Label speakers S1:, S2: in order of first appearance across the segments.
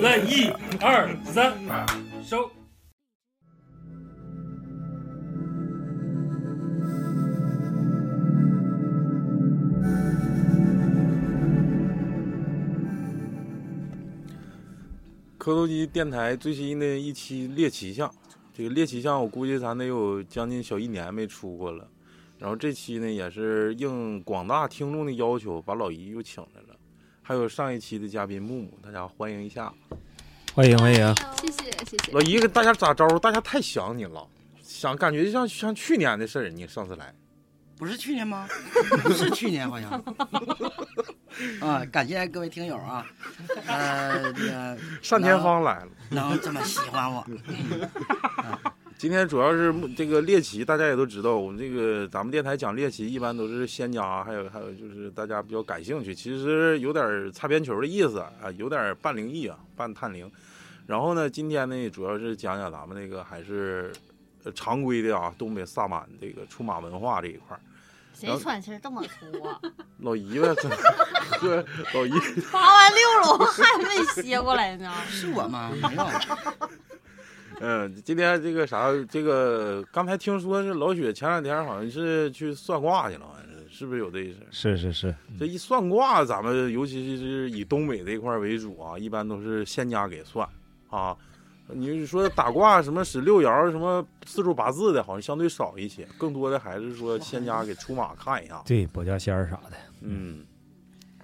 S1: 来一二三，收。
S2: 磕头机电台最新的一期猎奇项，这个猎奇项我估计咱得有将近小一年没出过了。然后这期呢，也是应广大听众的要求，把老姨又请来了，还有上一期的嘉宾木木，大家欢迎一下。
S3: 欢迎欢迎，
S4: 谢谢谢谢。
S2: 老姨给大家打招呼，大家太想你了，想感觉像像去年的事儿，你上次来。
S5: 不是去年吗？是去年 好像。啊，感谢各位听友啊，呃，这个
S2: 单田芳来了，
S5: 能这么喜欢我，
S2: 今天主要是木这个猎奇，大家也都知道，我们这个咱们电台讲猎奇，一般都是仙家，还有还有就是大家比较感兴趣，其实有点儿擦边球的意思啊，有点儿半灵异啊，半探灵。然后呢，今天呢，主要是讲讲咱们那个还是呃常规的啊，东北萨满这个出马文化这一块儿。
S6: 谁喘气儿这么粗啊？
S2: 老姨呗，喝老姨
S6: 爬完六楼 还没歇过来呢。
S5: 是我吗？没有，
S2: 嗯，今天这个啥，这个刚才听说是老雪前两天好像是去算卦去了，好像是是不是有这事？
S3: 是是是，
S2: 这一算卦，咱们尤其是以东北这一块为主啊，一般都是仙家给算啊。你说打卦什么使六爻什么四柱八字的，好像相对少一些，更多的还是说仙家给出马看一下。
S3: 对，保家仙儿啥的，
S2: 嗯，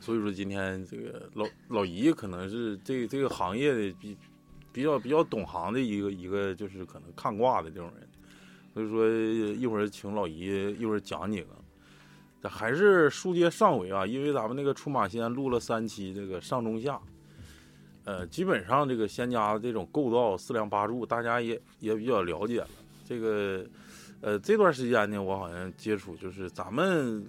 S2: 所以说今天这个老老姨可能是这这个行业的比比较比较懂行的一个一个，就是可能看卦的这种人。所以说一会儿请老姨一会儿讲几个。这还是书接上回啊，因为咱们那个出马仙录了三期，这个上中下，呃，基本上这个仙家的这种构造四梁八柱，大家也也比较了解了。这个，呃，这段时间呢，我好像接触就是咱们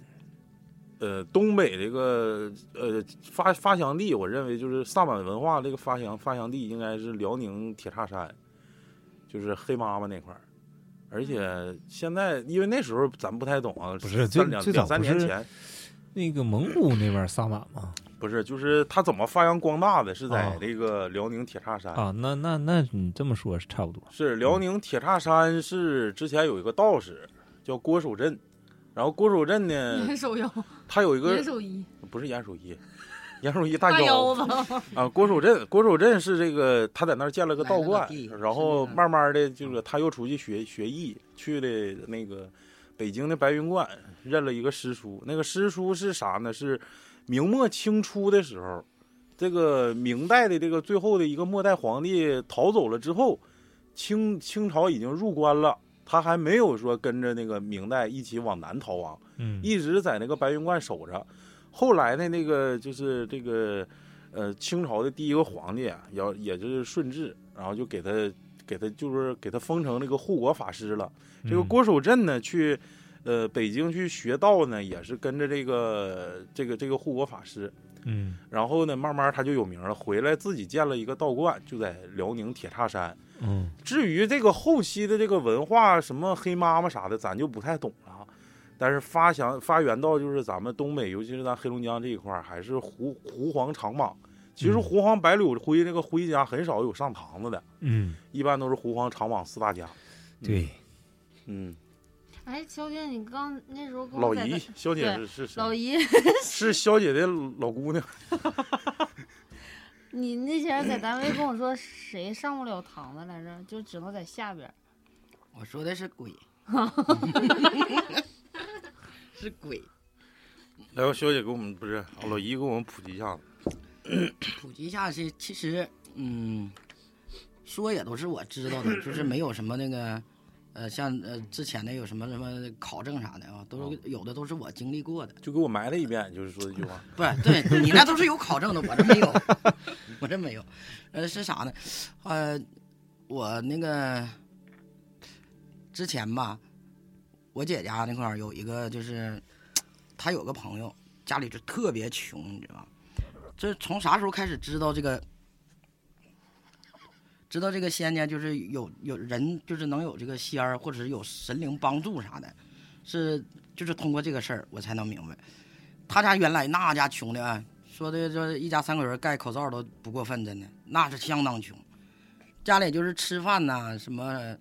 S2: 呃，东北这个呃发发祥地，我认为就是萨满文化这个发祥发祥地应该是辽宁铁叉山，就是黑妈妈那块儿。而且现在，因为那时候咱不太懂啊，
S3: 不是最
S2: 三两
S3: 最早
S2: 两三
S3: 不是
S2: 年前，
S3: 那个蒙古那边萨满嘛，
S2: 不是就是他怎么发扬光大的，是在
S3: 啊
S2: 这个辽宁铁叉山。
S3: 啊，那那那你这么说，是差不多，
S2: 是辽宁铁叉山是之前有一个道士叫郭守振，然后郭守振呢，
S6: 嗯
S4: 严守腰，
S2: 他嗯有一 个
S4: 严守一，
S2: 不是严守一，严守一
S6: 大
S2: 大
S6: 腰子，
S2: 啊，郭守振，郭守振是这个，他在那儿建了个道观
S5: 买了个地，嗯
S2: 然
S5: 是
S2: 后
S5: 那个
S2: 慢慢的就是他又出去学学艺，去的那个北京的白云观，认了一个师叔。那个师叔是啥呢？是明末清初的时候，这个明代的这个最后的一个末代皇帝逃走了之后，清清朝已经入关了，他还没有说跟着那个明代一起往南逃亡。
S3: 嗯，
S2: 一直在那个白云观守着。后来呢，那个就是这个，呃，清朝的第一个皇帝啊，要也就是顺治，然后就给他给他就是给他封成那个护国法师了。这个
S3: 嗯
S2: 郭守振呢，去呃北京去学道呢，也是跟着这个这个这个护国法师。
S3: 嗯
S2: 然后呢，慢慢他就有名了，回来自己建了一个道观，就在辽宁铁叉山。
S3: 嗯，
S2: 至于这个后期的这个文化，什么黑妈妈啥的，咱就不太懂了啊。但是发祥发源到就是咱们东北，尤其是咱黑龙江这一块儿，还是胡胡黄长蟒。其实
S3: 嗯
S2: 胡黄白柳灰这个灰家很少有上堂子的，
S3: 嗯，
S2: 一般都是胡黄长蟒四大家。
S3: 对，
S2: 嗯，
S4: 哎，秋天，你刚那时候跟
S2: 老
S4: 我在
S2: 姨
S4: 那
S2: 小姐
S4: 对
S2: 是是谁
S4: 老姨，
S2: 是小姐的老姑娘，
S4: 你那前儿在单位跟我说谁上不了堂子来着，就只能在下边儿。
S5: 我说的是 鬼，是鬼。
S2: 来吧，小姐给我们不是老姨给我们普及一下子。
S5: 普及一下是，其实嗯，说也都是我知道的，就是没有什么那个。呃，像呃之前的有什么什么考证啥的啊，都
S7: 哦
S5: 是有的都是我经历过的，
S2: 就给我埋汰一遍，就是说这句话。
S5: 不是，对 你那都是有考证的，我这没有，我这没有。呃，是啥呢？呃，我那个之前吧，我姐家那块儿有一个，就是她有个朋友，家里就特别穷，你知道吧？这从啥时候开始知道这个？知道这个仙呢，就是有有人就是能有这个仙儿，或者是有神灵帮助啥的，是就是通过这个事儿我才能明白。他家原来那家穷的啊，说的这一家三口人盖口罩都不过分，真的那是相当穷。家里就是吃饭呐、什么，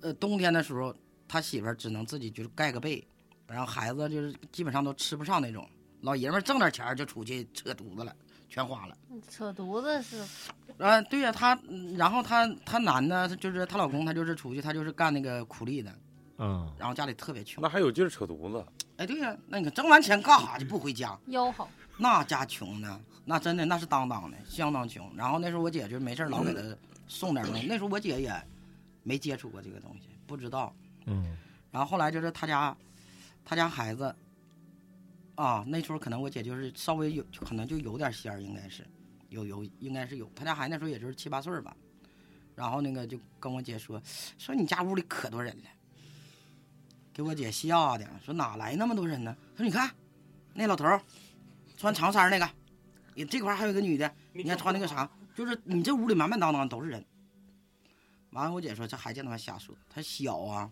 S5: 呃，冬天的时候他媳妇儿只能自己就是盖个被，然后孩子就是基本上都吃不上那种。老爷们儿挣点钱儿就出去扯犊子了，全花了。
S6: 扯犊子是
S5: 啊，对呀、她，嗯然后她她男的，她就是她老公，他就是出去，他就是干那个苦力的，
S3: 嗯，
S5: 然后家里特别穷
S2: 那。还有劲儿扯犊子，
S5: 哎，对呀、那你看挣完钱干啥去？不回家，
S6: 吆喝，
S5: 那家穷呢，那真的那是当当的，相当穷。然后那时候我姐就没事儿老给他送点儿东西，那时候我姐也没接触过这个东西，不知道。
S3: 嗯，
S5: 然后后来就是他家，他家孩子，啊，那时候可能我姐就是稍微有，可能就有点仙儿，应该是有有，应该是有。他家孩子那时候也就是七八岁儿吧，然后那个就跟我姐说，说你家屋里可多人了，给我姐吓的，说哪来那么多人呢？说你看，那老头儿穿长衫儿那个，也这块儿还有一个女的，你看穿那个啥，就是你这屋里满满当当都是人。完了，我姐说这孩子他妈瞎说，他小啊。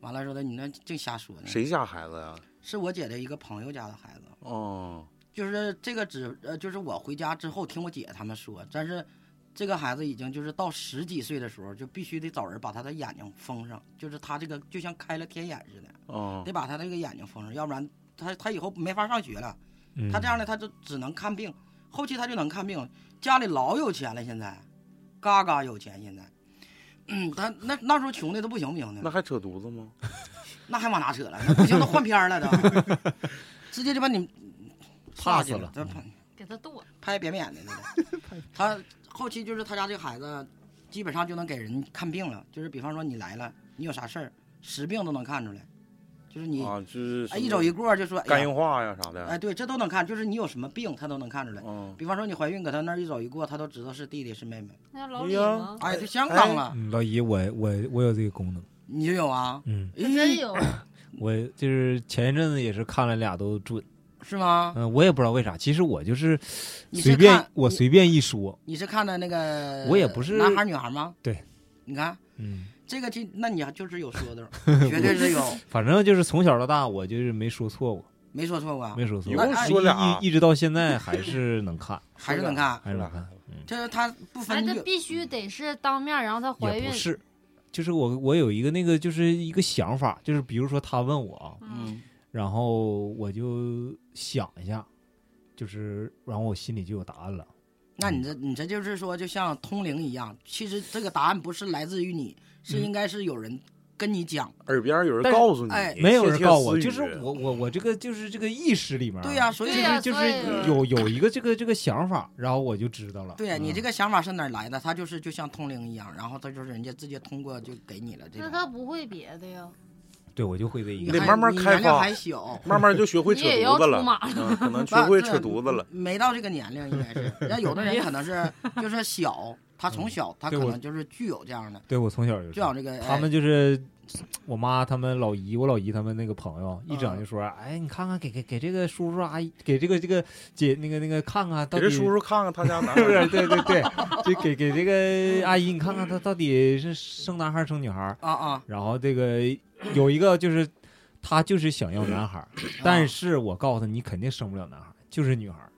S5: 完了说的你那净瞎说呢。
S2: 谁家孩子呀、
S5: 是我姐的一个朋友家的孩子，
S2: 哦，
S5: 就是这个只呃，就是我回家之后听我姐他们说，但是这个孩子已经就是到十几岁的时候，就必须得找人把他的眼睛封上，就是他这个就像开了天眼似的，
S2: 哦
S5: 得，把他这个眼睛封上，要不然他他以后没法上学了。
S3: 嗯
S5: 他这样的他就只能看病，后期他就能看病，家里老有钱了，现在，嘎嘎有钱现在。嗯，他那那时候穷的都不行不行的，
S2: 那还扯犊子吗？
S5: 那还往哪扯了？那不行，都换片儿了都， 直接就把你
S3: 怕
S5: 杀
S3: 死
S5: 去
S3: 了嗯
S5: 这拍
S6: 给他剁了，
S5: 拍扁扁的那个。 他后期就是他家这个孩子，基本上就能给人看病了，就是比方说你来了，你有啥事儿，实病都能看出来，就是你
S2: 啊，就是
S5: 哎一走一过就说哎
S2: 肝
S5: 呀
S2: 硬化呀啥的，
S5: 哎对，这都能看，就是你有什么病他都能看出来。
S2: 嗯，
S5: 比方说你怀孕，搁他那儿一走一过，他都知道是弟弟是妹妹。
S6: 那老
S2: 哎
S6: 李
S2: 呀
S6: 吗？
S5: 哎，就香港了，
S3: 嗯老姨，我我我有这个功能，
S5: 你就有啊？
S3: 嗯，
S2: 哎
S6: 真
S5: 咦，
S6: 有，哎
S3: 我就是前一阵子也是看了俩都准，
S5: 是吗？
S3: 嗯，我也不知道为啥，其实我就是
S5: 你
S3: 随
S5: 是
S3: 便
S5: 看
S3: 我
S5: 你
S3: 随便一说，
S5: 你是看的那个？
S3: 我也不是
S5: 男孩儿女孩儿吗？
S3: 对，
S5: 你看
S3: 嗯，
S5: 这个就那你还就是有说 头儿，绝对是有，
S3: 反正就是从小到大我就是没说错过，
S5: 没说错吧？
S3: 没说错
S2: 一
S3: 过，
S2: 共说俩
S3: 一一直到现在还是能看，
S5: 还是能看，
S3: 还是能看，嗯，
S5: 这他不
S6: 哎，
S5: 分
S6: 他
S5: 就
S6: 必须得是当面，然后他怀
S3: 也
S6: 孕
S3: 不，是。就是我，我有一个那个，就是一个想法，就是比如说他问我啊，
S6: 嗯，
S5: 嗯，
S3: 然后我就想一下，就是然后我心里就有答案了。
S5: 那你这你这就是说，就像通灵一样，其实这个答案不是来自于你，是
S3: 嗯
S5: 应该是有人跟你讲。
S3: 啊
S2: 耳边有人
S3: 但是
S2: 告诉你，
S5: 哎
S3: 没有人
S2: 窃窃
S3: 告诉我，
S2: 私语
S3: 就是我我我这个就是这个意识里面啊，
S5: 对呀，所以
S3: 就
S6: 对呀
S3: 是就
S6: 所
S3: 是
S6: 以
S3: 有有一个这个这个想法，然后我就知道了。嗯
S5: 对呀，你这
S2: 嗯
S3: 个
S5: 个想法是哪儿来的？他就是就像通灵一样，然后他就是人家直接通过就给你了这
S6: 那
S5: 个。
S6: 他不会别的呀，
S3: 对我就会这一
S5: 你
S3: 个
S2: 得
S5: 还
S2: 慢慢
S5: 你
S2: 开
S5: 年龄
S2: 发
S5: 还小，
S2: 慢慢就学会
S6: 你
S2: 扯
S6: 也
S2: 犊
S6: 要
S2: 子
S6: 出
S2: 了，
S6: 马了，
S2: 嗯，可 能学
S5: 那
S2: 会
S5: 这
S2: 扯犊子了。哎
S5: 没到这个年龄应该 是。那有的人可能是就是小，他
S2: 嗯
S5: 从小他可
S3: 对我
S5: 能就是具有这样的，
S3: 对我从小就
S5: 具有这
S3: 是，
S5: 个。哎
S3: 他们就是我妈他们老姨，我老姨他们那个朋友一
S5: 嗯
S3: 整就说，哎，你看看给给给这个叔叔阿姨，给这个这个姐那个那个看看到
S2: 给
S3: 底
S2: 这叔叔看看他家 男孩
S3: 是不
S2: 儿
S3: 是？对对对，就给给这个阿姨，你看看她到底是生男孩儿生女孩儿。
S5: 啊啊，
S3: 然后这个有一个就是，她就是想要男孩儿，但是我告诉她，你肯定生不了男孩儿，就是女孩儿。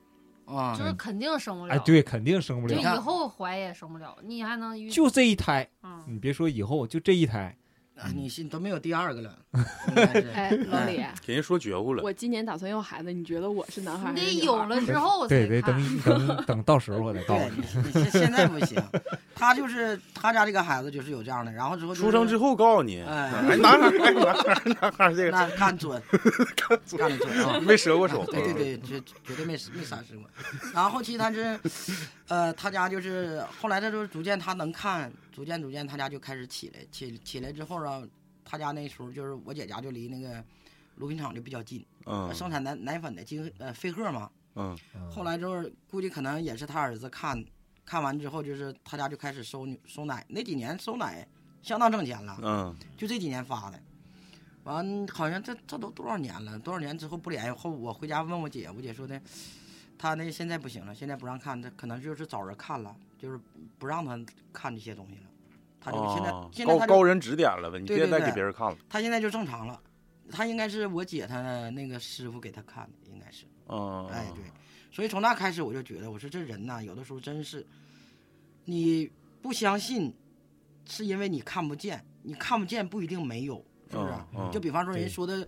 S5: 啊
S6: 就是肯定生不了，
S3: 哎，，对，肯定生不
S6: 就
S3: 了
S5: 你
S6: 以
S5: 看。
S6: 后怀也生不了，你还能遇
S3: 就这一胎，
S6: 嗯
S3: 你别说以后，就这一胎，
S5: 啊，你是你都没有第二个 了，应该是。
S8: 哎，老李，
S2: 给人说觉悟了，
S8: 我今年打算要孩子，你觉得我是男孩
S6: 你
S8: 还是
S6: 得
S8: 女孩
S6: 有了之后才
S3: 对，得
S6: 看，
S3: 等等等到时候我再告
S5: 对
S3: 诉，你。
S5: 你现现在不行，他就是他家这个孩子就是有这样的，然后之后就是
S2: 出生之后告诉你，
S5: 哎
S2: 哎，男孩儿，哎男孩儿，男孩儿，这个
S5: 那看 准，看准啊！
S2: 没折过手，
S5: 对对对，绝绝对没没啥试过。然后后期他是，呃，他家就是后来他就是逐渐他能看，逐渐逐渐他家就开始起来，起起来之后啊，他家那时候就是我姐家就离那个乳品厂就比较近，
S2: 嗯
S5: 生产奶奶粉的金呃飞鹤嘛，
S2: 嗯，
S3: 嗯
S5: 后来之后，估计可能也是他儿子看看完之后，就是他家就开始收女收奶，那几年收奶相当挣钱了，
S2: 嗯，
S5: 就这几年发的。完，好像这这都多少年了？多少年之后不联系后，我回家问我姐，我姐说的，她那现在不行了，现在不让看，她可能就是找人看了，就是不让她看这些东西了。她就现在、
S2: 啊
S5: 现在
S2: 高
S5: 她
S2: 高
S5: 就
S2: 人指点了呗，你
S5: 对
S2: 别
S5: 对
S2: 再
S5: 对
S2: 给别人看了。
S5: 她现在就正常了，她应该是我姐她那个师傅给她看的，应该是。
S2: 嗯，
S5: 哎，对，所以从那开始我就觉得，我说这人呐、有的时候真是，你不相信，是因为你看不见，你看不见不一定没有，是不是？
S2: 嗯嗯
S5: 就比方说人
S3: 对
S5: 说的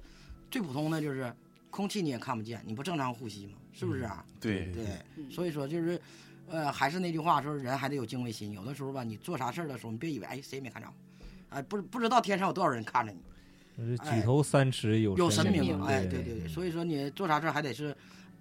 S5: 最普通的就是空气你也看不见，你不正常呼吸吗？是不是啊？
S2: 对
S5: 对，
S8: 嗯
S5: 所以说就是。呃，还是那句话，说人还得有敬畏心。有的时候吧，你做啥事儿的时候，你别以为哎谁也没看着，哎、不不知道天上有多少人看着你，
S3: 就是举头三尺有
S5: 有
S3: 神
S5: 神明
S6: 明。
S5: 哎，对
S3: 对嗯
S5: 对对，所以说你做啥事儿还得是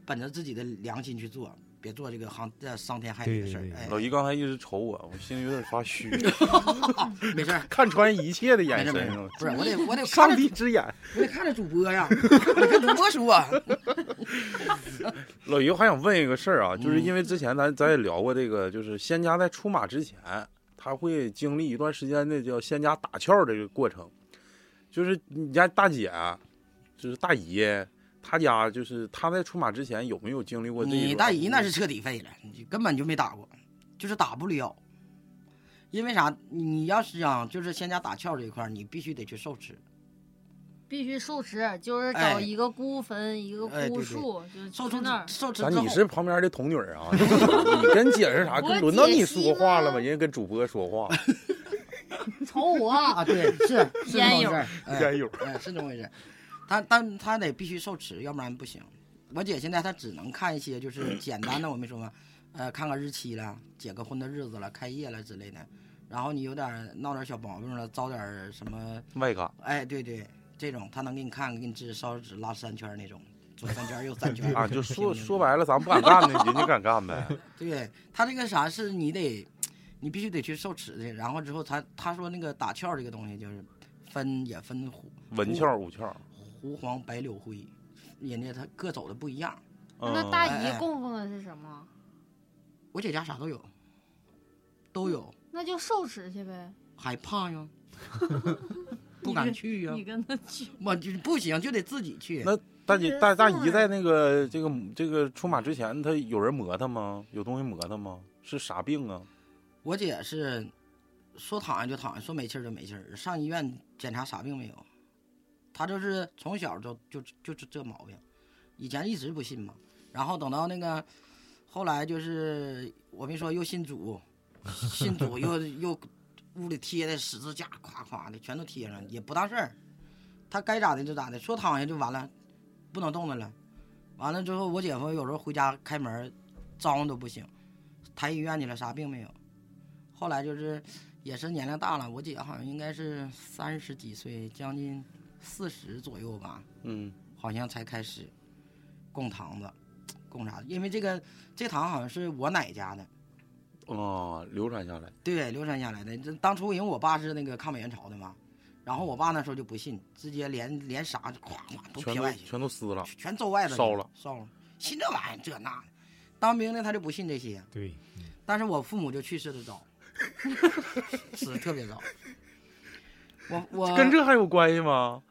S5: 本着自己的良心去做，别做这个伤呃伤天害理的事
S3: 对对对
S5: 儿。
S2: 老姨刚才一直瞅我，我心里有点 发虚，
S5: 哎，没事儿，
S2: 看穿一切的
S5: 没
S2: 眼
S5: 事儿，没
S2: 神
S5: 事
S2: 是
S5: 儿
S2: 吧，
S5: 不是我得我得看
S2: 上
S5: 着
S2: 帝之眼。
S5: 我得看着主播呀，我得跟主播说。
S2: 老姨，我还想问一个事儿啊，就是
S5: 嗯
S2: 因为之前咱咱也聊过这个，就是仙家在出马之前，他会经历一段时间的叫仙家打窍这个过程，就是你家大姐，啊就是大姨，她家就是她在出马之前有没有经历过这一段？
S5: 你大姨那是彻底废了，你根本就没打过，就是打不了。因为啥？你要是想就是仙家打窍这一块儿，你必须得去受持。
S6: 必须受持，就是
S5: 哎
S6: 找一个孤坟，一个
S5: 哎对
S6: 孤
S5: 对
S6: 树，就是
S5: 受
S6: 去
S5: 持之
S6: 那儿。
S5: 受持
S2: 咱
S5: 之后
S2: 你，是旁边的童女儿啊，你跟姐是啥？跟
S6: 我
S2: 轮到
S6: 解
S2: 你
S6: 析
S2: 说话了
S6: 吗
S2: 吗？人家跟主播说话，
S6: 瞅我，
S5: 啊，对，是是这么
S6: 烟
S5: 回事
S6: 友
S5: 儿。哎
S2: 加油！
S5: 哎，是这么回事。他但他得必须受持，要不然不行。我姐现在她只能看一些就是 简单的，我没说嘛，呃，看看日期了，结个婚的日子了，开业了之类的。然后你有点儿闹点儿小毛病了，遭点儿什么，
S2: 外嘎，
S5: 哎，对对，这种她能给你看，给你治烧纸拉三圈儿那种，左三圈儿右三圈儿
S2: 啊，就说
S5: 听明白
S2: 说白了，咱不敢干的，人家敢干呗。
S5: 对他这个啥是你得，你必须得去受持的，然后之后他他说那个打窍这个东西就是分也分虎
S2: 文窍武窍，
S5: 狐黄白柳灰，人家他各走的不一样。
S6: 那
S2: 嗯
S6: 大
S5: 哎哎
S6: 姨供奉的是什么？
S5: 我姐家啥都有，都有，
S6: 那就受持去呗。
S5: 害怕呀， 不敢去呀
S6: 你，跟他去，
S5: 我就不行就得自己去。
S2: 那大姐
S9: 就是
S2: 大大
S9: 送
S2: 姨
S9: 人
S2: 在那个这个这个出马之前，她有人磨她吗？有东西磨她吗？是啥病啊？
S5: 我姐是说躺下就躺下，说没气儿就没气儿，上医院检查啥病没有。她就是从小就就就就这毛病，以前一直不信嘛，然后等到那个后来就是我没说又信主，信主又又屋里贴的十字架，夸夸的全都贴上，也不当事儿。她该咋的就咋的，说躺下就完了，不能动弹了。完了之后，我姐夫有时候回家开门，招呼都不行，抬医院去了，啥病没有。后来就是也是年龄大了，我姐好像应该是三十几岁，将近四十左右吧，
S2: 嗯，
S5: 好像才开始供堂子，供啥的？因为这个这堂好像是我奶家的，
S2: 哦，流传下来，
S5: 对，流传下来的。这当初因为我爸是那个抗美援朝的嘛，然后我爸那时候就不信，直接连连啥就咵咵都
S2: 全
S5: 撇
S2: 都
S5: 外去，
S2: 全都撕了。
S5: 全全揍外头去
S2: 烧了，
S5: 烧了，信这玩意儿这那的。当兵的他就不信这些，
S3: 对，
S2: 嗯
S5: 但是我父母就去世的 早，死的特别早。我
S9: 啊
S5: 我
S2: 跟这还有关系吗？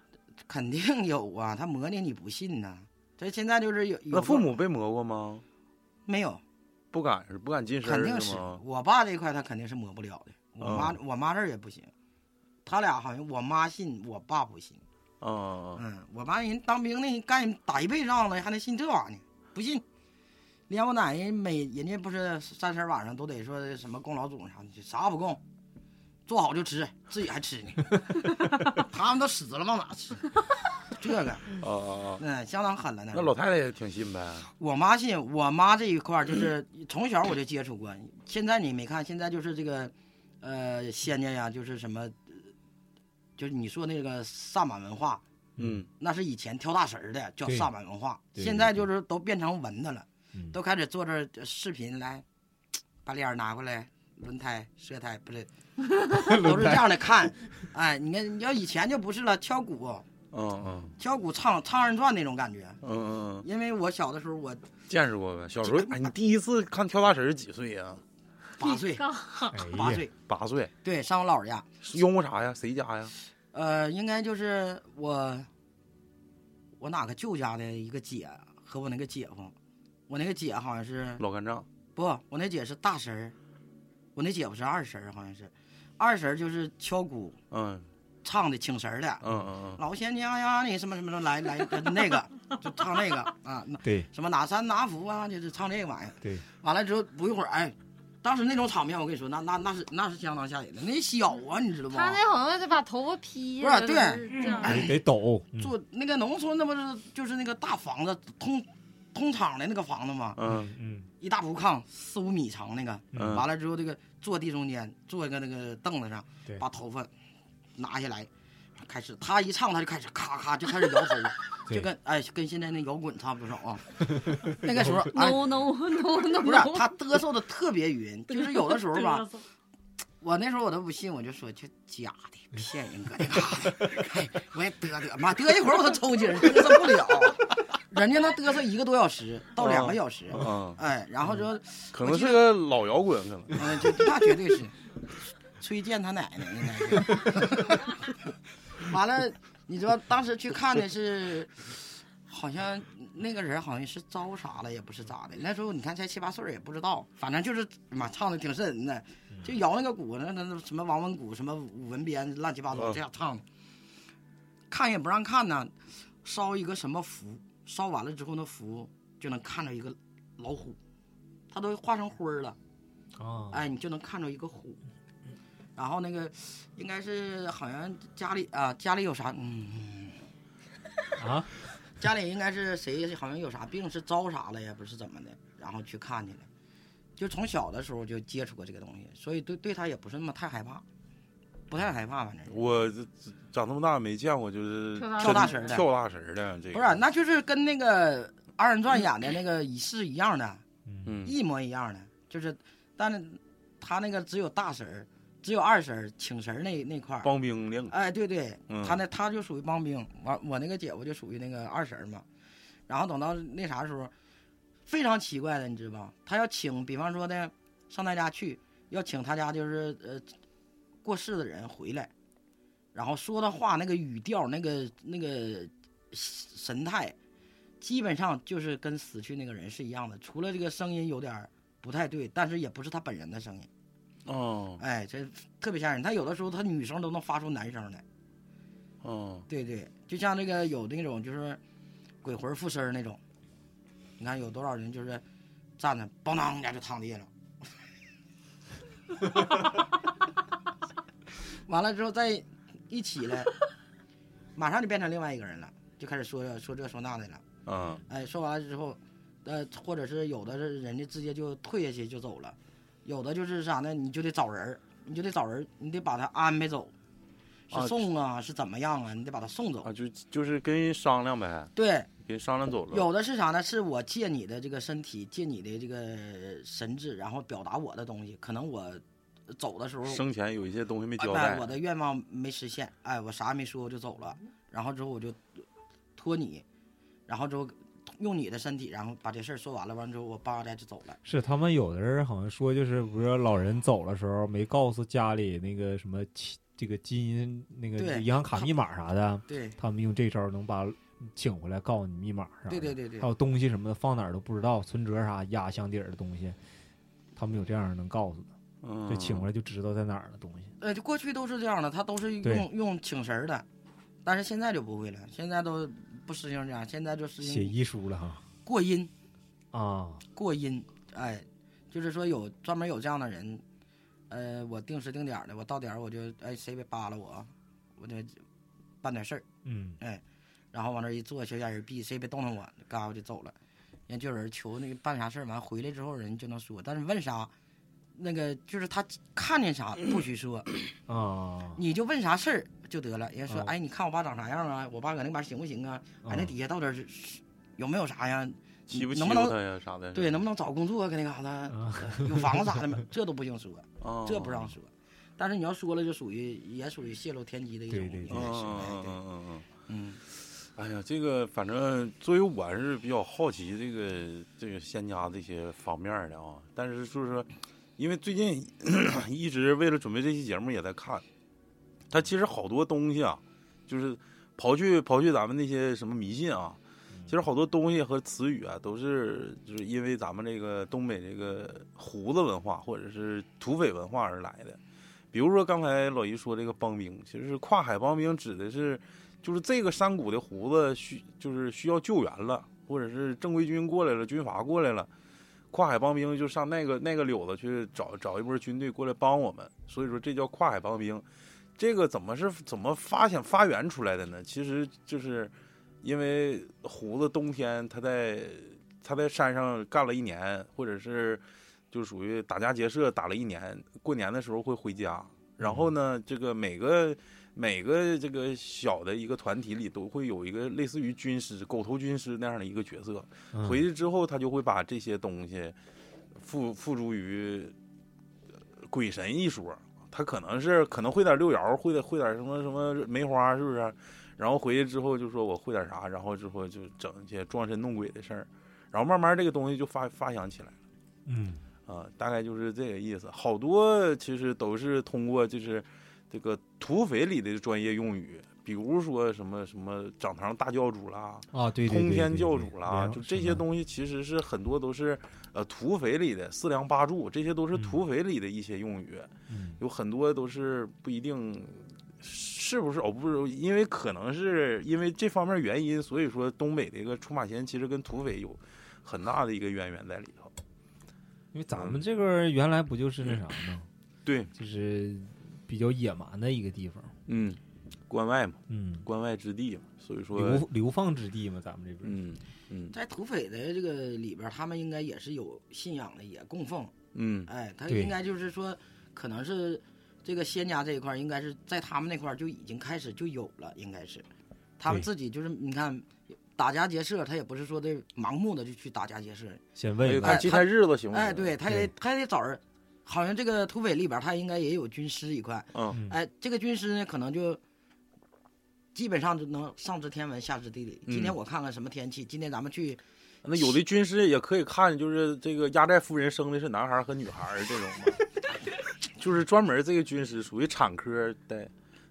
S5: 肯定有啊，他磨练你不信呐、这现在就是有有
S2: 那父母被磨过吗？
S5: 没有，
S2: 不敢是不敢近身
S5: 肯定
S2: 儿
S5: 是
S2: 吗？啊嗯
S5: 我爸这一块他肯定是磨不了的。我妈、我妈这儿也不行，他俩好像我妈信，我爸不信。
S2: 啊，
S5: 嗯，我妈人当兵的人干打一辈仗了，还能信这玩意儿？不信。连我奶人每人家不是三十晚上都得说什么供老祖啥的，啥也不供，做好就吃，自己还吃呢。 他们都死了，往哪吃？ 这个，
S2: 啊啊啊！
S5: 嗯，相当狠了呢。
S2: 那老太太也挺信呗。
S5: 我妈信，我妈这一块儿就是从小我就接触过。现在你没看，现在就是这个，呃，仙家呀，就是什么，呃就是你说那个萨满文化，
S2: 嗯，
S5: 那是以前跳大神儿的叫
S3: 对
S5: 萨满文化，
S3: 对
S5: 现在就是都变成文的了，
S3: 嗯
S5: 都开始做这呃视频来，把脸儿拿过来，轮胎、舌苔不 是，都是这样的看。哎，你看，你要以前就不是了，敲鼓、
S2: 嗯嗯
S5: 敲鼓唱唱二人转那种感觉。
S2: 嗯嗯，
S5: 因为我小的时候我
S2: 见识过呗。小时候，哎，你第一次看跳大神儿几岁呀？
S5: 八岁，
S6: 干
S5: 八
S3: 哎呀，
S5: 岁，
S2: 八岁，
S5: 对，上我姥姥家，
S2: 拥护啥呀？谁家呀？
S5: 呃，应该就是我我哪个舅家的一个姐和我那个姐夫，我那个姐好像是
S2: 老干仗，
S5: 不，我那姐是大婶儿，我那姐夫是二婶儿，好像是，二婶儿就是敲鼓
S2: 嗯
S5: 唱的请神儿的，
S2: 嗯嗯
S5: 老仙家呀，你什么什么的，来来那个就唱那个啊，那
S3: 对
S5: 什么哪山哪福啊，就是唱这个玩意儿。
S3: 对，
S5: 完了之后不一会儿，哎，当时那种场面，我跟你说，那那那是那是相当吓人的，那小啊，你知道不？
S6: 他那好像是把头发披
S5: 不是啊
S6: 了，
S5: 对哎
S6: 就是这样
S3: 得得抖，嗯
S5: 住那个农村，那不是就是那个大房子，通通场的那个房子吗？
S2: 嗯
S3: 嗯，
S5: 一大铺炕，四五米长那个。
S2: 嗯，
S5: 完了之后，这个坐地中间，坐一个那个凳子上
S3: 对，
S5: 把头发拿下来，开始他一唱，他就开始咔咔就开始摇头发，
S3: 对
S5: 就跟哎跟现在那摇滚差不多少 啊。那 个时候哎，
S6: ，no no no no，
S5: 不是他嘚瑟的特别 匀，就是啊有的时候 吧，我那时候我都不信，我就说这假的，骗人搁那嘎 达，哎我也嘚嘚，妈嘚一会儿我都抽筋儿，嘚瑟不了。人家能嘚瑟一个多小时到两个小时，
S3: 哦
S2: 嗯，
S5: 哎，然后之后，
S2: 可能是个老摇滚，可能
S5: 嗯，就那绝对是崔健他奶奶应该是。完了，你知道当时去看的是，好像那个人好像是招啥了，也不是咋的。那时候你看才七八岁儿也不知道，反正就是妈唱的挺瘆人的，就摇那个鼓，那那那什么王文鼓，什么武文鞭，乱七八糟
S2: 嗯
S5: 这样唱的。看也不让看呢，烧一个什么符，烧完了之后那符就能看着一个老虎，它都化成灰儿了。
S3: 啊，
S5: 哎，你就能看着一个虎。然后那个应该是好像家里啊，家里有啥嗯，
S3: 啊，
S5: 家里应该是谁好像有啥病是招啥了呀，不是怎么的，然后去看去了。就从小的时候就接触过这个东西，所以对对他也不是那么太害怕，不太害怕，反正
S2: 我这长这么大没见过，就是
S6: 跳大
S2: 真
S5: 大神儿的
S2: 跳大神儿的这个
S5: 不是，啊那就是跟那个二人转演的那个仪式一样的，
S3: 嗯，
S2: 嗯
S5: 一模一样的，就是，但是他那个只有大神儿，只有二神儿请神儿那那块儿，
S2: 帮兵令，
S5: 哎，对对，
S2: 嗯
S5: 他那他就属于帮兵，完我那个姐夫就属于那个二婶儿嘛。然后等到那啥时候，非常奇怪的，你知道吧？他要请，比方说呢，上他家去，要请他家就是呃过世的人回来，然后说的话那个语调那个那个神态，基本上就是跟死去那个人是一样的，除了这个声音有点儿不太对，但是也不是他本人的声音。
S2: 哦
S5: 哎，这特别吓人。他有的时候他女生都能发出男声来。
S2: 哦，
S5: 对对，就像那个有那种就是鬼魂附身儿那种，你看有多少人就是站着咣当一下就躺地上， 完了之后再一起来，马上就变成另外一个人了，就开始说说这说那的了。
S2: 嗯
S5: 哎，说完了之后，呃，或者是有的是人家直接就退下去就走了，有的就是啥呢？你就得找人儿，你就得找人儿，你得把他安排走，
S2: 啊
S5: 是送啊，是怎么样啊？你得把他送走
S2: 啊，。就就是跟人商量呗，
S5: 对，
S2: 跟人商量走了，
S5: 有的是啥呢？是我借你的这个身体，借你的这个神智，然后表达我的东西。可能我走的时候，
S2: 生前有一些东西没交
S5: 哎
S2: 代，
S5: 我的愿望没实现，哎，我啥也没说我就走了，然后之后我就托你，然后之后用你的身体，然后把这事儿说完了，完之后我叭的就走了。
S3: 是他们有的人好像说，就是不是老人走的时候没告诉家里那个什么亲这个基因那个
S5: 对
S3: 银行卡密码啥的，
S5: 对，
S3: 他们用这招能把请回来，告诉你密码啥的。
S5: 对对对对
S3: 还有东西什么的放哪儿都不知道，存折啥压箱底儿的东西，他们有这样能告诉的，
S2: 嗯，
S3: 就请回来就知道在哪儿的东西。
S5: 呃，就过去都是这样的，他都是
S3: 对
S5: 用用请神儿的，但是现在就不会了，现在都不实行这样，现在就实
S3: 写
S5: 行
S3: 遗书了哈
S5: 过阴
S3: 啊，
S5: 过阴，哎，就是说有专门有这样的人，呃，我定时定点儿的，我到点儿我就哎谁别扒拉我，我就办点事儿。哎
S3: 嗯，
S5: 然后往那儿一坐，小家人闭，谁别动弹我，嘎我就走了。人就有人求那个办啥事儿，完回来之后人就能说，但是问啥，那个就是他看见啥不许说，
S3: 啊，
S5: 你就问啥事儿就得了。人家说，
S3: 哦
S5: 哎，你看我爸长啥样啊？我爸搁那边行不行啊？哎，那
S3: 啊
S5: 底下到底是有没有啥呀？
S2: 欺不欺
S5: 能不
S2: 负
S5: 能
S2: 他呀啥的，
S5: 对，能不能找工作啊？搁那嘎达
S3: 啊，
S5: 呃
S3: 哦
S5: 有房子啥的吗？这都不 行说，
S2: 能
S5: 这不让说。但是你要说了，就属于也属于泄露天机的一种
S3: 对对哦
S5: 应
S3: 对
S5: 该是，
S2: 嗯
S5: 哎
S2: 嗯
S5: 对，
S2: 嗯嗯嗯。
S5: 嗯，
S2: 哎呀，这个反正作为我还是比较好奇这个这个仙家这些方面的啊，但是就是说，因为最近 一直为了准备这期节目也在看，它其实好多东西啊，就是刨去刨去咱们那些什么迷信啊，其实好多东西和词语啊，都是就是因为咱们这个东北这个胡子文化或者是土匪文化而来的。比如说刚才老姨说这个帮兵，其实是跨海帮兵指的是，就是这个山谷的胡子需就是需要救援了，或者是正规军过来了，军阀过来了，跨海帮兵就上那个那个柳子去找找一波军队过来帮我们，所以说这叫跨海帮兵。这个怎么是怎么发想发源出来的呢？其实就是因为胡子冬天他在他在山上干了一年，或者是就属于打家劫舍打了一年，过年的时候会回家。然后呢，这个每个每个这个小的一个团体里都会有一个类似于军师、狗头军师那样的一个角色。
S3: 嗯
S2: 回去之后，他就会把这些东西付付诸于呃鬼神一说。他可能是可能会点六爻，会点会点什么什么梅花，是不是？然后回去之后就说我会点啥，然后之后就整一些装神弄鬼的事儿，然后慢慢这个东西就发发扬起来
S3: 嗯，
S2: 了啊、大概就是这个意思。好多其实都是通过就是这个土匪里的专业用语，比如说什么什么掌堂大教主啦，
S3: 啊，对对对，
S2: 通天
S3: 对
S2: 教
S3: 对
S2: 主啦，
S3: 对
S2: 就
S3: 什
S2: 这些
S3: 么
S2: 东西其实是很多都是呃土匪里的四梁八柱，这些都是
S3: 嗯
S2: 土匪里的一些用语，
S3: 嗯
S2: 有很多都是不一定是不是哦，不是，因为可能是因为这方面原因，所以说东北的一个出马仙其实跟土匪有很大的一个渊源在里头。
S3: 因为咱们这边儿原来不就是那啥吗？
S2: 对，
S3: 就是比较野蛮的一个地方，
S2: 嗯，关外嘛，
S3: 嗯，
S2: 关外之地嘛，所以说，
S3: 流流放之地嘛，咱们这边儿，
S2: 嗯嗯
S5: 在土匪的这个里边儿，他们应该也是有信仰的，也供奉。
S2: 嗯
S5: 哎，他
S3: 对
S5: 应该就是说，可能是这个仙家这一块儿，应该是在他们那块儿就已经开始就有了，应该是他们
S3: 对
S5: 自己就是你看打家劫舍，他也不是说的盲目的就去打家劫舍，
S3: 先
S2: 所
S3: 问
S2: 以
S3: 一
S2: 看
S3: 问，
S2: 今天日子行不行？
S5: 哎，对，他也他也得找人，好像这个土匪里边儿他应该也有军师一块，
S2: 嗯
S3: 嗯
S5: 哎，这个军师呢可能就。基本上就能上知天文，下知地理。今天
S2: 嗯
S5: 我看看什么天气，今天咱们去
S2: 那有的军师也可以看，就是这个压寨夫人生的是男孩儿和女孩儿这种嘛， 就是专门这个军师属于产科大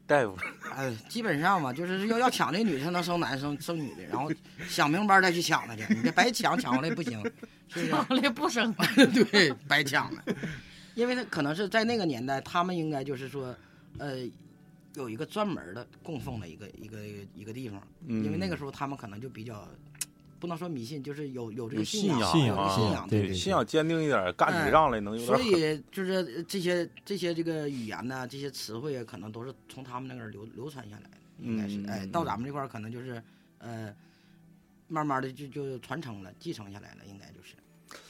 S2: 大夫。
S5: 哎，基本上吧，就是要要抢这女的，她能生男生生女的，然后想明白再去抢她去，你这白抢抢回来不行， 是不
S6: 往里不生。
S5: 是？对，白抢了，因为她可能是在那个年代，他们应该就是说，呃，有一个专门的供奉的一个一个一个地方，因为那
S2: 嗯
S5: 个时候他们可能就比较，不能说迷信，就是有有这
S2: 有
S5: 个
S2: 信
S5: 仰，
S2: 仰
S3: 信
S5: 有这
S3: 仰
S5: 个信
S3: 啊
S5: 仰，
S3: 对
S2: 信仰坚定一点儿，干起仗来能有点
S5: 哎所
S2: 狠。
S5: 以就是呃这些这些这个语言呐，这些词汇啊，可能都是从他们那个流流传下来的，应该是、
S2: 嗯
S5: 哎，到咱们这块儿可能就是呃，慢慢的就就传承了，继承下来了，应该就是。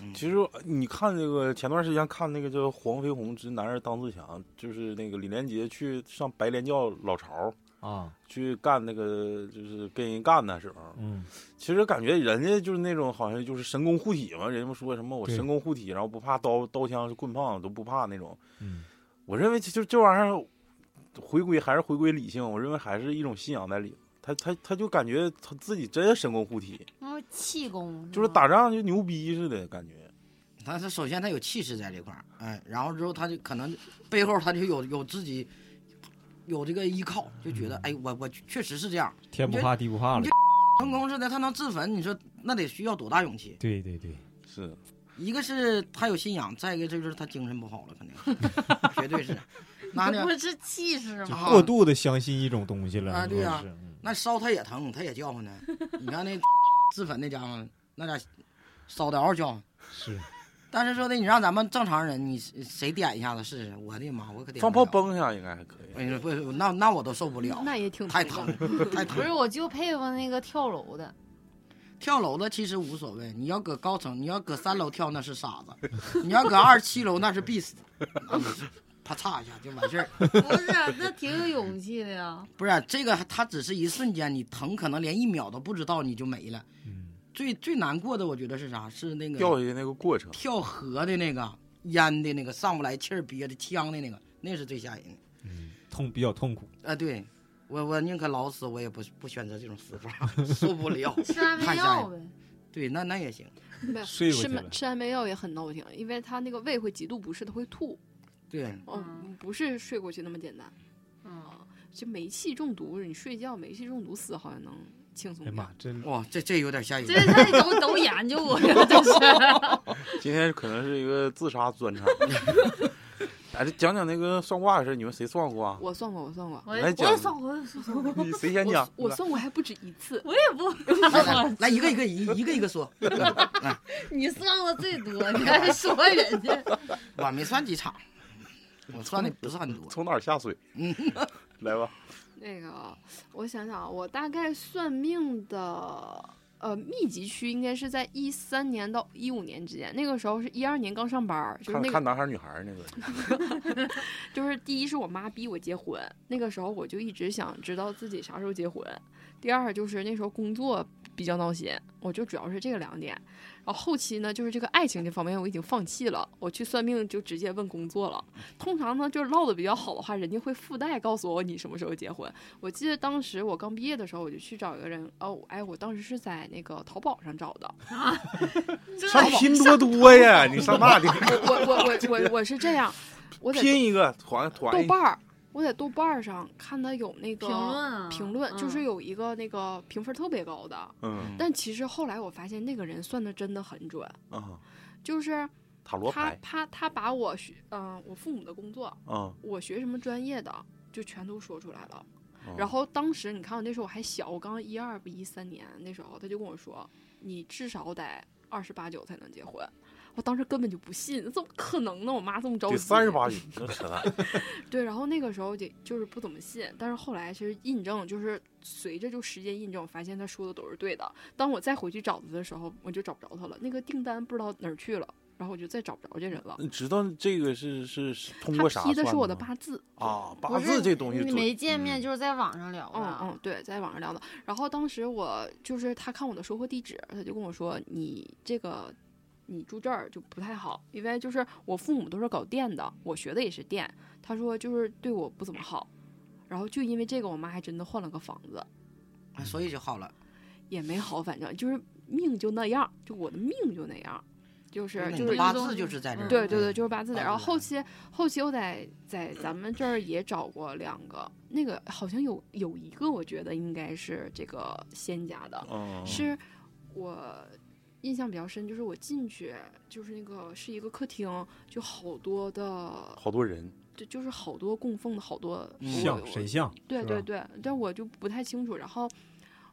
S5: 嗯、
S2: 其实你看这个前段时间看那个叫《黄飞鸿之男儿当自强》，就是那个李连杰去上白莲教老巢
S3: 啊，
S2: 去干那个，就是跟人干的时候，
S3: 嗯，
S2: 其实感觉人家就是那种好像就是神功护体嘛，人家不说什么我
S3: 对
S2: 神功护体，然后不怕刀刀枪棍棒都不怕那种。
S3: 嗯，
S2: 我认为其实这玩意儿回归还是回归理性，我认为还是一种信仰在里头。他他他就感觉他自己真神功护体，
S6: 那是气功
S2: 就是
S6: 吧
S2: 打仗就牛逼似的感觉。
S5: 他是首先他有气势在这块儿，哎，然后之后他就可能背后他就有有自己有这个依靠，就觉
S2: 嗯
S5: 得、哎，我我确实是这样。
S3: 天不
S5: 你这
S3: 怕地不怕了
S5: 你，成功似的，他能自焚，你说那得需要多大勇气？
S3: 对对对，
S2: 是，
S5: 一个是他有信仰，再一个就是他精神不好了，肯定是，绝对是。那
S6: 不
S5: 呢，
S6: 是气势
S3: 就
S2: 啊
S6: 吗？
S3: 过度的相信一种东西了，
S5: 啊对呀
S3: 是嗯
S5: 那烧他也疼，他也叫唤呢。你看那自焚那家伙，那家烧的嗷叫唤。
S3: 是，
S5: 但是说的，你让咱们正常人，你谁点一下子试试？我的妈，我可点
S2: 放
S5: 不了
S2: 炮！崩一下应该还可以。
S5: 我跟你说，不是，那那我都受不了，
S8: 那也挺
S5: 太
S8: 疼
S5: 疼
S8: 的，
S5: 太
S6: 不
S5: 疼
S6: 是，。我就佩服那个跳楼 的，
S5: 跳楼的其实无所谓，你要搁高层，你要搁三楼跳那是傻子， 你要搁二十七楼那是必死， 啪嚓一下就完事儿。
S6: 不是，啊那挺有勇气的呀。
S5: 不是这个，它只是一瞬间，你疼可能连一秒都不知道，你就没了。
S3: 嗯，
S5: 最最难过的，我觉得是啥？是那个
S2: 掉下去那个过程，
S5: 跳河的那个淹的那个上不来气儿憋的呛的那个，那是最吓人的。
S3: 痛比较痛苦，
S5: 啊，对我我宁可老死，我也不不选择这种死法，受不了。
S6: 吃安
S5: 太
S6: 眠
S5: 吓
S6: 药
S5: 人
S6: 呗，
S5: 对，那那也行。
S8: 没有
S3: 睡过
S8: 吃
S3: 去
S8: 没
S3: 了
S8: 吃安眠药也很闹挺，因为他那个胃会极度不适，他会吐。
S5: 对，
S8: 哦
S6: 嗯，
S8: 不是睡过去那么简单，
S6: 嗯，
S8: 就煤气中毒，你睡觉煤气中毒死好像能轻松
S3: 哎呀
S8: 点。
S3: 妈，真
S5: 哇，这这有点吓人
S6: 这。他都都研究我呀， 真是。
S2: 今天可能是一个自杀专场。 哎，这讲讲那个算卦的事，你们谁算过啊？
S8: 我算过，我算过，
S6: 我也
S2: 来
S6: 我也
S2: 讲
S6: 算，我也算，
S2: 你 谁先
S8: 我
S2: 讲？
S8: 我算过还不止一次。
S6: 我也不。
S5: 来 来来，一个一个一一个一个说，
S6: 你算的最多，你还说人家。
S5: 我没算几场，我算的不是很多。
S2: 从哪儿下水？ 来吧，
S8: 那个，我想想啊，我大概算命的呃密集区应该是在一三年到一五年之间，那个时候是一二年刚上班儿，啊就是
S2: 看
S8: 那个
S2: 看男孩儿女孩儿那个。
S8: 就是第一是我妈逼我结婚，那个时候我就一直想知道自己啥时候结婚。第二就是那时候工作比较闹心，我就主要是这个两点。然后后期呢，就是这个爱情这方面我已经放弃了，我去算命就直接问工作了。通常呢，就是唠的比较好的话，人家会附带告诉我你什么时候结婚。我记得当时我刚毕业的时候，我就去找一个人，哦，哎，我当时是在那个淘宝上找的，哦
S2: 上拼多多呀，你上那里
S8: 我我我我我是这样，我在
S2: 拼一个团团
S8: 豆
S2: 一
S8: 瓣儿，我在豆瓣儿上看他有那个
S6: 评论啊
S8: 评论就是
S6: 嗯
S8: 有一个那个评分特别高的，
S2: 嗯
S8: 但其实后来我发现那个人算的真的很准，
S2: 啊，
S8: 就是
S2: 塔罗
S8: 他
S2: 牌
S8: 他他把我学嗯、我父母的工作，
S2: 啊，
S8: 我学什么专业的就全都说出来了。
S2: 嗯
S8: 然后当时你看我那时候我还小，我刚一二不一三年那时候他就跟我说，你至少得二十八九才能结婚。我当时根本就不信，怎么可能呢？我妈这么着急，
S2: 得三十八斤，那 扯淡。
S8: 对，然后那个时候就就是不怎么信，但是后来其实印证就是随着就时间印证，我发现他说的都是对的。当我再回去找他的时候，我就找不着他了，那个订单不知道哪儿去了，然后我就再找不着这人了。
S2: 你知道这个是是是通
S8: 他
S2: 过啥
S8: 批
S2: 算
S8: 的是我的
S2: 吗
S8: 八字，
S2: 啊，
S6: 不
S2: 八
S6: 是
S2: 字这东西嗯
S6: 你
S2: 准
S6: 没见面就是在网上聊
S8: 嗯
S6: 的，啊
S8: 嗯，对，在网上聊的。然后当时我就是他看我的收货地址，他就跟我说：“你这个你住这儿就不太好，因为就是我父母都是搞电的，我学的也是电。”他说就是对我不怎么好，然后就因为这个，我妈还真的换了个房子。
S5: 所以就好了。
S8: 也没好，反正就是命就那样，就我的命就那样，就是
S5: 那
S8: 就是
S5: 你的八字就是在这儿。
S8: 嗯
S5: 嗯
S8: 对对对，就是八字的。
S5: 八字
S8: 然后
S5: 来
S8: 后期后期我在在咱们这儿也找过两个，那个好像有有一个，我觉得应该是这个仙家的，
S2: 嗯，
S8: 是我印象比较深，就是我进去就是那个是一个客厅，就好多的，
S2: 好多人
S8: 就就是好多供奉的好多
S5: 嗯
S8: 我
S3: 像
S8: 我
S3: 神像，
S8: 对
S3: 是
S8: 对
S3: 吧
S8: 对，但我就不太清楚。然后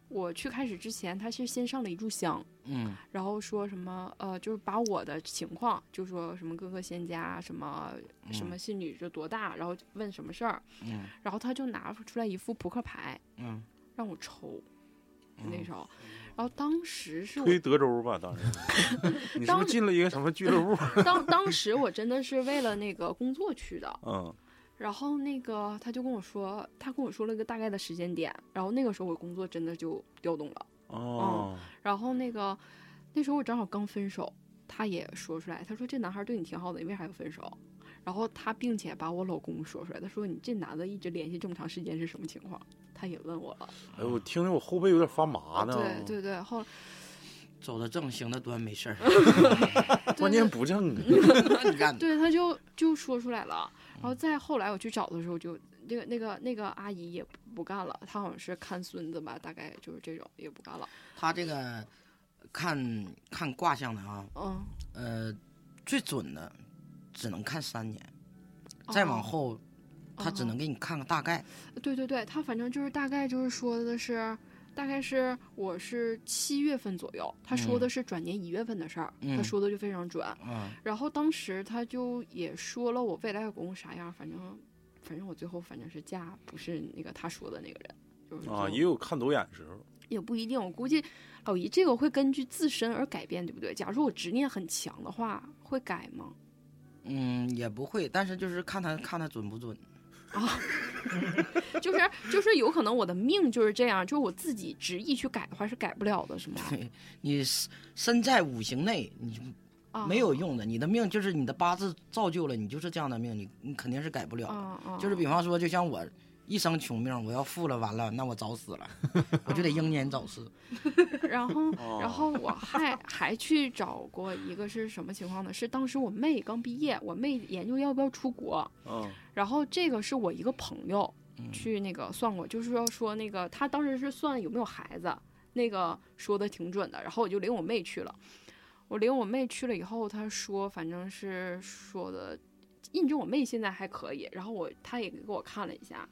S8: 我去开始之前，他是先上了一炷香，
S5: 嗯，
S8: 然后说什么呃，就是把我的情况，就说什么哥哥仙家，什么什
S3: 嗯
S8: 么信女就多大，然后问什么事儿，
S5: 嗯
S8: 然后他就拿出来一副扑克牌
S5: 嗯
S8: 让我抽，那
S5: 嗯
S8: 时候，然后当时是我
S2: 推德州 吧，当时你是不
S8: 当
S2: 是进了一个什么俱乐部？
S8: 当当时我真的是为了那个工作去的，
S2: 嗯，
S8: 然后那个他就跟我说，他跟我说了个大概的时间点，然后那个时候我工作真的就调动了。嗯
S2: 哦，
S8: 然后那个那时候我正好刚分手，他也说出来，他说这男孩对你挺好的，你为啥要分手？然后他并且把我老公说出来，他说你这男的一直联系这么长时间是什么情况？他也问我了，
S2: 哎，我听着我后背有点发麻呢。哦
S8: 对，对对，后
S5: 走的正，行的端，没事儿。
S2: 关键不正啊。
S5: 那你干的
S8: 对他就就说出来了。
S5: 嗯
S8: 然后再后来我去找的时候就。那个、那个、那个阿姨也不干了，她好像是看孙子吧，大概就是这种，也不干了。
S5: 他这个看看卦象的啊，
S8: 嗯，
S5: 呃，最准的只能看三年，再往
S8: 哦
S5: 后他只能给你看个大概。
S8: 对对对，他反正就是大概就是说的是，大概是我是七月份左右，他说的
S5: 嗯
S8: 是转年一月份的事儿，他
S5: 嗯
S8: 说的就非常准。
S5: 嗯
S8: 然后当时他就也说了我未来老公啥样，反正反正我最后反正是嫁不是那个他说的那个人，就是
S2: 啊，
S8: 就
S2: 也有看走眼时候。
S8: 也不一定。我估计老姨这个会根据自身而改变，对不对？假如说我执念很强的话，会改吗？
S5: 嗯，也不会，但是就是看他看他准不准。
S8: 就是就是有可能我的命就是这样，就是我自己执意去改的话是改不了的，是吗？
S5: 你身身在五行内，你就
S8: 啊，
S5: 没有用的。你的命就是你的八字造就了，你就是这样的命，你你肯定是改不了的。
S8: 啊啊！
S5: 就是比方说，就像我一生穷命，我要富了，完了，那我早 死了，我就得英年早逝。
S8: 然
S2: 哦
S8: 后，嗯然后我还还去找过一个是什么情况呢？是当时我妹刚毕业，我妹研究要不要出国，
S2: 嗯
S8: 然后这个是我一个朋友
S5: 嗯
S8: 去那个算过，就是说说那个他当时是算有没有孩子，那个说的挺准的。然后我就领我妹去了，我领我妹去了以后，他说反正是说的印证我妹现在还可以。然后我他也给我看了一下，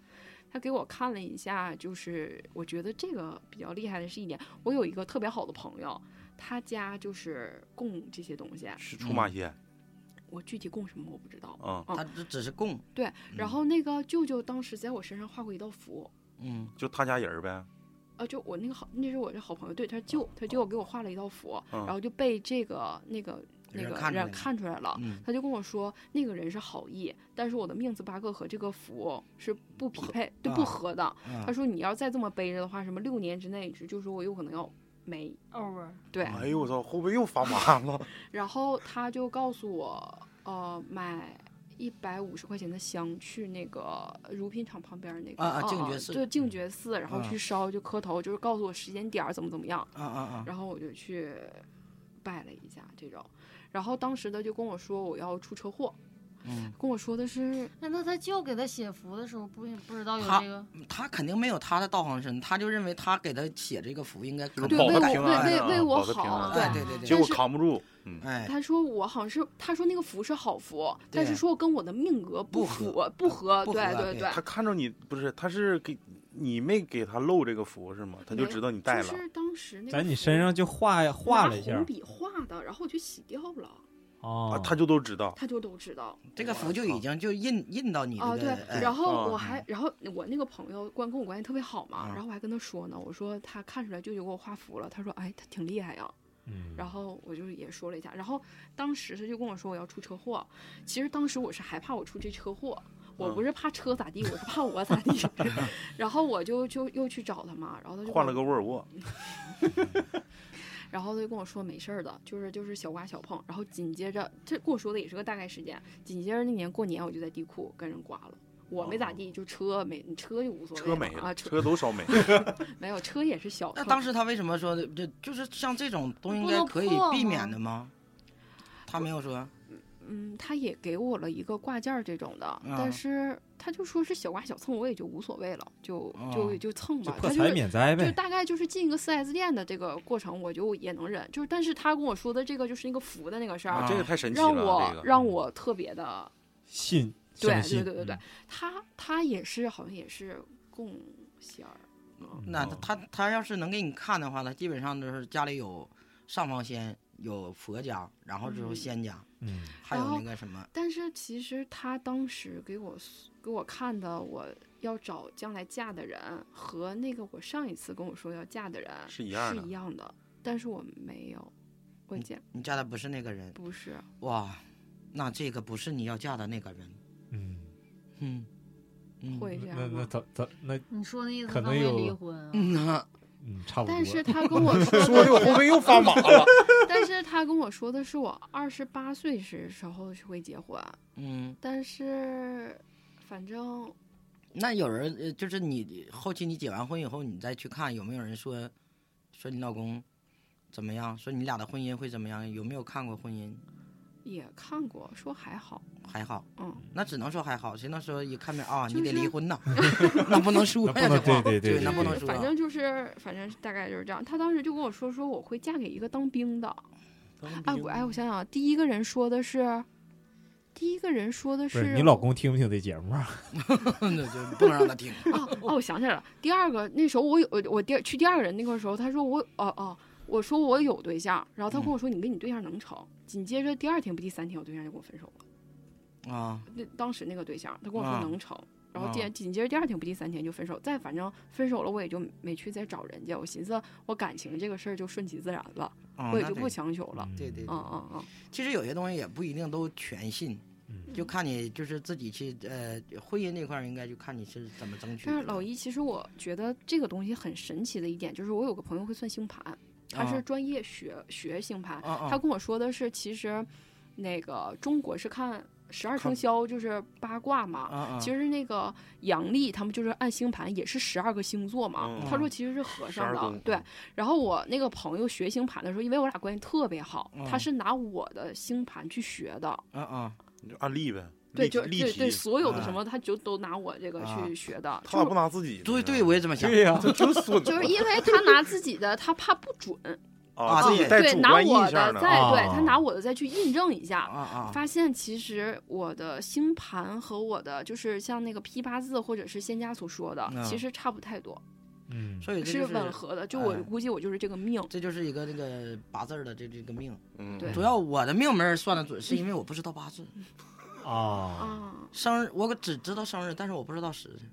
S8: 他给我看了一下，就是我觉得这个比较厉害的是一点，我有一个特别好的朋友，他家就是供这些东西，啊
S2: 是出马仙
S8: 我具体供什么我不知道。
S2: 啊，
S8: 哦
S5: 他这只是供，
S8: 对，然后那个舅舅当时在我身上画过一道符，
S5: 嗯，
S2: 就他家人儿呗。
S8: 啊，就我那个好，那是我这好朋友，对他
S5: 哦
S8: 舅，他舅给我画了一道符，
S2: 嗯
S8: 然后就被这个那个那
S5: 人
S8: 个
S5: 看出来
S8: 人
S5: 了
S8: 看出来了，
S5: 嗯
S8: 他就跟我说那个人是好意，但是我的命字八个和这个符是不匹配，对，不
S5: 啊
S8: 合的。
S5: 啊
S8: 他说你要再这么背着的话，什么六年之内，就说我有可能要没
S6: over
S8: 对。
S2: 哎呦我操，后背又发麻了。
S8: 然后他就告诉我，呃，买一百五十块钱的香去那个如品厂旁边儿那个
S5: 啊啊
S8: 嗯
S5: 净
S8: 嗯
S5: 觉寺
S8: 对净觉寺，然后
S5: 啊
S8: 去烧就磕头，就是告诉我时间点儿怎么怎么样。
S5: 啊啊啊！
S8: 然后我就去拜了一下这种，然后当时他就跟我说我要出车祸，
S5: 嗯，
S8: 跟我说的是
S6: 那那他舅给他写符的时候，不不知道有
S5: 他
S6: 这个
S5: 他肯定没有他的道行深，他就认为他给他写这个符应该可
S2: 对
S8: 对
S2: 保
S8: 为
S2: 他
S8: 我
S2: 平安
S8: 为为
S2: 啊
S8: 为
S2: 保
S8: 我
S2: 他平
S8: 好，
S6: 哦
S2: 安
S5: 哎
S8: 对。
S5: 对对
S2: 结
S5: 对，
S2: 果
S8: 是
S2: 扛不住，嗯，
S5: 哎，
S8: 他说我好像是，他说那个符是好符，
S5: 对
S8: 但是说跟我的命格
S5: 不
S8: 符
S5: 合，
S8: 不合，
S5: 不
S8: 对
S5: 合啊
S8: 对
S5: 对
S8: 对
S2: 他。看着你不是，他是给你没给他漏这个符是吗？他就
S8: 没
S2: 知道你带了
S8: 就，是当时那个
S3: 在你
S8: 符
S3: 身上就画画了一下
S8: 拿红笔画的，然后我就洗掉了，
S3: 啊
S2: 啊，他就都知道。
S8: 他就都知道。
S5: 这个符就已经就印印到你这
S8: 啊，
S5: 个
S8: 对，
S5: 哎
S8: 然后
S2: 哦
S8: 我
S3: 嗯
S8: 还，然后我那个朋友关跟我关系特别好嘛，
S5: 嗯
S8: 然后我还跟他说呢，我说他看出来舅舅给我画符了，他说哎，他挺厉害呀。
S3: 嗯
S8: 然后我就也说了一下，然后当时他就跟我说我要出车祸，其实当时我是害怕我出这车祸，我不
S2: 嗯
S8: 是怕车咋地，我是怕我咋地。 然后我就就又去找他嘛，然后他就跟
S2: 啊换了
S8: 我
S2: 个沃尔沃，
S8: 然后他就跟我说没事儿的，就是就是小刮小碰。然后紧接着这跟我说的也是个大概时间，紧接着那年过年我就在地库跟人刮了。我没
S5: 哦
S8: 咋地，就车没车就无所谓
S2: 车没
S8: 啊，
S2: 了，
S8: 车
S2: 车都烧没了。
S8: 没有车也是小
S5: 那
S8: 碰。
S5: 当时他为什么说的这就是像这种东西应该可以避免的吗？他没有说，
S8: 嗯，他也给我了一个挂件儿这种的，
S5: 啊
S8: 但是他就说是小刮小蹭，我也就无所谓了，就就
S5: 哦
S8: 就蹭
S3: 就
S8: 吧。他
S3: 破财
S8: 就是
S3: 免灾
S8: 就
S3: 呗，
S8: 大概就是进一个四 S 店的这个过程，我就也能忍。就是但是他跟我说的这个就是那个服的那个事儿
S2: 啊，这个太神奇了，
S8: 让我
S2: 这个
S8: 让我特别的
S3: 信
S8: 对
S3: 相
S8: 对
S3: 信
S8: 对对对
S3: 嗯，
S8: 他他也是好像也是供仙儿，嗯
S5: 那
S2: 哦
S3: 嗯
S5: 他他他要是能给你看的话，他基本上就是家里有上房仙，有佛家，然后之后
S8: 嗯
S5: 仙家，
S3: 嗯
S5: 还
S8: 然
S5: 有
S8: 后
S5: 那个什么，
S8: 但是其实他当时给我 s- 给我看的，我要找将来嫁的人和那个我上一次跟我说要嫁的人
S2: 是一样的
S8: 是一样的，但是我没有，我见
S5: 你嫁的不是那个人，
S8: 不是，
S5: 哇，那这个不是你要嫁的那个人，
S3: 嗯，
S5: 嗯，嗯
S8: 会这
S3: 那
S8: 样
S3: 那
S8: 吗？
S3: 怎怎那
S6: 你说那意思，
S3: 可
S6: 他
S3: 能
S6: 会
S3: 有
S6: 离婚啊？
S5: 嗯啊，
S3: 嗯差不多，
S8: 但是他跟我说
S2: 说的我后
S8: 的
S2: 背又发麻了。
S8: 是， 但是他跟我说的是我二十八岁时时候是会结婚，
S5: 嗯，
S8: 但是反正
S5: 那有人呃就是你后期你结完婚以后，你再去看有没有人说说你老公怎么样，说你俩的婚姻会怎么样？有没有看过婚姻？
S8: 也看过，说还好，
S5: 还好，
S8: 嗯。
S5: 那只能说还好，谁能说一看面啊，
S8: 就
S5: 你得
S8: 是
S5: 离 婚呐？那不能说呀，
S3: 那不能
S5: 这话
S3: 对对对对
S5: 那不能啊
S3: 对
S5: 说。
S8: 反正就是，反正大概就是这样。他当时就跟我说，说我会嫁给一个当兵的。
S5: 啊
S8: 哎，我哎，我想想，第一个人说的是，第一个人说的
S3: 不
S8: 是
S3: 你老公听不听这节目啊？
S5: 那就不能让他听。
S8: 哦哦，我想起来了，第二个那时候我有我我第二去第二个人那个时候，他说我哦哦，我说我有对象，然后他
S5: 嗯
S8: 跟我说你跟你对象能成。紧接着第二天不第三天，我对象就跟我分手了。
S5: 啊，
S8: 那当时那个对象，他跟我
S5: 啊
S8: 说能成。然后
S5: 啊
S8: 紧紧接着第二天不第三天就分手，再反正分手了我也就没去再找人家，我寻思我感情这个事儿就顺其自然了。
S5: 啊
S8: 我也
S5: 那
S8: 就
S5: 得
S8: 不强求了。
S5: 对对
S8: 嗯嗯嗯，
S5: 其实有些东西也不一定都全信，
S3: 嗯
S5: 就看你就是自己去呃，婚姻这块儿应该就看你是怎么争取的。
S8: 但是老一，其实我觉得这个东西很神奇的一点就是，我有个朋友会算星盘，他是
S5: 啊
S8: 专业学学星盘，
S5: 啊啊
S8: 他跟我说的是，其实那个中国是看十二生肖就是八卦嘛。
S5: 啊啊，
S8: 其实那个阳历他们就是按星盘，也是十二个星座嘛。
S2: 嗯
S8: 他说其实是合上
S2: 12宫
S8: 的，对。然后我那个朋友学星盘的时候，因为我俩关系特别好，
S5: 嗯
S8: 他是拿我的星盘去学的，
S5: 啊啊，
S2: 你就按例呗，
S8: 对，
S2: 例
S8: 就
S2: 例
S8: 对对，
S2: 题，
S8: 所有的
S5: 啊
S8: 什么他就都拿我这个
S5: 啊
S8: 去学的。
S2: 他
S8: 就
S2: 咋
S8: 是
S2: 不拿自己呢？
S5: 对对，我也这么想。
S3: 对呀、
S2: 就是损
S8: 就是因为他拿自己的，他怕不准，
S2: 啊，
S5: 啊
S2: 自己带
S8: 对，
S2: 主
S8: 拿
S2: 观
S8: 我
S2: 印
S8: 的
S2: 象呢。
S8: 再对
S3: 啊
S8: 他拿我的再去印证一下，
S5: 啊啊，
S8: 发现其实我的星盘和我的就是像那个批八字或者是仙家所说的
S5: 嗯，
S8: 其实差不太多，
S3: 嗯，
S5: 所以这
S8: 是
S5: 就是
S8: 吻合的。就我
S5: 哎
S8: 估计我就是这个命，
S5: 这就是一个那个八字儿的这这个命。
S2: 嗯
S8: 对嗯
S5: 主要我的命没人算得准，是因为我不知道八字。
S3: 啊，
S8: 啊，
S5: 生日我只知道生日，但是我不知道时辰。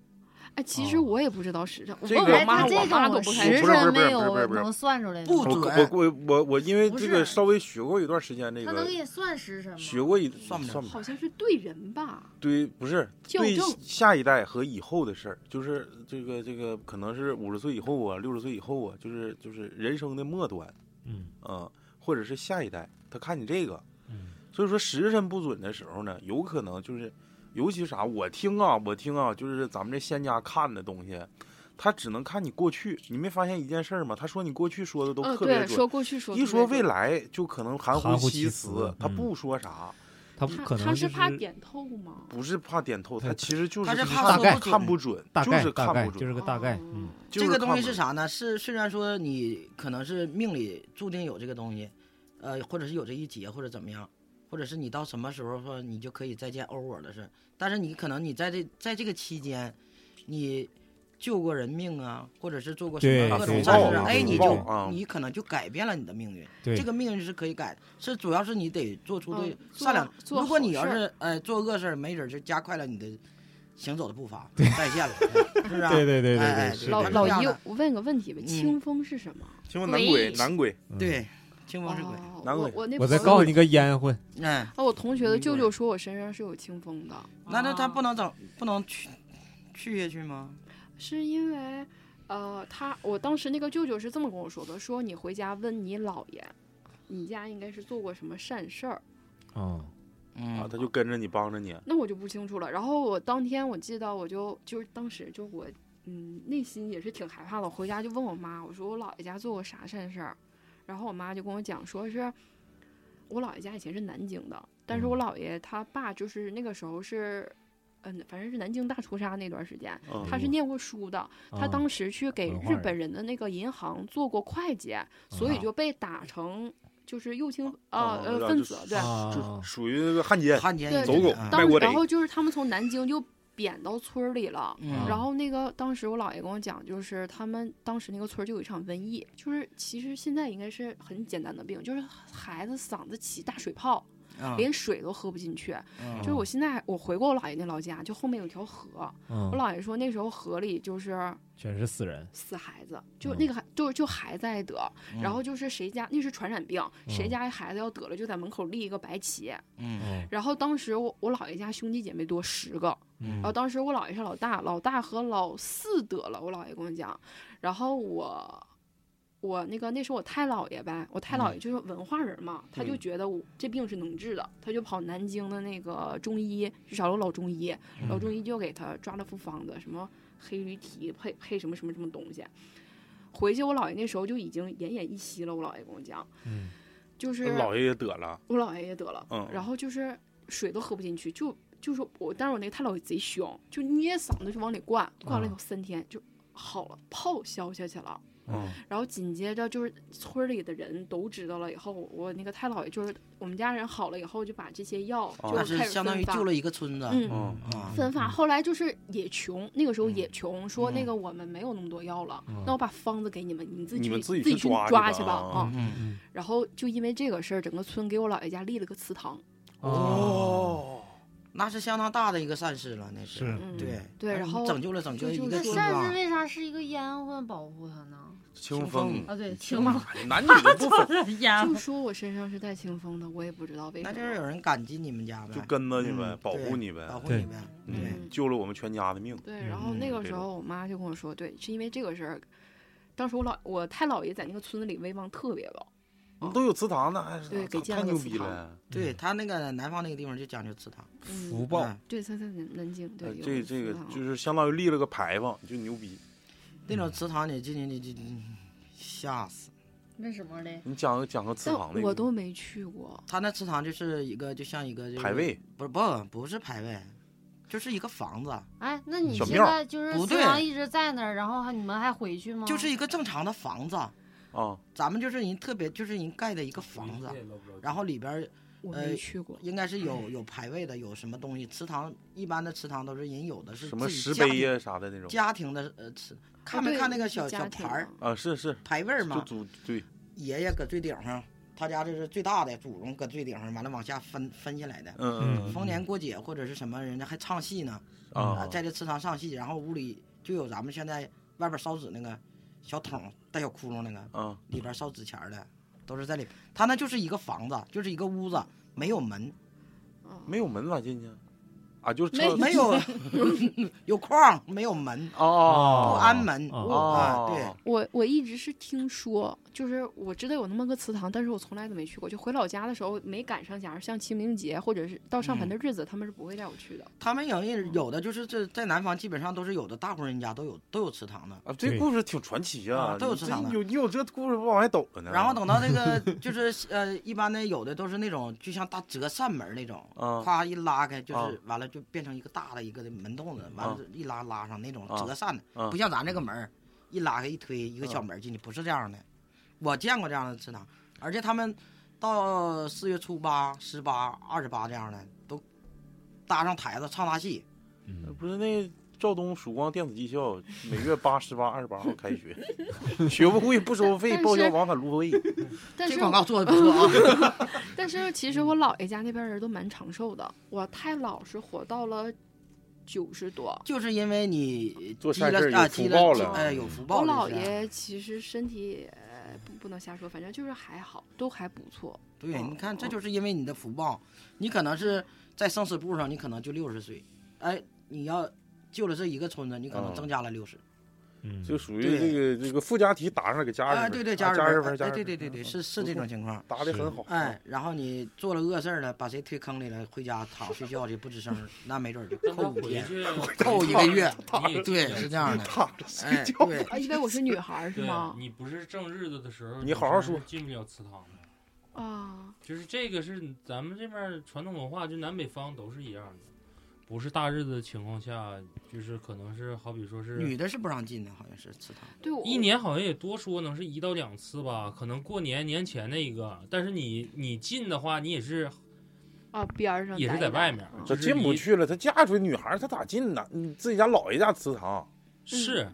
S8: 哎，其实
S3: 哦
S8: 我也不知道时辰，我
S2: 这
S8: 问
S2: 个
S6: 哎
S8: 我妈，
S6: 他这
S8: 我妈都
S6: 种
S8: 不
S2: 不
S6: 时
S8: 太
S2: 是不是
S6: 辰
S2: 不是
S6: 没
S2: 不是
S6: 有
S2: 不是
S6: 能算出来
S8: 嗯
S6: 的，
S5: 不
S2: 我
S5: 准
S2: 我我我我因为
S6: 不
S2: 这个
S6: 是
S2: 稍微学过一段时间，那
S6: 他能
S2: 个
S6: 给你算时辰吗？
S2: 学过一
S5: 算不了
S2: 不
S8: 好像是对人吧，
S2: 对，不是
S8: 校
S2: 对
S8: 正
S2: 下一代和以后的事儿，就是这个这个可能是五十岁以后啊，六十岁以后啊，就是就是人生的末端
S3: 嗯
S2: 啊、或者是下一代，他看你这个，
S3: 嗯
S2: 所以说时辰不准的时候呢，有可能就是，尤其啥，我听啊，我听啊，就是咱们这仙家看的东西，他只能看你过去，你没发现一件事儿吗？他说你过去呃说的都
S8: 嗯，
S2: 特别
S8: 对，
S2: 准，
S8: 说过去说
S2: 一说未
S8: 来，
S2: 来就可能含
S3: 含糊
S2: 其
S3: 其
S2: 辞，
S3: 辞
S2: 他
S3: 嗯
S2: 不说啥，
S3: 他不
S8: 他
S3: 可能、
S8: 他
S3: 就是
S8: 怕点透吗？
S2: 不是怕点透，他
S3: 他
S2: 其实就是
S5: 他是
S2: 看
S5: 怕
S3: 大
S5: 说
S3: 概
S5: 不准
S2: 看不准，
S3: 大
S2: 就
S3: 概
S2: 是
S3: 大
S2: 看
S3: 概
S2: 不
S3: 就
S2: 准，
S3: 是个
S8: 哦
S3: 大概，嗯，
S2: 就
S5: 这个
S2: 看
S5: 东西
S2: 不
S5: 是
S2: 准？
S5: 啥呢？是虽然说你可能是命里注定有这个东西，呃，或者是有这一劫，或者怎么样，或者是你到什么时候说你就可以再见 over 的事，但是你可能你在这在这个期间，你救过人命啊，或者是做过什
S3: 对
S5: 么各
S3: 对
S5: 种善
S3: 对
S5: 事
S3: 对
S5: 啊，哎，
S3: 对
S5: 你
S3: 对
S5: 就
S2: 啊
S5: 你可能就改变了你的命运。
S3: 对
S5: 这个命运是可以改，是主要是你得做出对
S8: 嗯做
S5: 善良。
S8: 做
S5: 如果
S8: 好
S5: 你要
S8: 事儿
S5: 是呃做恶事儿，没准儿就加快了你的行走的步伐，再见了，是不是啊？
S3: 对对对对
S5: 哎
S3: 对
S5: 哎
S3: 是
S5: 对
S8: 老
S5: 他是
S8: 老
S5: 这样
S8: 姨
S5: 的，
S8: 我问个问题呗，
S5: 嗯
S8: 清风是什么？
S2: 请问男鬼，
S6: 喂
S2: 男鬼，
S3: 嗯，
S5: 对，清风是鬼。
S8: 哦
S2: 难
S8: 我
S2: 怪
S8: 我那
S3: 我再
S8: 朋
S3: 告
S8: 友
S3: 诉你个烟混，
S5: 哎，
S8: 啊，我同学的舅舅说我身上是有清风的，
S5: 难道
S8: 哦
S5: 他不能整，不能去去下去吗？
S8: 是因为，呃，他我当时那个舅舅是这么跟我说的，说你回家问你姥爷，你家应该是做过什么善事儿，
S3: 嗯，
S2: 啊
S5: 嗯，
S2: 他就跟着你，帮着你，
S8: 那我就不清楚了。然后我当天我记得我就就是当时就我嗯内心也是挺害怕的，我回家就问我妈，我说我姥爷家做过啥善事儿，然后我妈就跟我讲说是。我姥爷家以前是南京的，但是我
S3: 嗯
S8: 姥爷他爸就是那个时候是，嗯，反正是南京大屠杀那段时间，
S2: 嗯
S8: 他是念过书的，他
S3: 啊
S8: 当时去给
S3: 文
S8: 日
S3: 化人嗯
S8: 本人的那个银行做过会计，所以就被打成就是右倾啊
S2: 哦
S8: 呃
S2: 就
S8: 分子，对
S2: 就
S3: 啊，
S2: 属于那个汉奸，
S5: 汉奸
S8: 对
S5: 也
S2: 走
S5: 是
S2: 狗
S5: 啊
S2: 卖
S8: 当
S2: 国贼
S8: 然后就是他们从南京就贬到村儿里了。
S5: 嗯，
S8: 然后那个当时我姥爷跟我讲，就是他们当时那个村儿就有一场瘟疫，就是其实现在应该是很简单的病，就是孩子嗓子起大水泡，
S5: 啊
S8: 连水都喝不进去。
S5: 嗯
S8: 就是我现在我回过我姥爷那老家，就后面有一条河，
S3: 嗯
S8: 我，姥爷说那时候河里就是
S3: 全是死人，
S8: 死孩子，就
S3: 嗯
S8: 那个还就就还在得，
S5: 嗯
S8: 然后就是谁家那是传染病，谁
S3: 嗯
S8: 家孩子要得了就在门口立一个白旗。
S5: 嗯
S3: 嗯
S8: 然后当时我我姥爷家兄弟姐妹多十个，
S3: 嗯
S8: 然后当时我姥爷是老大，老大和老四得了，我姥爷跟我讲，然后我。我那个那时候我太姥爷呗，我太姥
S3: 嗯
S8: 爷就是文化人嘛，他就
S2: 嗯
S8: 觉得我这病是能治的，他就跑南京的那个中医去找了老中医，老
S3: 嗯
S8: 中医就给他抓了副方子，什么黑驴蹄配配什么什么什么东西。回去我姥爷那时候就已经奄奄一息了，我姥爷跟我讲，
S3: 嗯
S8: 就是
S2: 姥爷也得了，
S8: 我姥爷也得了，
S2: 嗯
S8: 然后就是水都喝不进去，就就是我，但是我那个太姥爷贼凶，就捏嗓子就往里灌，灌
S3: 嗯
S8: 了有三天就好了，泡消下去了。
S2: 嗯，
S8: 然后紧接着就是村里的人都知道了以后，我那个太姥爷就是我们家人好了以后，就把这些药
S2: 哦
S8: 就
S5: 那
S8: 是开
S5: 是
S8: 始
S5: 相当
S8: 分
S5: 于
S8: 发
S5: 救。了一个村子
S8: 嗯，
S2: 嗯
S5: 啊。
S8: 分发。后来就是也穷，那个时候也穷，说
S5: 嗯
S8: 那个我们没有那么多药了，
S3: 嗯
S8: 那我把方子给你们，你们自己
S2: 你们自
S8: 自
S2: 己去
S8: 去
S2: 抓去
S8: 抓
S2: 吧
S8: 去吧
S2: 啊
S8: 啊。
S5: 嗯，
S3: 嗯，
S8: 然后就因为这个事儿，整个村给我姥爷家立了个祠堂。
S3: 哦，
S5: 那是相当大的一个善事了，那
S3: 是
S8: 嗯，
S5: 对
S8: 对然后
S5: 拯救了整
S8: 就
S5: 个一
S8: 就
S5: 个
S8: 是
S6: 那
S5: 村子
S6: 扇
S5: 啊
S6: 子。为啥是一个烟魂保护他呢？
S2: 清
S5: 风
S2: 风，
S6: 啊，对，
S2: 清
S6: 清 风，
S2: 男女的不分，
S6: 烟
S8: 就
S6: 魂。
S8: 说我身上是带清风的，我也不知道为
S5: 那
S8: 什
S5: 就是
S8: 么。
S5: 有人感激你们家呗，
S2: 就跟着你呗，
S5: 嗯
S2: 保护
S5: 对
S2: 你呗
S5: 保，护
S3: 对
S5: 你呗，对
S8: 嗯，
S2: 救了我们全家的命，
S8: 对，然后
S5: 嗯
S8: 那个
S2: 这
S8: 时
S2: 种
S8: 候我妈就跟我说，对，是因为这个事儿，当时我老我太姥爷在那个村子里威望特别高，
S2: 你都有祠堂呢，哎
S8: 对给建
S2: 太
S8: 了个
S2: 牛
S8: 祠
S2: 逼
S8: 堂
S2: 了。
S5: 对他那个南方那个地方就讲究祠堂，
S3: 福报
S5: 嗯
S8: 对，他在南南京，对
S2: 哎，
S8: 有
S2: 这
S8: 祠
S2: 这个
S8: 堂
S2: 就是相当于立了个牌坊，就牛逼。
S5: 那
S2: 嗯
S5: 种祠堂你进去你就嗯吓死。
S6: 为什么嘞？
S2: 你讲个讲个祠堂
S8: 但
S2: 那
S8: 我
S2: 个
S8: 都没去过，
S5: 他那祠堂就是一个就像一个就是
S2: 牌，位，
S5: 不是不不是牌位，就是一个房子，
S6: 哎，那你
S2: 小
S6: 现
S2: 庙
S6: 在就是
S5: 不
S6: 祠
S5: 对
S6: 堂一直在那儿，然后还你们还回去吗？啊
S5: 就是一个正常的房子。
S2: 啊，
S5: 咱们就是人特别就是人盖的一个房子，然后里边儿
S8: 我
S5: 呃
S8: 没去过。
S5: 应该是有有牌位的，有什么东西。祠堂一般的祠堂都是人有的是
S2: 什么
S5: 自己
S2: 石
S5: 家
S2: 碑
S5: 庭
S2: 呀啥的那种。
S5: 家庭的呃祠，看没
S8: 哦对
S5: 看那个
S8: 是
S5: 小小
S8: 家庭
S5: 牌儿
S8: 的
S2: 啊，是是，
S5: 牌位儿
S2: 就
S5: 嘛？
S2: 祖对，
S5: 爷爷搁最顶上，他家这是最大的祖宗搁最顶上，完了往下分分下来的。
S2: 嗯嗯
S5: 逢年过节或者是什么，人家还唱戏呢
S2: 啊
S5: 啊，，在这祠堂上戏，然后屋里就有咱们现在外边烧纸那个小桶带小窟窿那个，
S2: 啊，
S5: 里边烧纸钱儿的都是在里边。他那就是一个房子，就是一个屋子，没有门，
S8: 嗯
S2: 没有门咋进去啊？啊，就是车
S5: 没 有有框，没有门，不
S2: 哦
S5: 安门
S3: 哦
S5: 啊，对。
S8: 我我一直是听说，就是我知道有那么个祠堂，但是我从来都没去过。就回老家的时候没赶上，假如像清明节或者是到
S5: 嗯
S8: 上坟的日子，他们是不会带我去的。
S5: 他们有人有的就是这在南方基本上都是有的大户人家都有都有祠堂的，
S2: 啊，这
S3: 对
S2: 故事挺传奇啊！
S5: 啊都有
S2: 你
S5: 祠
S2: 这
S5: 堂的
S2: 有你有这故事不往外抖了呢？
S5: 然后等到那个 就是呃一般的有的都是那种就像大折扇门那种，
S2: 啊
S5: 夸一拉开就
S2: 啊
S5: 是完了就变成一个大的一个门洞子，完
S2: 啊
S5: 了一拉拉上那种
S2: 啊
S5: 折扇的，
S2: 啊
S5: 不像咱这个门儿一拉开一推一个小
S2: 嗯
S5: 门进去，不是这样的。我见过这样的祠堂，而且他们到四月初八、十八、二十八这样的都搭上台子唱大戏，嗯
S2: 不是那赵东曙光电子技校每月八、十八、二十八号开 学，学不会不收费，
S8: 但
S2: 报销
S8: 是
S2: 往返路费。
S8: 但
S5: 这
S8: 是
S5: 广告做的不错啊。
S8: 但是其实我姥爷家那边人都蛮长寿的，我太姥是活到了九十多。
S5: 嗯就是因为你
S2: 做
S5: 积
S2: 善事儿
S5: 了
S2: 有
S5: 啊，
S2: 福
S5: 积
S2: 报
S5: 了积
S2: 了
S5: 哎，有福报
S8: 我
S5: 了
S8: 姥
S5: 就是。
S8: 爷其实身体呃不不能瞎说，反正就是还好，都还不错。
S2: 哦
S5: 对，
S8: 嗯
S5: 你看，这
S8: 嗯
S5: 就是因为你的福报，你可能是在生死簿上，你可能就六十岁，哎，你要救了这一个村子，你可能
S2: 嗯
S5: 增加了六十、
S3: 嗯
S2: 就属于这个这个附加题打上了给家人
S5: 啊，
S2: 分，
S5: 对对，
S2: 加
S5: 加
S2: 人分
S5: 分，
S2: 加
S5: 哎
S2: 人
S5: 对
S2: 分啊
S5: 对对对，是是这种情况。
S2: 答的很好，
S5: 哎，然后你做了恶事儿了，把谁推坑里了，回家躺睡觉去不吱声儿，那没准儿就
S1: 让
S5: 扣
S1: 他
S5: 五
S1: 回
S5: 天。
S1: 去
S5: 扣一个月
S1: 你也
S5: 对，是这样的。哎，对，
S8: 啊，因为我是女孩儿是
S1: 对
S8: 吗？
S1: 你不是正日子的时候，
S2: 你好好
S1: 是
S2: 说
S1: 进不了祠堂的。
S8: 啊，
S5: 哦
S1: 就是这个是咱们这边儿传统文化，就南北方都是一样的，不是大日子的情况下，就是可能是好比说
S5: 女
S1: 是。
S5: 的是不让进的，好像是祠堂。
S8: 对，我
S1: 一年好像也多说能是一到两次吧，可能过年年前那一个，但是你你进的话，你也是
S8: 啊边儿上
S1: 也是
S8: 待一
S1: 在
S8: 待
S1: 外面
S8: 嗯
S1: 就
S2: 他
S1: 是
S2: 进不
S1: 一
S2: 去了，他嫁出去女孩儿，他咋进呢？你自己家姥爷家祠堂，
S8: 嗯
S1: 是，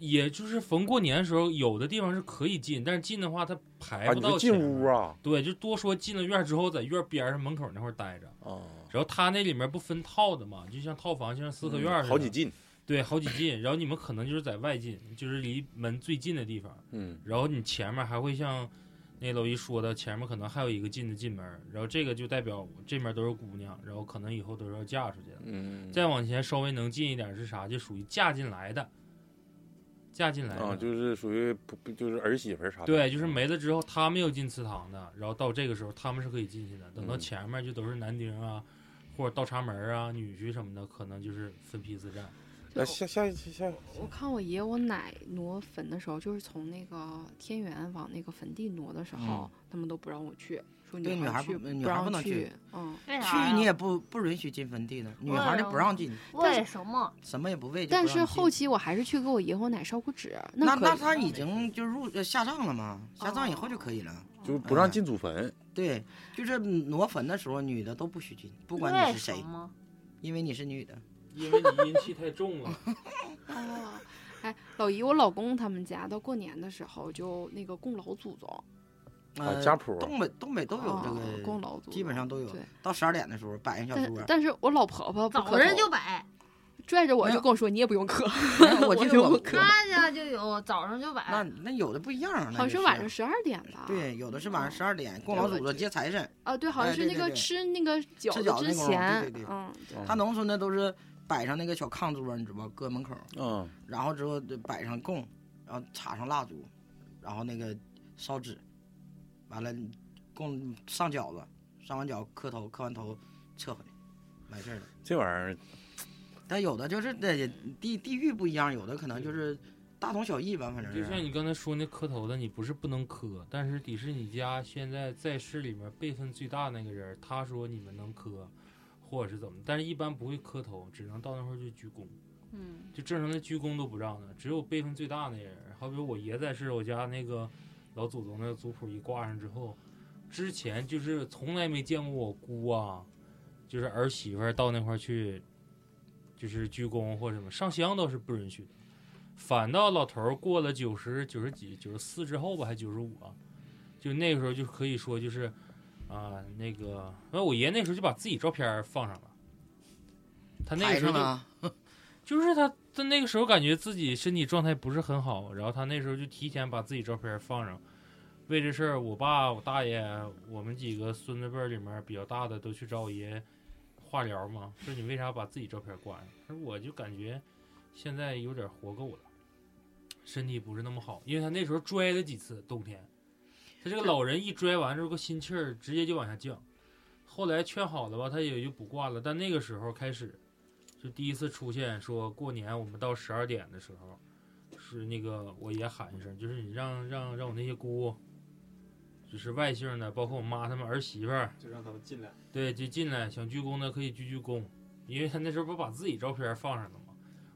S1: 也就是逢过年的时候，有的地方是可以进，但是进的话它排
S2: 啊，
S1: 不
S2: 你
S1: 到
S2: 说
S1: 前
S2: 进
S1: 面
S2: 屋。啊？
S1: 对，就多说进了院儿之后，在院儿边儿上门口那块儿待着，
S2: 啊，
S1: 然后他那里面不分套的嘛，就像套房，就像四合院儿似的、
S2: 嗯好几进，
S1: 对，好几进。然后你们可能就是在外进，就是离门最近的地方。
S2: 嗯，
S1: 然后你前面还会像那楼一说的，前面可能还有一个进的进门儿。然后这个就代表这面都是姑娘，然后可能以后都是要嫁出去的。
S2: 嗯，
S1: 再往前稍微能近一点是啥？就属于嫁进来的，嫁进来的。
S2: 啊，就是属于不不就是儿媳妇儿啥的，
S1: 对，就是没了之后，他们要进祠堂的，然后到这个时候他们是可以进去的。等到
S2: 嗯
S1: 前面就都是男丁啊，或者倒插门儿啊、女婿什么的，可能就是分批次站。
S2: 来下下下下，
S1: 嗯
S8: 我看我爷我奶挪坟的时候，就是从那个天元往那个坟地挪的时候，他们都不让我去，说
S5: 嗯对女
S8: 孩
S5: 孩
S8: 去
S5: 不女孩
S8: 让
S5: 不能
S8: 去
S5: 去，
S8: 嗯。
S6: 为啥呀？
S5: 去你也不不允许进坟地的，女孩儿就不让进，
S6: 为什么？
S5: 什么也不喂。就
S8: 但
S5: 不让
S8: 是
S5: 进
S8: 后期我还是去给我爷我奶烧过纸，
S5: 那
S8: 可
S5: 那他已经就入呃下葬了嘛，下葬以后就可以了。
S2: 哦
S5: 嗯
S2: 就不
S1: 嗯
S2: 让进祖坟，
S5: 对，就是挪坟的时候，女的都不许进，不管
S6: 为
S5: 你是
S6: 什
S5: 谁，
S6: 么？
S5: 因为你是女的。
S1: 因为你阴气太重了，
S8: 哦，哎，老姨我老公他们家到过年的时候就那个供老祖宗，
S2: 啊
S5: 呃，
S2: 家谱
S5: 东北东北都有哎这
S8: 哦供
S5: 个，
S8: 老祖宗
S5: 基本上都有
S8: 对。
S5: 到十二点的时候摆上小
S8: 但
S5: 桌，
S8: 但是我老婆婆不
S6: 早
S8: 磕
S6: 上
S8: 头
S6: 就摆，
S8: 拽着我
S5: 没
S8: 就
S5: 有
S8: 跟我说你也不用磕，
S5: 哎我记
S8: 我
S5: 得
S8: 就
S5: 我
S8: 可
S6: 那家就有早上就
S5: 那
S6: 摆。
S5: 那有的不一样啊，那
S8: 好像
S5: 就是
S8: 晚上十二点吧？
S5: 对，有的是晚上
S8: 嗯
S5: 十二点供老祖宗接财神，
S8: 啊，对，好像
S5: 哎
S8: 是
S5: 对
S8: 那
S5: 对
S8: 个
S5: 对
S8: 吃那个饺
S5: 饺
S8: 子之
S5: 子那功劳
S8: 前
S5: 对对，对
S8: 嗯，
S2: 啊
S5: 他农村的都是摆上那个小炕桌，你知道吧？搁门口，
S2: 嗯，
S5: 然后之后就摆上供，然后插上蜡烛，然后那个烧纸，完了供上饺子，上完饺子磕头，磕完头撤回，完事儿了。
S2: 这玩意儿
S5: 但有的就是对地地域不一样，有的可能就是大同小异吧，反正。
S1: 就是像你刚才说那磕头的，你不是不能磕，但是迪士尼家现在在世里面辈分最大那个人，他说你们能磕，或者是怎么，但是一般不会磕头，只能到那块儿就鞠躬，
S6: 嗯，
S1: 就正常的鞠躬都不让的，只有辈分最大那人。好比我爷在世，我家那个老祖宗的族谱一挂上之后，之前就是从来没见过我姑啊，就是儿媳妇儿到那块儿去，就是鞠躬或什么上香倒是不允许的。反倒老头儿过了九十九十几九十四之后吧，还九十五啊，就那个时候就可以说就是啊、那个，那我爷那时候就把自己照片儿放上了，他那个
S5: 抬
S1: 时候
S5: 上
S1: 就
S5: 了，啊
S1: 就是他，他那个时候感觉自己身体状态不是很好，然后他那时候就提前把自己照片放上。为这事儿，我爸、我大爷，我们几个孙子辈儿里面比较大的都去找我爷化疗嘛，说你为啥把自己照片挂上？他说我就感觉现在有点活够了，身体不是那么好，因为他那时候拽了几次冬天，他这个老人一拽完之后，个心气儿直接就往下降。后来劝好了吧，他也就不挂了，但那个时候开始就第一次出现说过年我们到十二点的时候，是那个我爷喊一声，就是你让让让我那些姑，就是外姓的，包括我妈他们儿媳妇儿，
S10: 就让他们进来。
S1: 对，就进来想鞠躬的可以鞠鞠躬，因为他那时候不把自己照片放上了嘛，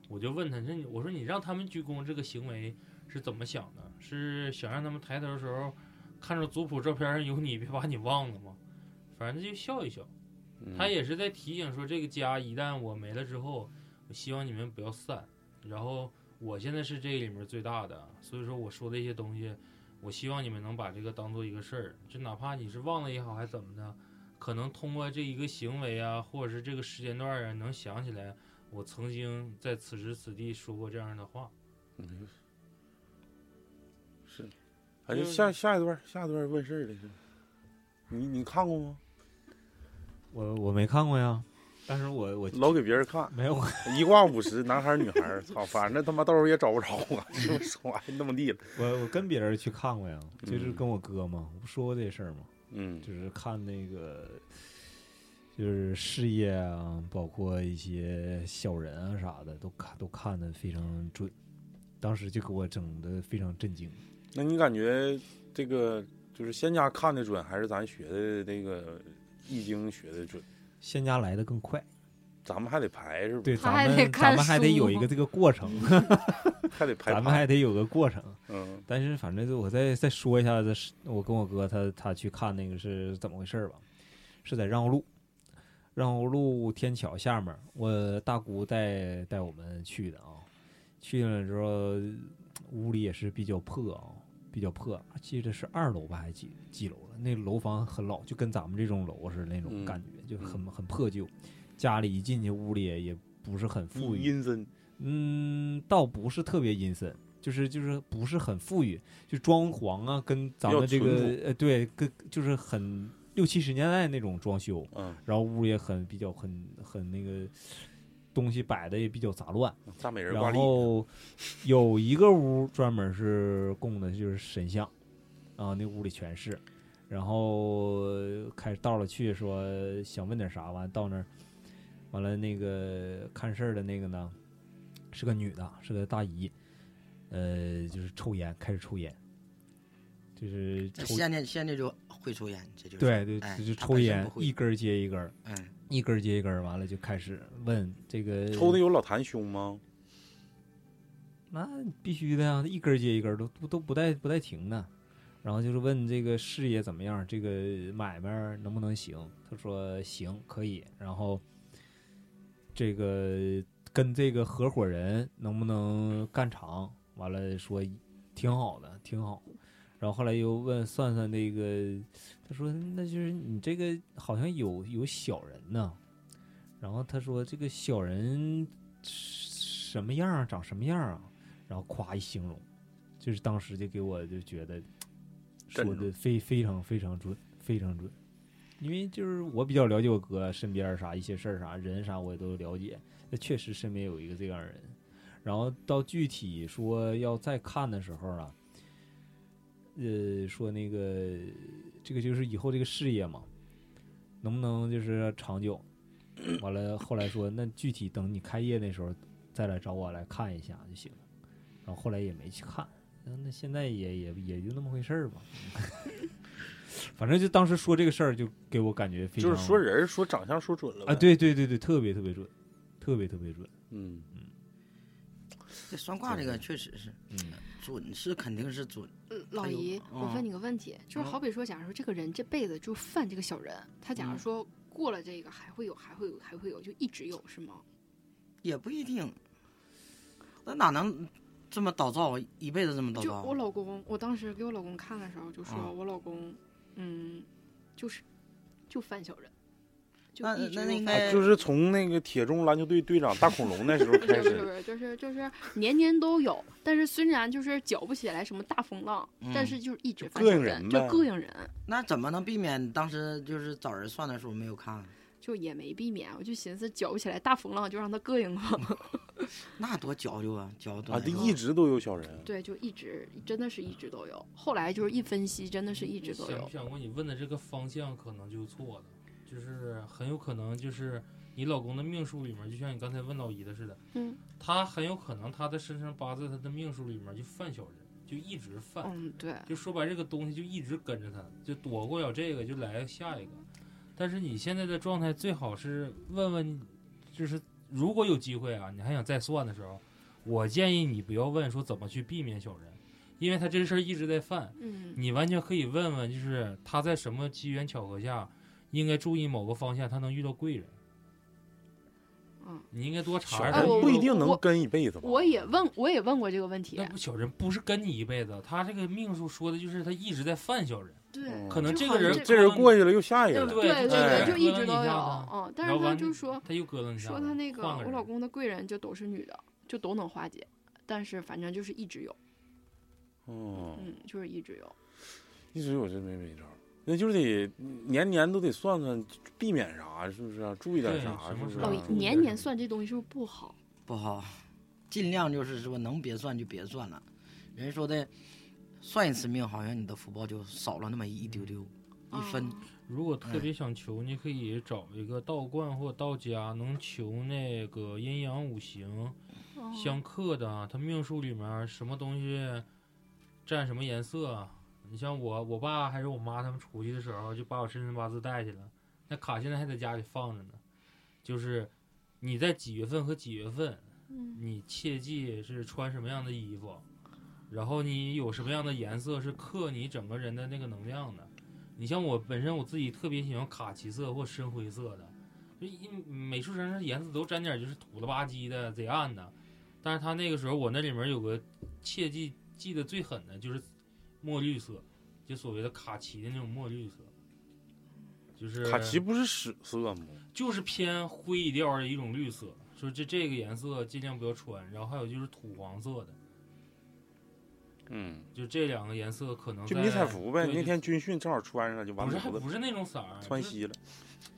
S1: 我就问他，那你我说你让他们鞠躬这个行为是怎么想的？是想让他们抬头的时候看着族谱照片上有你，别把你忘了吗？反正就笑一笑。
S2: 嗯
S1: 他也是在提醒说，这个家一旦我没了之后，我希望你们不要散。然后我现在是这里面最大的，所以说我说的一些东西，我希望你们能把这个当做一个事儿，就哪怕你是忘了也好，还怎么的，可能通过这一个行为啊，或者是这个时间段啊，能想起来我曾经在此时此地说过这样的话。
S2: 嗯是，还是下下一段下一段问事儿的是，你你看过吗？
S3: 我我没看过呀，但是我我
S2: 老给别人看，
S3: 没有，
S2: 一挂五十，男孩儿女孩儿，操，反正他妈到时候也找不着我， 就说完那么地了。
S3: 我我跟别人去看过呀，就是
S2: 嗯
S3: 跟我哥嘛，我不说过这事儿吗？
S2: 嗯
S3: 就是看那个，就是事业啊，包括一些小人啊啥的，都看都看的非常准，当时就给我整的非常震惊。
S2: 那你感觉这个就是仙家看的准，还是咱学的这个易经学的准？
S3: 仙家来的更快，
S2: 咱们还得排是不？
S3: 对，
S2: 是？
S3: 咱
S6: 还得
S3: 们
S6: 看
S3: 咱们还得
S6: 书
S3: 有一个这个过程，
S2: 还得排
S3: 咱
S2: 盘。
S3: 们还得有个过程。
S2: 嗯
S3: 但是反正就我再再说一下子是，我跟我哥他他去看那个是怎么回事儿吧，是在让路，让路天桥下面儿，我大姑带带我们去的啊，去了之后屋里也是比较破啊，比较破，记得是二楼吧，还几几楼了？那楼房很老，就跟咱们这种楼似的那种
S2: 嗯
S3: 感觉，就很很破旧，家里一进去屋里也不是很富裕，
S2: 阴森，
S3: 嗯，倒不是特别阴森，就是就是不是很富裕，就装潢啊，跟咱
S2: 比较
S3: 们这
S2: 淳
S3: 个呃对，跟就是很六七十年代那种装修，
S2: 嗯，
S3: 然后屋也很比较很很那个东西摆的也比较杂乱，
S2: 大美嗯人挂
S3: 然
S2: 历，啊
S3: 后有一个屋专门是供的就是神像，啊，那屋里全是。然后呃开始到了去说想问点啥，完到那儿，完了那个看事儿的那个呢，是个女的，是个大姨，呃，就是抽烟，开始抽烟，就是
S5: 这
S3: 抽，
S5: 现在现在就会抽烟，这就是
S3: 对对，
S5: 哎
S3: 就就
S5: 他
S3: 抽
S5: 本身
S3: 烟
S5: 不，会
S3: 一根儿接一根儿，
S5: 嗯，
S3: 一根儿接一根儿，完了就开始问这个
S2: 抽的有老谭凶吗？
S3: 那必须的呀，一根儿接一根儿都都都不带不带停的。然后就是问这个事业怎么样，这个买卖儿能不能行？他说行，可以。然后这个跟这个合伙人能不能干长？完了说挺好的，挺好。然后后来又问算算那个，他说那就是你这个好像有有小人呢。然后他说这个小人什么样啊，长什么样啊？然后夸一形容，就是当时就给我就觉得
S2: 镇
S3: 说
S2: 住
S3: 的非非常非常准，非常准。因为就是我比较了解我哥身边儿啥一些事儿啥人啥我也都了解，那确实身边有一个这样人。然后到具体说要再看的时候啊，呃，说那个这个就是以后这个事业嘛，能不能就是长久？完了，后来说那具体等你开业那时候再来找我来看一下就行了。然后后来也没去看，嗯那那现在也也也就那么回事儿吧。 反正就当时说这个事儿，就给我感觉非常
S2: 就是说人儿说长相说准了
S3: 啊，
S2: 呗，
S3: 对对对对，特别特别准，特别特别准。
S2: 嗯，
S5: 这算卦这个确实是
S3: 嗯，
S5: 准是肯定是准，
S8: 呃老
S5: 哎呦
S8: 姨，我
S5: 嗯
S8: 问你个问题，就是好比说，假如说这个人这辈子就犯这个小人，他假如
S5: 嗯
S8: 说过了这个，还会有，还会有，还会有，就一直有，是吗？
S5: 也不一定。那哪能这么倒灶？一辈子这么倒
S8: 就我
S5: 灶？
S8: 老公，我当时给我老公看的时候，就说
S5: 啊
S8: 我老公，嗯，就是就犯小人，就
S5: 那
S8: 一直
S5: 那
S8: 就
S5: 应
S8: 犯
S5: 该
S2: 啊就是从那个铁中篮球队队长大恐龙那时候
S8: 不
S2: 开
S8: 是不是不
S2: 始，
S8: 是，就是就是年年都有，但是虽然就是搅不起来什么大风浪，但
S5: 嗯
S8: 是就是一直
S2: 就
S8: 犯
S2: 膈
S8: 小
S2: 应
S8: 人，
S2: 人
S8: 就
S2: 呗
S8: 膈应人，
S5: 那怎么能避免当时就是找人算的时候没有看？啊
S8: 就也没避免。我就寻思搅不起来大风浪，就让他膈应我。
S5: 那多矫情啊，矫多
S2: 啊，
S5: 难
S2: 这
S5: 受
S2: 一直都有小人，
S8: 对，就一直真的是一直都有。后来就是一分析，真的是一
S1: 你
S8: 直都
S1: 想
S8: 有
S1: 不。想过你问的这个方向可能就错了，就是很有可能就是你老公的命数里面，就像你刚才问老姨的似的，
S8: 嗯，
S1: 他很有可能他的生辰八字他的命数里面就犯小人，就一直犯，
S8: 嗯，对，
S1: 就说白这个东西就一直跟着他，就躲过了这个就来下一个。但是你现在的状态最好是问问，就是如果有机会啊，你还想再算的时候，我建议你不要问说怎么去避免小人，因为他这事儿一直在犯。
S8: 嗯
S1: 你完全可以问问，就是他在什么机缘巧合下，应该注意某个方向，他能遇到贵人。
S8: 嗯。
S1: 你应该多查
S2: 小
S1: 查。
S8: 哎
S2: 人
S8: 我
S2: 不一定
S8: 我
S2: 能跟一辈子吧？
S8: 我也问，我也问过这个问题
S1: 那。不小人不是跟你一辈子，他这个命数说的就是他一直在犯小人，
S8: 对
S2: 嗯
S1: 可能
S8: 就
S1: 这
S8: 好
S1: 个
S8: 像
S1: 人
S8: 这
S2: 这人过去了又下一个
S1: 对
S2: 了，
S8: 对对
S2: 哎
S8: 对，就一直
S1: 搁
S8: 都
S1: 到你
S8: 有。
S1: 下了
S8: 嗯，但
S1: 然
S8: 是
S1: 后
S8: 他
S1: 完
S8: 就说
S1: 他又搁了你下了。
S8: 说他那个
S1: 换人
S8: 我老公的贵人就都是女的，就都能化解，但是反正就是一直有，
S2: 嗯，
S8: 嗯，就是一直有。
S2: 一直有这没没招儿，那就是得年年都得算算，避免啥是不是啊？注意点
S1: 对
S2: 啥
S1: 什
S2: 是
S1: 么
S2: 不是
S1: 时
S2: 啊？
S1: 候注
S8: 老姨
S1: 意点
S8: 年年算这东西是不是不好？
S5: 不好，啊尽量就是说能别算就别算了。人说的，算一次命，好像你的福报就少了那么一丢丢，一分
S8: 啊
S1: 如果
S2: 哎
S1: 特别想求，你可以找一个道观或道家，能求那个阴阳五行
S8: 哦
S1: 相克的。啊他命数里面什么东西占什么颜色？啊你像我，我爸还是我妈他们出去的时候，就把我生辰八字带去了。那卡现在还在家里放着呢。就是你在几月份和几月份，
S8: 嗯
S1: 你切记是穿什么样的衣服，然后你有什么样的颜色是克你整个人的那个能量的。你像我本身我自己特别喜欢卡其色或深灰色的，就一美术生的颜色都沾点儿就是土了吧唧的贼暗的。但是他那个时候我那里面有个切记记得最狠的就是墨绿色，就所谓的卡其的那种墨绿色，就是
S2: 卡其不是屎色吗？
S1: 就是偏灰一调的一种绿色，说这这个颜色尽量不要穿，然后还有就是土黄色的，
S2: 嗯，
S1: 就这两个颜色可能
S2: 就
S1: 在
S2: 迷彩服呗。
S1: 对
S2: 那
S1: 就
S2: 天军训正好穿上了，就完
S1: 不是还
S2: 犊
S1: 不
S2: 子
S1: 是那啊种色儿，
S2: 窜
S1: 就是
S2: 稀了。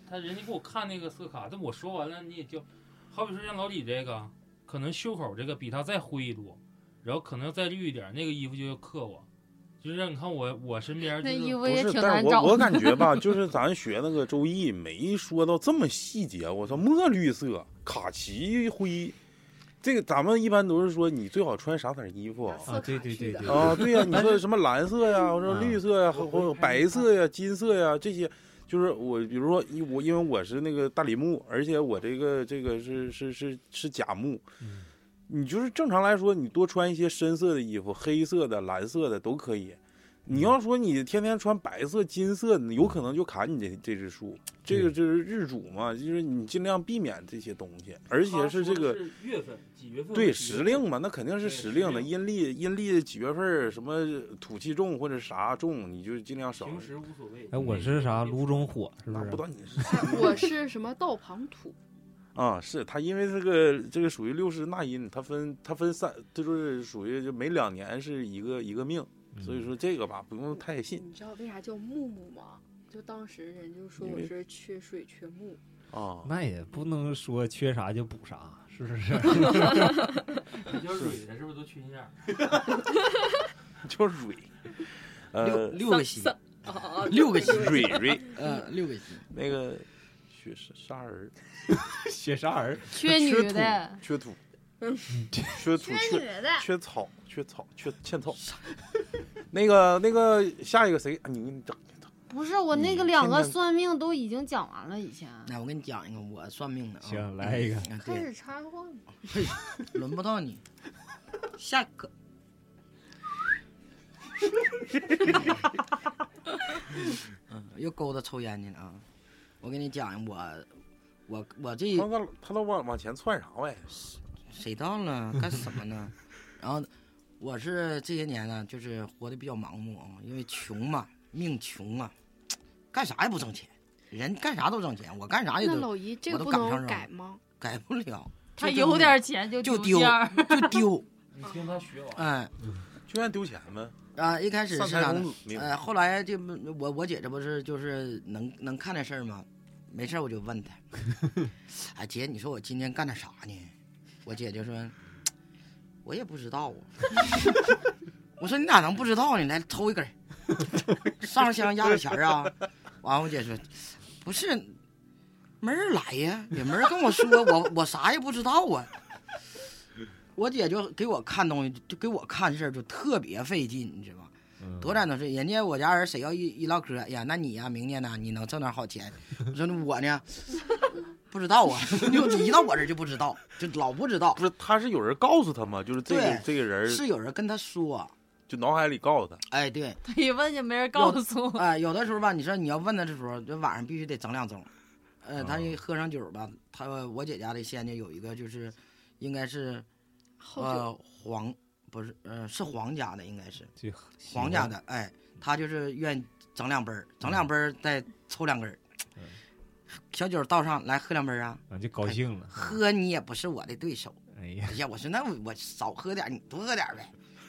S1: 他人家给我看那个色卡，但我说完了你也就，好比说像老李这个，可能袖口这个比他再灰一多，然后可能再绿一点，那个衣服就要克我，就是让你看我我身边就
S6: 那衣
S1: 是
S6: 服
S2: 不
S6: 也
S2: 是，
S6: 挺
S2: 但
S6: 难
S2: 是
S6: 找
S2: 我
S6: 的。
S2: 我感觉吧，就是咱学那个《周易》，没说到这么细节。我操，墨绿色、卡其灰，这个咱们一般都是说你最好穿啥色儿衣服啊？
S3: 啊，对对对 对，
S2: 啊，对呀、你说什么蓝色呀，我说
S3: 嗯
S2: 绿色呀，或或白色呀、金色呀，这些就是我，比如说因我因为我是那个大理木，而且我这个这个是是是是甲木，
S3: 嗯
S2: 你就是正常来说，你多穿一些深色的衣服，黑色的、蓝色的都可以。你要说你天天穿白色、金色，你有可能就砍你这这只树。这个
S3: 对
S2: 就是日主嘛，就是你尽量避免这些东西，而且是这个
S1: 啊他说的是月份几月份
S2: 对
S1: 几
S2: 时
S1: 月份
S2: 令嘛，那肯定是
S1: 对
S2: 时
S1: 时
S2: 令的。
S1: 令
S2: 阴历阴历几月份儿什么土气重或者啥重，你就尽量少。
S1: 平时无所谓。
S3: 哎，我是啥炉中火，是不
S2: 那
S3: 是？啊
S2: 不到你是
S8: 我是什么道旁土，
S2: 啊，是他因为这个这个属于六十纳音，它分它分三，这就是属于就每两年是一个一个命，
S3: 嗯
S2: 所以说这个吧不用太
S6: 嗯
S2: 信
S8: 你知道为啥叫木木吗？就当时人就说
S2: 因
S8: 我
S2: 为
S8: 是缺水缺木，
S2: 啊。
S3: 那也不能说缺啥就补啥，是不是？
S6: 啊
S1: 比较蕊的，是不是都缺心眼儿？
S2: 就是蕊，呃，
S5: 六个心，
S8: 哦哦
S5: 六个心，
S2: 蕊蕊，
S5: 嗯，六个心，
S2: 那个雪沙儿，
S3: 雪啥 儿？
S6: 缺女的，
S2: 呃缺土，缺土，
S6: 缺
S2: 缺
S6: 女
S2: 嗯
S6: 的，
S2: 缺草，缺草，缺欠草。那个那个，下一个谁？啊你你整整
S6: 不是我那个两个算命都已经讲完了，以前
S5: 那我跟你讲一个我算命的啊，
S3: 行来一个
S5: 嗯
S6: 开
S5: 对，
S6: 始插话了，
S5: 轮不到你，下一个。嗯，又勾搭抽烟去了啊！我跟你讲，我我我这
S2: 他他他都往往前窜啥玩意？
S5: 谁到了干什么呢？然后我是这些年呢，就是活得比较盲目啊，因为穷嘛，命穷啊，干啥也不挣钱，人干啥都挣钱，我干啥也
S8: 那
S5: 都
S8: 老姨这
S5: 我都
S8: 不
S5: 赶不上
S8: 能
S5: 了
S8: 改吗？
S5: 改不了，
S6: 他
S5: 就这么
S6: 有点钱就
S5: 就
S6: 丢
S5: 丢
S6: 件儿
S5: 就丢，
S1: 你听他学完，
S5: 哎
S2: 就按丢钱呗。
S5: 啊，一开始
S2: 上
S5: 是
S2: 台
S5: 啥
S2: 公
S5: 呢？
S2: 主那
S5: 呃，
S2: 个，
S5: 后来这不我我姐这不是就是能能看这事儿吗？没事儿我就问她，哎姐，你说我今天干点啥呢？我姐就说，我也不知道啊。 我说你咋能不知道呢？来抽一根儿， 上香压点钱儿啊。完，我姐说，不是，没人来呀，也没人跟我说，我我啥也不知道啊。我姐就给我看东西，就给我看事儿，就特别费劲，你知道吗？
S3: 嗯
S5: 多占都是，人家我家人谁要一一唠嗑，哎呀，那你呀、明年呢，你能挣点好钱。我说我呢，不知道啊， 就一到我这儿就不知道，就老不知道
S2: 不。是他是有人告诉他吗？就是这个
S5: 对
S2: 这个人
S5: 是有人跟他说，
S2: 就脑海里告诉他，
S5: 哎，对，
S6: 他一问就没人告诉 我。
S5: 啊、有的时候吧，你说你要问他的时候，就晚上必须得整两盅。呃，
S3: 哦
S5: 他一喝上酒吧，他我姐家的仙女有一个就是，应该是
S8: 后者
S5: 呃黄不是呃是黄家的，应该是
S3: 这
S5: 皇家的，哎，他就是愿意整两杯儿，整两杯儿再抽两根儿
S3: 嗯，
S5: 小酒倒上来喝两杯儿啊，
S3: 啊，就高兴了。
S5: 喝你也不是我的对手。
S3: 哎呀，
S5: 哎呀，我说那我我少喝点儿，你多喝点儿呗，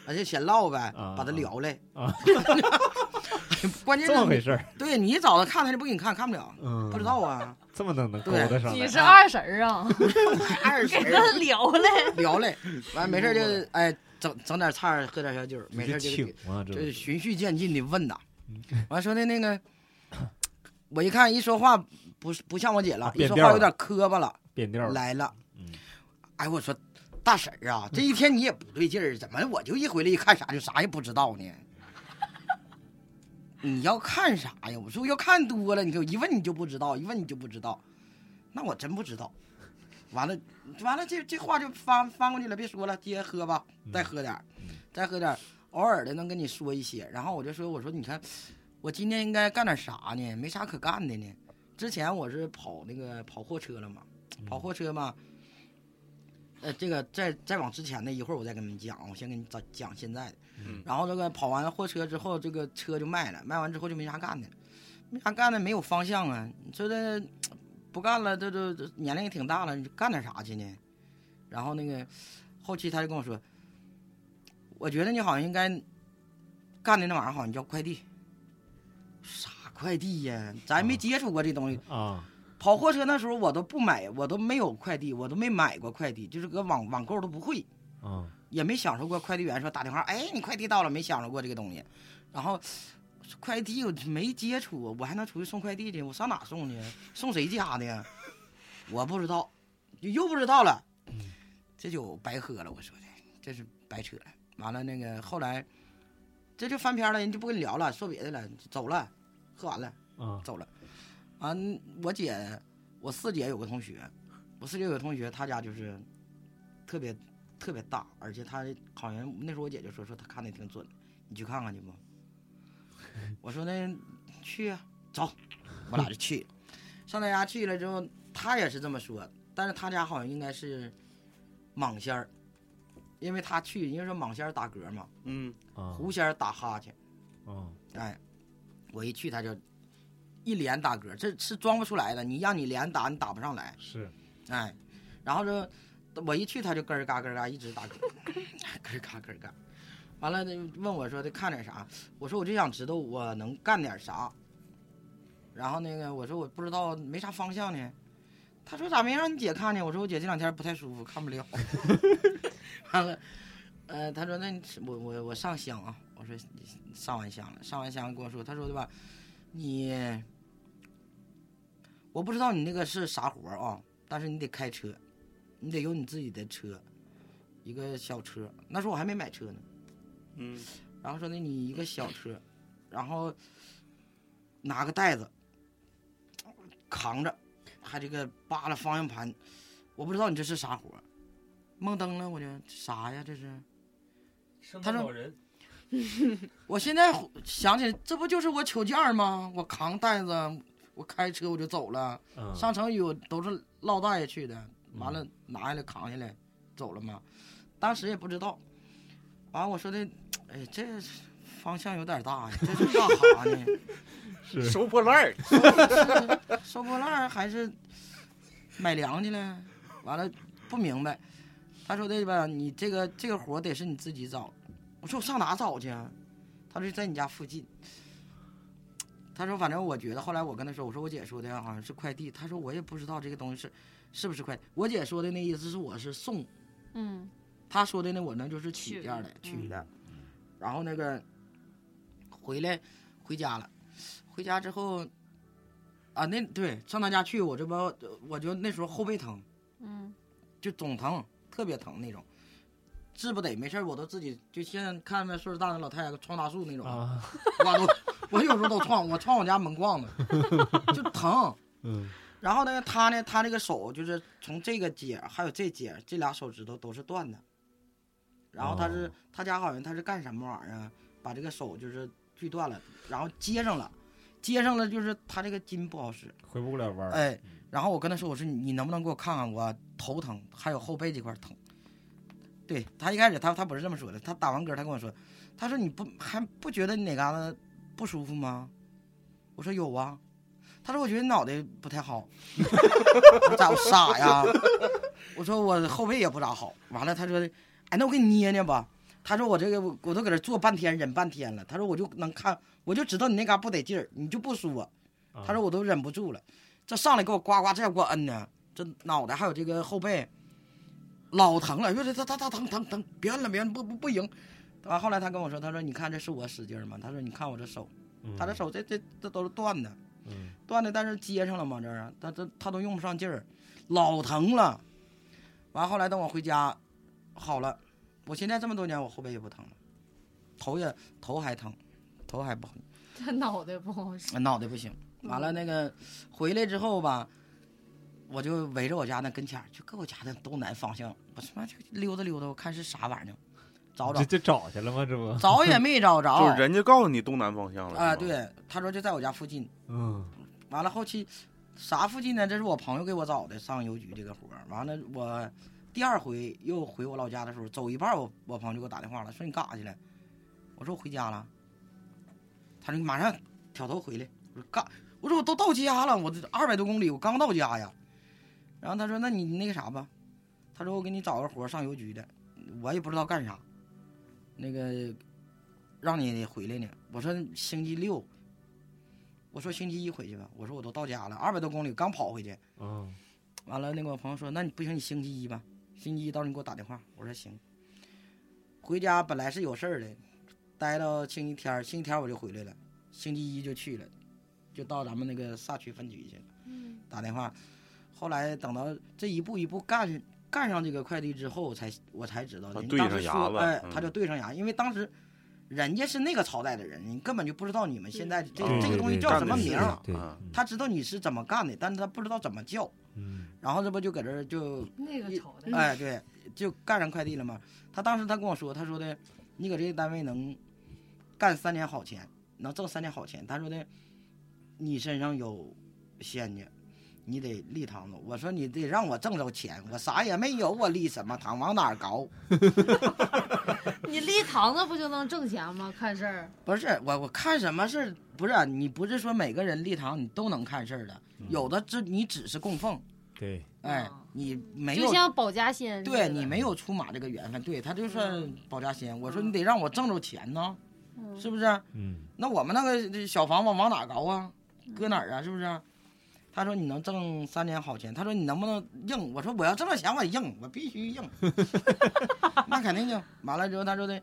S5: 那就先唠呗
S3: 啊，
S5: 把他聊来
S3: 啊。
S5: 关键
S3: 这么回
S5: 是，
S3: 事儿，
S5: 对你找他看，他就不给你看，看不了，
S3: 嗯，
S5: 不知道啊。
S3: 这么能能勾
S5: 对
S3: 搭上
S6: 你
S3: 来，
S6: 是二婶儿 啊？
S5: 二十
S6: 跟他聊嘞，
S5: 聊来，完没事儿就哎整整点菜儿，喝点小酒儿，没事儿
S3: 这
S5: 就
S3: 请嗯啊，这
S5: 这循序渐进的问呐。完说的那个，我一看一说话不是不像我姐了，一
S3: 变
S5: 说
S3: 调
S5: 话有
S3: 了
S5: 点磕巴了，
S3: 变调了。
S5: 来了
S3: 嗯。
S5: 哎，我说大婶儿啊，这一天你也不对劲儿，怎么我就一回来一看啥就啥也不知道呢？ 你要看啥呀？我说我要看多了，你就一问你就不知道，一问你就不知道，那我真不知道。完了，完了，这这话就翻翻过去了，别说了，接着喝吧，
S3: 嗯
S5: 再喝点儿，再喝点儿，偶尔的能跟你说一些。然后我就说，我说你看，我今天应该干点啥呢？没啥可干的呢。之前我是跑那个跑货车了嘛，跑货车嘛，呃，这个再再往之前的一会儿我再跟你们讲，我先跟你讲讲现在的。
S2: 嗯
S5: 然后这个跑完货车之后，这个车就卖了，卖完之后就没啥干的了，没啥干的，没有方向啊。你说这不干了，这都这年龄也挺大了，你干点啥去呢？然后那个后期他就跟我说，我觉得你好像应该干的那玩意儿好像叫快递，啥快递呀？咱没
S3: 啊
S5: 接触过这东西，
S3: 啊，
S5: 跑货车那时候我都不买，我都没有快递，我都没买过快递，就是搁网网购都不会，
S3: 啊，
S5: 也没享受过快递员说打电话，哎，你快递到了，没享受过这个东西。然后快递我没接触过，我还能出去送快递去？我上哪送去？送谁家的呀？我不知道，又不知道了，这酒白喝了。我说的，这是白扯了。完了那个后来，这就翻篇了，人就不跟你聊了，说别的了，走了，喝完了。
S3: 啊，
S5: 走了。啊，嗯我姐，我四姐有个同学，我四姐有个同学，她家就是特别特别大，而且她好像那时候我姐就说说她看的挺准，你去看看去不？我说那去啊，走，我俩就去了。上她家去了之后，她也是这么说，但是她家好像应该是蟒仙儿，因为她去，因为说蟒仙儿打嗝嘛，
S2: 嗯，
S3: 啊，
S5: 狐仙儿打哈欠。
S3: 啊，
S5: 哎，我一去他就一连打嗝，这是装不出来的。你让你连打，你打不上来。
S3: 是
S5: 哎，然后就我一去他就咯儿嘎咯儿嘎一直打嗝， 咯儿嘎咯儿嘎。完了，问我说的看点啥？我说我就想知道我能干点啥。然后那个我说我不知道，没啥方向呢。他说咋没让你姐看呢？我说我姐这两天不太舒 服，看不了。完了，呃，他说那你我我我上香啊，我说你上完香了，上完香跟我说，他说的吧，你，我不知道你那个是啥活儿啊，但是你得开车，你得有你自己的车，一个小车。那时候我还没买车呢，
S2: 嗯，
S5: 然后说那你一个小车，然后拿个袋子扛着，还这个扒拉方向盘，我不知道你这是啥活儿，懵登了我就啥呀这是。他说
S1: 老人
S5: 我现在想起来，这不就是我求件儿吗？我扛袋子，我开车我就走了。
S3: 嗯
S5: 上成宇我都是落袋子去的，完了拿下来扛下来，走了嘛。当时也不知道，完了我说的，哎，这方向有点大呀，这是干啥呢？
S2: 收破烂 儿，
S5: 收破烂儿还是买粮去了？完了不明白，他说的吧，你这个这个活得是你自己找。我说我上哪找去啊？他说在你家附近。他说反正我觉得，后来我跟他说，我说我姐说的好像是快递，他说我也不知道这个东西是是不是快递。我姐说的那意思是我是送，
S6: 嗯，
S5: 他说的呢我呢就是取件儿的
S6: 取的
S5: 取的，然后那个回来回家了，回家之后啊那对上他家去，我这不我就那时候后背疼，
S6: 嗯，
S5: 就总疼，特别疼那种。治不得，没事儿我都自己就现在看着岁数大的老太太撞大树那种，
S3: 啊，
S5: 我都我有时候都撞，我撞我家门框子，就疼。
S3: 嗯
S5: 然后呢，他呢，他这个手就是从这个节还有这节这俩手指头都是断的。然后他是、
S3: 哦
S5: 他家好像他是干什么玩意儿啊？把这个手就是锯断了，然后接上了，接上了就是他这个筋不好使。
S3: 回不了弯儿。
S5: 哎，然后我跟他说，我说你你能不能给我看看我头疼，还有后背这块儿疼。对他一开始他他不是这么说的，他打完嗝他跟我说，他说你不还不觉得你哪嘎达不舒服吗？我说有啊，他说我觉得脑袋不太好，我咋我傻呀？我说我后背也不咋好。完了他说的，哎那我给你捏捏吧。他说我这个我我都搁这坐半天忍半天了，他说我就能看我就知道你那嘎不得劲儿，你就不说。
S3: 啊
S5: 他说我都忍不住了，这上来给我呱呱这样给我摁呢，这脑袋还有这个后背，老疼了，就是他他他疼疼疼，别摁了别摁了，不不不行。完后来他跟我说，他说你看这是我使劲儿吗？他说你看我这手，他这手这这这都是断的，
S3: 嗯
S5: 断的，但是接上了嘛这儿啊，他这他都用不上劲儿，老疼了。完后来等我回家，好了，我现在这么多年我后背也不疼了，头也头还疼，头还不好。
S6: 他脑袋不好使。
S5: 啊脑袋不行。完了那个回来之后吧，我就围着我家那跟前儿，就各我家的东南方向，我他妈就溜达溜达，我看是啥玩意儿，找找
S3: 这，这找去了吗？这不，
S5: 找也没找着。
S2: 就是人家告诉你东南方向了
S5: 啊，
S2: 是吧，
S5: 对，他说就在我家附近。
S3: 嗯
S5: 完了后期啥附近呢？这是我朋友给我找的，上邮局这个活儿。完了我第二回又回我老家的时候，走一半儿我我朋友就给我打电话了，说你干啥去了？我说我回家了。他说你马上挑头回来。我说干，我说我都到家了，我这二百多公里，我刚到家呀。然后他说那你那个啥吧，他说我给你找个活儿上邮局的，我也不知道干啥，那个让你回来呢。我说星期六。我说星期一回去吧，我说我都到家了，二百多公里刚跑回去，
S3: 嗯
S5: 完了，那个我朋友说，那你不行，你星期一吧，星期一到时候你给我打电话。我说行。回家本来是有事儿的，待到星期天儿，星期天儿我就回来了，星期一就去了，就到咱们那个萨区分局去了，打电话。后来等到这一步一步干干上这个快递之后，我才我才知道
S2: 他
S5: 的，人
S2: 对
S5: 当
S2: 上
S5: 时
S2: 牙
S5: 说，
S2: 了
S5: 哎，
S2: 嗯
S5: 他就对上牙，因为当时人家是那个朝代的人，你根本就不知道你们现在这
S2: 对
S5: 这个
S2: 对
S5: 东西
S2: 对
S5: 叫
S2: 干
S5: 什
S2: 的
S5: 么
S2: 是
S5: 名儿，
S3: 对，
S2: 啊
S5: 他知道你是怎么干的，但是他不知道怎么叫。
S3: 嗯
S5: 然后这不就搁这儿就，
S6: 那个
S5: 一
S6: 朝代，
S5: 哎，对，就干上快递了嘛。他当时他跟我说，他说的，你搁这个单位能干三年好钱，能挣三年好钱。他说的，你身上有仙家，你得立堂子。我说你得让我挣着钱，我啥也没有，我立什么堂？往哪儿搞？
S6: 你立堂子不就能挣钱吗？看事儿，
S5: 不是我，我看什么事儿不是啊、你不是说每个人立堂你都能看事儿的，有的只你只是供奉，
S3: 对，
S5: 哎
S6: 啊，
S5: 你没有
S6: 就像保家仙似的。
S5: 对你没有出马这个缘分，对他就算保家仙。我说你得让我挣着钱呢，
S6: 嗯
S5: 是不是？
S3: 嗯
S5: 那我们那个小房往往哪搞啊？搁哪儿啊？是不是？他说你能挣三年好钱，他说你能不能硬？我说 我要挣着钱我也硬，我必须硬，那肯定硬。完了之后他说的，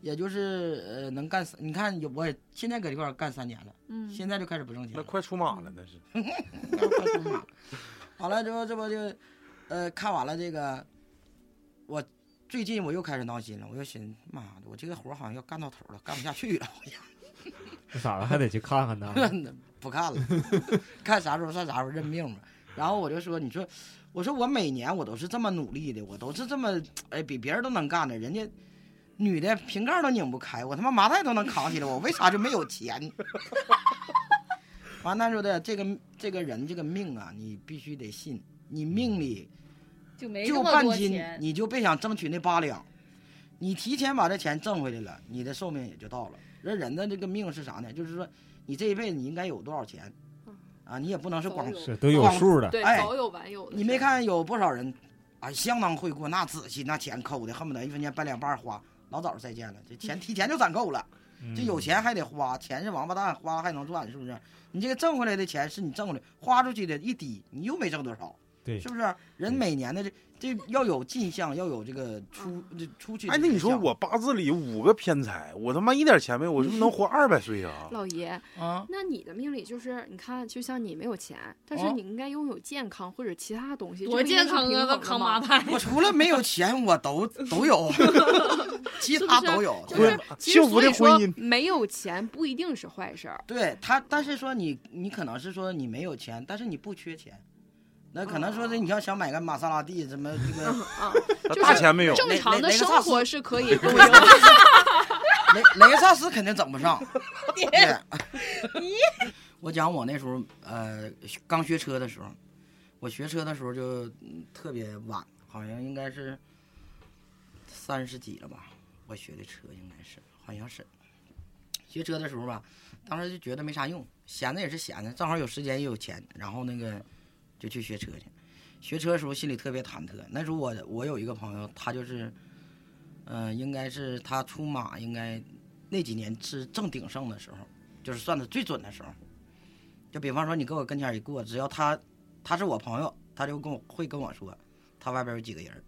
S5: 也就是呃能干三，你看有我现在搁这块儿干三年了，
S6: 嗯
S5: 现在就开始不挣钱
S2: 那
S5: 了，
S2: 快出马了，那是。
S5: 快出马。完了之后，这不就，呃，看完了这个，我最近我又开始闹心了，我又寻思，妈的，我这个活儿好像要干到头了，干不下去了，
S3: 咋的还得去看 看呢？
S5: 不看了， 看啥时候算啥时候，认命吧。然后我就说，你说，我说我每年我都是这么努力的，我都是这么，哎，比别人都能干的，人家女的瓶盖都拧不开，我他妈麻袋都能扛起来，我为啥就没有钱？ 完，他说的这个这个人这个命啊，你必须得信，你命里
S6: 就没这
S5: 就
S6: 么
S5: 半
S6: 多
S5: 斤
S6: 钱，。
S5: 你就别想争取那八两。你提前把这钱挣回来了，你的寿命也就到了。人人的这个命是啥呢？就是说，你这一辈子你应该有多少钱，啊，你也不能是光
S8: 嗯早有
S3: 是都有数的，
S8: 对，
S5: 哎
S8: 早有晚有的事儿。
S5: 你没看有不少人，啊，相当会过，那仔细，那钱抠的，恨不得一分钱掰两半儿花，老早就再见了，这钱提前就攒够了，
S3: 嗯
S5: 就有钱还得花，钱是王八蛋，花还能赚，是不是？你这个挣回来的钱是你挣回来，花出去的一滴，你又没挣多少，
S3: 对
S5: 是不是？人每年的这这要有进项，要有这个出
S8: 嗯
S5: 这出去的
S2: 哎，
S5: 进项。
S2: 那你说我八字里五个偏财，我他妈一点钱没有，我是不是能活二百岁啊？
S8: 老爷，
S5: 啊，
S8: 那你的命里就是，你看，就像你没有钱，但是
S5: 啊
S8: 你应该拥有健康或者其他东西，
S6: 多健康啊，
S8: 都
S6: 都扛麻袋。
S5: 我除了没有钱，我 都都有， 其他都有。
S8: 就是其实
S2: 幸福
S8: 所以
S2: 的
S8: 说
S2: 婚姻
S8: 没有钱不一定是坏事儿。
S5: 对他，但是说你你可能是说你没有钱，但是你不缺钱，那可能
S8: 哦
S5: 说的你要想买个玛莎拉蒂什么这 个
S8: 啊，就是
S2: 大钱没有，
S8: 正常的生活是可以供应
S5: 哪哪个雷雷克萨斯肯定整不上。对， 我讲我那时候呃刚学车的时候，我学车的时候就嗯特别晚，好像应该是三十几了吧，我学的车应该是好像是学车的时候吧，当时就觉得没啥用，闲着也是闲着，正好有时间也有钱，然后那个就去学车去。学车的时候心里特别忐忑，那时候我我有一个朋友，他就是，嗯、应该是他出马应该那几年是正鼎盛的时候，就是算的最准的时候。就比方说你跟我跟前一过，只要他他是我朋友，他就跟我会跟我说，他外边有几个人儿，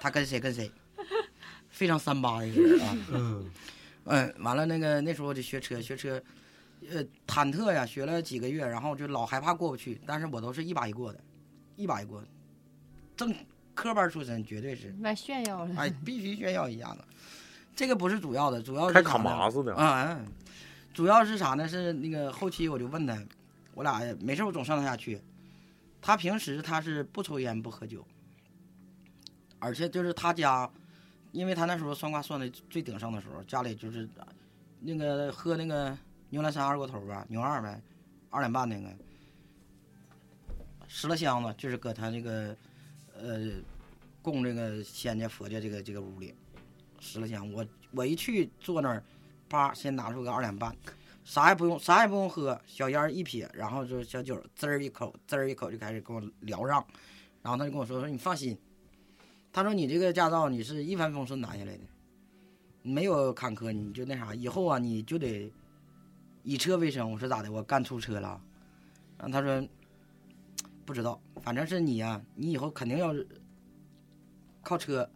S5: 他跟谁跟谁，非常三八的一个人啊。
S3: 嗯，
S5: 嗯，完了那个那时候我就学车，学车，呃，忐忑呀，学了几个月，然后就老害怕过不去，但是我都是一把一过的，一把一过的，正科班出身，绝对是，
S6: 外炫耀了，
S5: 哎，必须炫耀一下子。这个不是主要的，主要是
S2: 开
S5: 啥
S2: 卡
S5: 呢
S2: 麻似的。
S5: 啊、嗯，主要是啥呢？是那个后期我就问他，我俩也没事，我总上他家去。他平时他是不抽烟不喝酒，而且就是他家，因为他那时候算卦算的最鼎盛的时候，家里就是那个喝那个牛栏山二锅头吧，牛二呗，二点半那个，拾了箱子就是搁他那个呃供这个仙家佛家这个这个屋里拾了箱。我我一去坐那儿。叭，先拿出个二两半，啥也不用，啥也不用喝，小烟儿一撇，然后就是小酒滋儿一口，滋儿一口就开始跟我聊上，然后他就跟我说说你放心，他说你这个驾照你是一帆风顺拿下来的，没有坎坷，你就那啥，以后啊你就得以车为生。我说咋的，我干出车了啊，然后他说不知道，反正是你呀、啊你以后肯定要是靠车，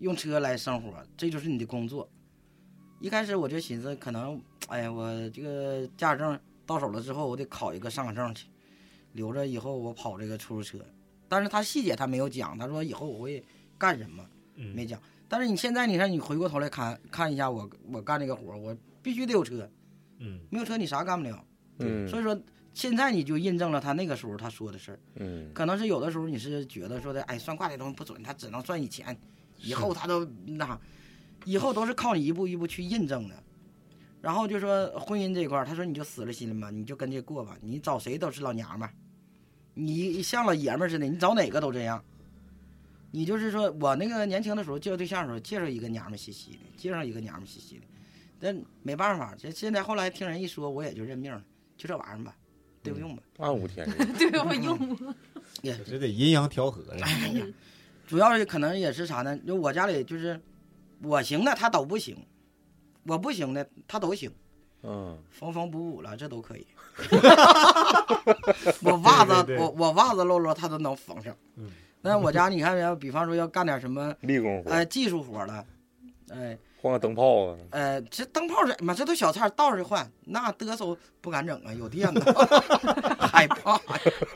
S5: 用车来生活，这就是你的工作。一开始我就寻思，可能，哎呀，我这个驾驶证到手了之后，我得考一个上岗证去，留着以后我跑这个出租车。但是他细节他没有讲，他说以后我会干什么，
S3: 嗯
S5: 没讲。但是你现在你看，你回过头来看看一下我我干这个活儿，我必须得有车，
S3: 嗯，
S5: 没有车你啥干不了。
S2: 嗯
S5: 所以说现在你就印证了他那个时候他说的事儿。
S2: 嗯，
S5: 可能是有的时候你是觉得说的，哎，算卦这东西不准，他只能算以前，以后他都那，以后都是靠你一步一步去印证的。然后就说婚姻这一块儿，他说你就死了心了嘛，你就跟这过吧，你找谁都是老娘们儿，你像老爷们儿似的，你找哪个都这样。你就是说我那个年轻的时候介绍对象的时候，介绍一个娘们儿兮兮的，介绍一个娘们儿兮兮的，但没办法，这现在后来听人一说，我也就认命了，就这玩意儿吧，对不用吧，
S2: 暗无天日。
S6: 对我
S5: 嗯
S6: 用
S5: 也
S3: 这得阴阳调和呀。
S5: 哎主要是可能也是啥呢？就我家里就是我行的他都不行，我不行的他都行，
S2: 嗯，
S5: 缝缝补补了这都 可以。我袜子
S3: 对对对
S5: 我我袜子漏了他都能缝上。
S3: 嗯
S5: 那我家你看，要比方说要干点什么
S2: 立功活
S5: 哎技术活了，哎，
S2: 换个灯泡啊，
S5: 呃，这灯泡怎么这都小菜，到时候换，那嘚瑟不敢整啊，有电 呢，害怕呀。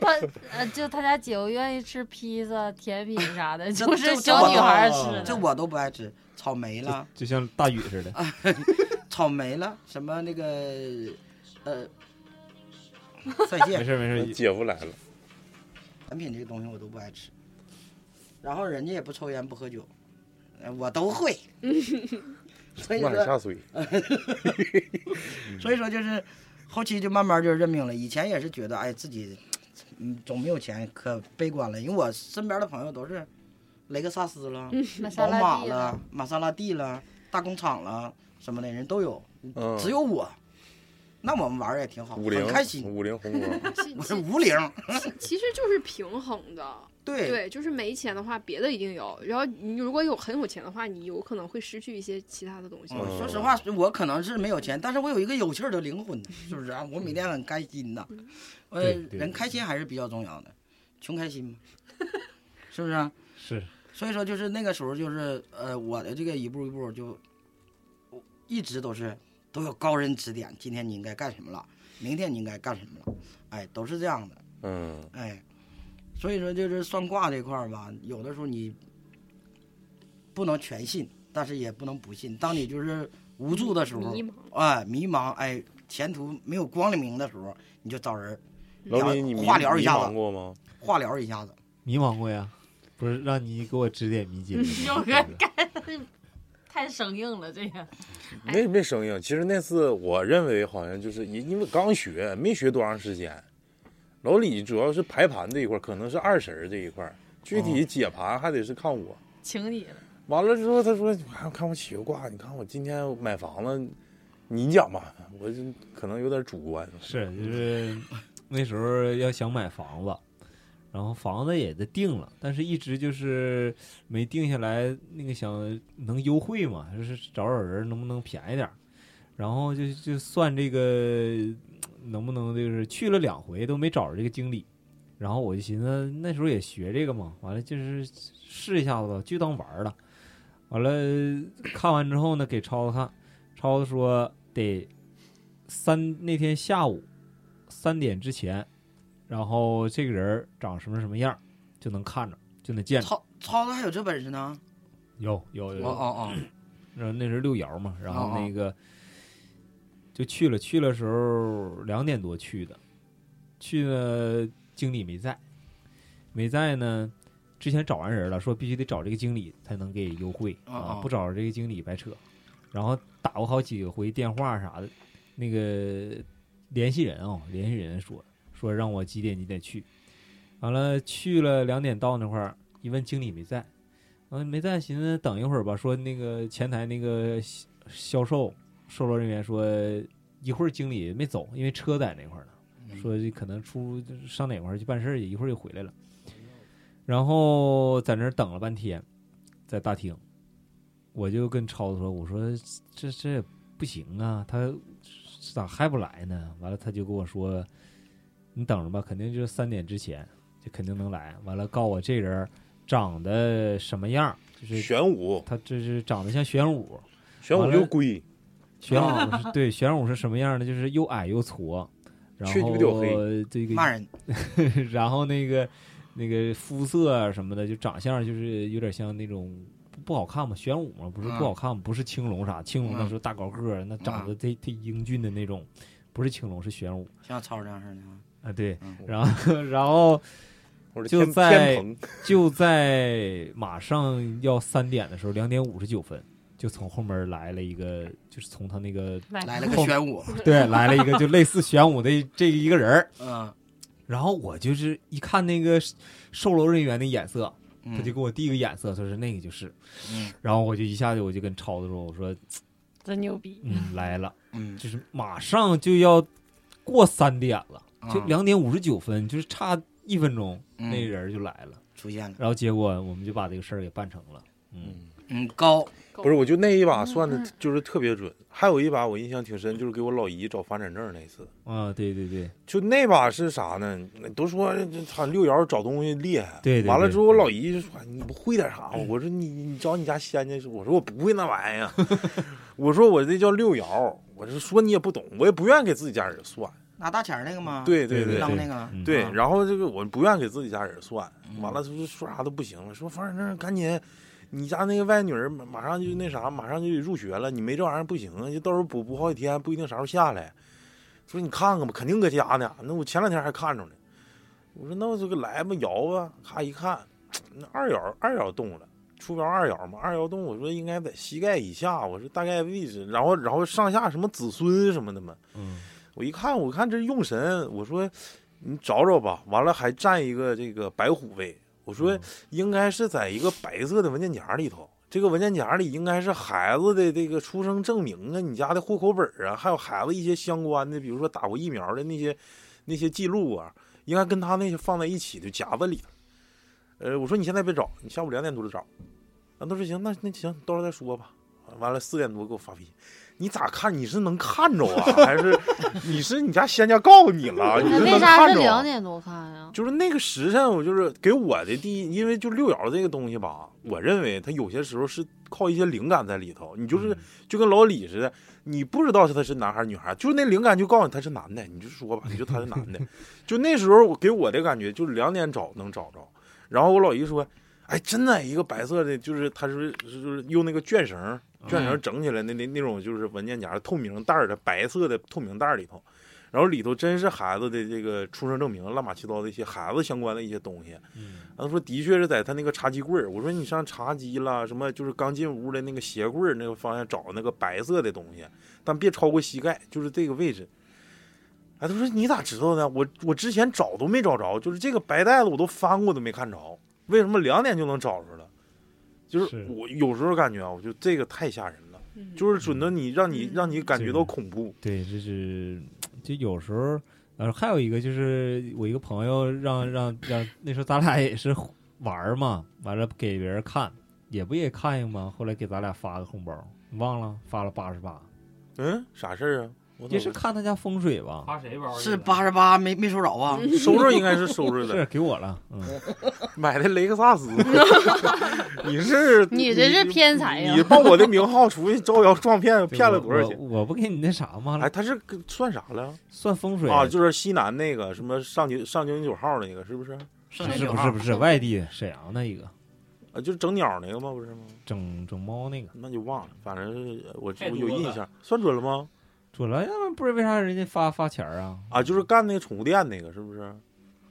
S6: 他呃，就他家姐夫愿意吃披萨、甜品啥的，
S5: 这
S6: 就
S5: 这
S6: 是
S5: 这
S6: 小
S5: 我
S6: 女
S5: 都
S6: 孩吃的。
S5: 这我都不爱吃，草莓了，
S3: 就像大禹似
S5: 哎
S3: 的，
S5: 草莓了，什么那个， 呃，再
S3: 没
S5: 见，
S3: 事没事，
S2: 姐夫来了，
S5: 产品这个东西我都不爱吃。然后人家也不抽烟不喝酒，呃我都 会。所以
S2: 往哪
S5: 说，
S2: 下水？
S5: 所以说就是后期就慢慢就认命了。以前也是觉得，哎，自己嗯总没有钱，可悲观了。因为我身边的朋友都是雷克萨斯了、
S6: 玛莎嗯
S5: 宝
S6: 拉
S5: 马
S6: 蒂
S5: 了、玛莎拉蒂了、大工厂了什么的人都有，
S2: 嗯，
S5: 只有我。那我们玩儿也挺好，
S2: 五菱
S5: 很开心。
S2: 五菱宏 光，
S8: 其
S5: 我是
S8: 其
S5: 无零，
S8: 其实就是平衡的，
S5: 对
S8: 对，就是没钱的话，别的一定有。然后你如果有很有钱的话，你有可能会失去一些其他的东西。
S5: 嗯
S3: 哦
S5: 说实话，我可能是没有钱，但是我有一个有趣儿的灵魂，是不是啊？我每天很开心呐。
S8: 嗯
S5: 呃
S3: 对，对
S5: 人开心还是比较重要的，穷 开心嘛，是不是、啊？
S3: 是
S5: 所以说，就是那个时候，就是呃，我的这个一步一步就，我一直都是都有高人指点，今天你应该干什么了，明天你应该干什么了，哎，都是这样的。
S2: 嗯，
S5: 哎，所以说就是算卦这块儿吧，有的时候你不能全信，但是也不能不信。当你就是无助的时候，
S8: 迷茫，
S5: 哎，迷茫，哎，前途没有光明的时候，你就找人
S2: 老李，你迷
S5: 啊化疗一
S2: 迷
S5: 下子
S2: 茫过吗？
S5: 化疗一下子。
S3: 迷茫过呀，不是让你给我指点 迷津吗，
S6: 有人干，太生硬了，这个
S5: 哎
S2: 没没生硬。其实那次我认为好像就是因因为刚学，没学多长时间。老李主要是排盘这一块儿，可能是二婶儿这一块儿，具
S5: 哦
S2: 体解盘还得是看我。
S6: 请你了。
S2: 完了之后，他说：“你看，看我起个卦，你看我今天买房了，你讲吧。”我就可能有点主观。
S3: 是就是那时候要想买房子，然后房子也得定了，但是一直就是没定下来，那个想能优惠嘛，就是找找人能不能便宜点儿，然后就就算这个能不能就是去了两回都没找着这个经理，然后我就寻思那时候也学这个嘛，完了就是试一下子吧，就当玩儿了。完了看完之后呢，给超子看，超子说得三那天下午三点之前，然后这个人儿长什么什么样儿就能看着，就能见着。
S5: 超超子还有这本事呢？
S3: 有有有
S5: 哦哦
S3: 然后那时候六爻嘛，然后
S5: 哦哦
S3: 那个就去了，去的时候两点多去的，去了经理没在，没在呢，之前找完人了，说必须得找这个经理才能给优惠
S5: 哦
S3: 啊
S5: 哦，
S3: 不找这个经理白扯。然后打过好几回电话啥的，那个联系人啊、联系人说说让我几点几点去，完了去了两点到那块儿，一问经理没在，完了没在，寻思等一会儿吧，说那个前台那个销销售售楼人员说一会儿经理没走，因为车在那块儿呢。
S5: 嗯
S3: 说这可能出上哪块儿去办事儿去，一会儿就回来了。然后在那儿等了半天，在大厅，我就跟超子说：“我说这这也不行啊，他咋还不来呢？”完了，他就跟我说：“你等着吧，肯定就是三点之前，就肯定能来。”完了，告我这人儿长得什么样儿，
S5: 嗯
S3: 就是
S2: 玄武，
S3: 他这是长得像玄武，
S2: 玄武
S3: 完了
S2: 就龟，
S3: 玄武是对玄武是什么样的？就是又矮又矬，然
S2: 缺
S3: 后
S2: 鸡不掉黑
S3: 这个
S5: 骂人，
S3: 然后那个那个肤色啊什么的，就长相就是有点像那种不不好看嘛，玄武嘛，不是不
S5: 嗯
S3: 好看，不是青龙啥，青龙那时候大高个儿，那长得忒忒英俊的那种，不是青龙是玄武
S5: 像超这样似的啊。
S3: 啊，对
S5: 嗯，
S3: 然后 然后
S2: 我是
S3: 就
S2: 天天
S3: 在
S2: 蓬，
S3: 就在马上要三点的时候，两点五十九分。就从后门来了一个，就是从他那个
S6: 哎
S5: 来了个
S3: 后
S5: 玄武，
S3: 对来了一个，就类似玄武的这一个人儿。
S5: 嗯，
S3: 然后我就是一看那个售楼人员的眼色，
S5: 嗯
S3: 他就给我递一个眼色，他说那个就是，
S5: 嗯
S3: 然后我就一下子我就跟超子说，我说
S6: 真牛逼！
S3: 嗯来了，
S5: 嗯
S3: 就是马上就要过三点了， 就
S5: 啊
S3: 两点五十九分，就是差一分钟，
S5: 嗯
S3: 那人就来了，
S5: 出现了，
S3: 然后结果我们就把这个事儿给办成了，嗯，
S2: 嗯，
S5: 嗯，高
S2: 不是，我就那一把算的就是特别准，还有一把我印象挺深，就是给我老姨找房产证那次。
S3: 啊，对对对，
S2: 就那把是啥呢？都说这好像六爻找东西厉害。
S3: 对对对
S2: 完了之后，我老姨就说：“哎你不会点啥？”我说：“你你找你家仙去。”我说：“我不会那玩意儿。”啊 我说：“我这叫六爻。”我是说你也不懂，我也不愿给自己家人算。
S5: 拿大钱儿那个吗？
S2: 对对
S3: 啊对
S5: 当
S3: 对
S5: 那个
S3: 嗯
S2: 对，
S5: 啊
S2: 然后这个我不愿给自己家人算，完了就是说啥都不行了，说房产证赶紧，你家那个外女儿马马上就那啥，马上就得入学了，你没这玩意儿不行啊，就到时候补补好几天，不一定啥时候下来。说你看看吧，肯定搁家呢。那我前两天还看着呢，我说那我这个来吧，摇吧，咔一看，那二爻二爻动了。出标二爻嘛，二爻动，我说应该在膝盖以下，我说大概位置，然后然后上下什么子孙什么的嘛，
S3: 嗯，
S2: 我一看，我看这是用神，我说你找找吧。完了还占一个这个白虎位，我说应该是在一个白色的文件夹里头。这个文件夹里应该是孩子的这个出生证明啊，你家的户口本啊，还有孩子一些相关的，比如说打过疫苗的那些那些记录啊，应该跟他那些放在一起的夹子里了。呃，我说你现在别找，你下午两点多就找。啊，他说行，那那行，到时候再说吧。完了四点多给我发脾气，你咋看？你是能看着啊，还是 你是你家仙家告诉你了？你
S6: 哎
S2: 是
S6: 为
S2: 能
S6: 啥
S2: 看
S6: 是
S2: 着
S6: 两
S2: 啊？
S6: 点多看呀？
S2: 就是那个时辰，我就是给我的第一，因为就六爻这个东西吧，我认为它有些时候是靠一些灵感在里头。你就是就跟老李似的，你不知道他是男孩儿女孩儿，就是那灵感就告诉你他是男的，你就说吧，你就他是男的。就那时候我给我的感觉就是两点找能找着，然后我老姨说，哎，真的一个白色的，就是他是是就是用那个卷绳儿卷绳儿整起来那那那种就是文件夹透明袋儿的白色的透明袋儿里头。然后里头真是孩子的这个出生证明，乱七八糟的一些孩子相关的一些东西。
S3: 嗯
S2: 他说的确是在他那个茶几柜儿，我说你上茶几了，什么就是刚进屋的那个鞋柜儿那个方向找那个白色的东西，但别超过膝盖，就是这个位置。哎，他说你咋知道呢？我我之前找都没找着，就是这个白袋子我都翻过都没看着，为什么两点就能找着了？就是
S3: 是
S2: 我有时候感觉啊，我就这个太吓人了，
S8: 嗯
S2: 就是准的你让你
S8: 嗯
S2: 让你感觉到
S3: 对
S2: 恐怖。
S3: 对，这是就有时候，呃，还有一个就是我一个朋友让让让那时候咱俩也是玩儿嘛，完了给别人看，也不也看一吗？后来给咱俩发个红包，你忘了发了八十八，
S2: 嗯，啥事儿啊？我
S3: 也
S2: 怎
S3: 是
S2: 么
S3: 看他家风水吧。
S2: 啊
S1: 趴谁玩儿去
S5: 是
S1: 了
S5: 八十八没没收着啊？
S2: 收着应该是收着的，
S3: 是给我了，嗯，
S2: 买的雷克 萨斯，你是
S6: 你这是偏财呀
S2: 你报我的名号出去招摇撞骗，
S3: 对
S2: 骗
S3: 我
S2: 了多少钱？
S3: 我我不给你那啥吗？
S2: 哎，他是跟算啥了
S3: 算风水
S2: 啊？就是西南那个什么上九上九零九号那个是不是？
S5: 是
S3: 不是不是不是外地沈阳的一个
S2: 啊，就是整鸟那个吗？不是吗？
S3: 整整猫那个，
S2: 那就忘了，反正是我
S1: 太
S2: 我
S1: 多
S2: 有印
S1: 了
S2: 象，算准了吗？
S3: 准了，要不不知道为啥人家发发钱儿啊？
S2: 啊，就是干那个宠物店那个是不是？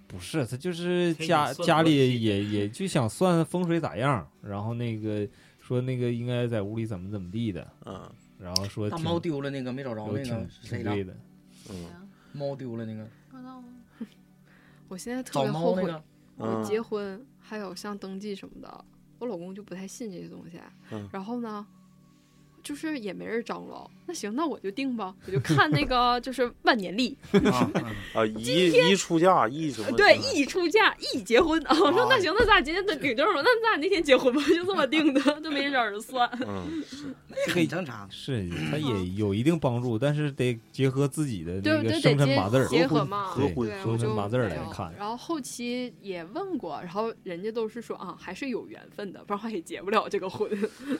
S3: 不是，他就是
S1: 天
S3: 家
S1: 天算
S3: 家
S1: 东
S3: 里
S1: 西
S3: 也也就想算风水咋样，然后那个说那个应该在屋里怎么怎么地的，
S2: 嗯
S3: 然后说
S5: 大
S3: 挺
S5: 猫丢了那个没找着
S3: 有
S5: 那
S3: 挺
S5: 个
S3: 挺
S5: 谁了？
S3: 对的，
S2: 嗯
S8: 啊
S5: 猫丢了那个
S6: 不知道啊
S8: 我现在特
S5: 找
S8: 别后
S5: 猫 那
S8: 悔，
S5: 个，
S8: 我
S2: 嗯
S8: 结婚还有像登记什么的，我老公就不太信这些东西。
S2: 嗯
S8: 然后呢，就是也没人张罗。那行，那我就定吧， 我就看那 个就是万年历，
S5: 啊啊
S2: 啊，一一出价一什么？
S8: 对，一出嫁一结婚啊。
S5: 哎
S8: 我说那行，那咱俩今天就领证吧，那咱俩那天结婚吧，就这么定的，就没找人算。
S2: 嗯，
S5: 这很正常。啊
S3: 是他也有一定帮助，但是得结合自己的那
S8: 对，
S3: 个
S8: 就
S3: 生
S8: 得
S3: 辰
S8: 结
S3: 八字儿，
S8: 结合嘛，
S2: 合
S8: 对，
S2: 婚
S3: 生
S8: 我
S3: 辰
S8: 就
S3: 八字
S8: 没
S3: 儿来
S8: 有
S3: 看
S8: 然后后期也问过，然后人家都是说啊，还是有缘分的，不然也结不了这个婚。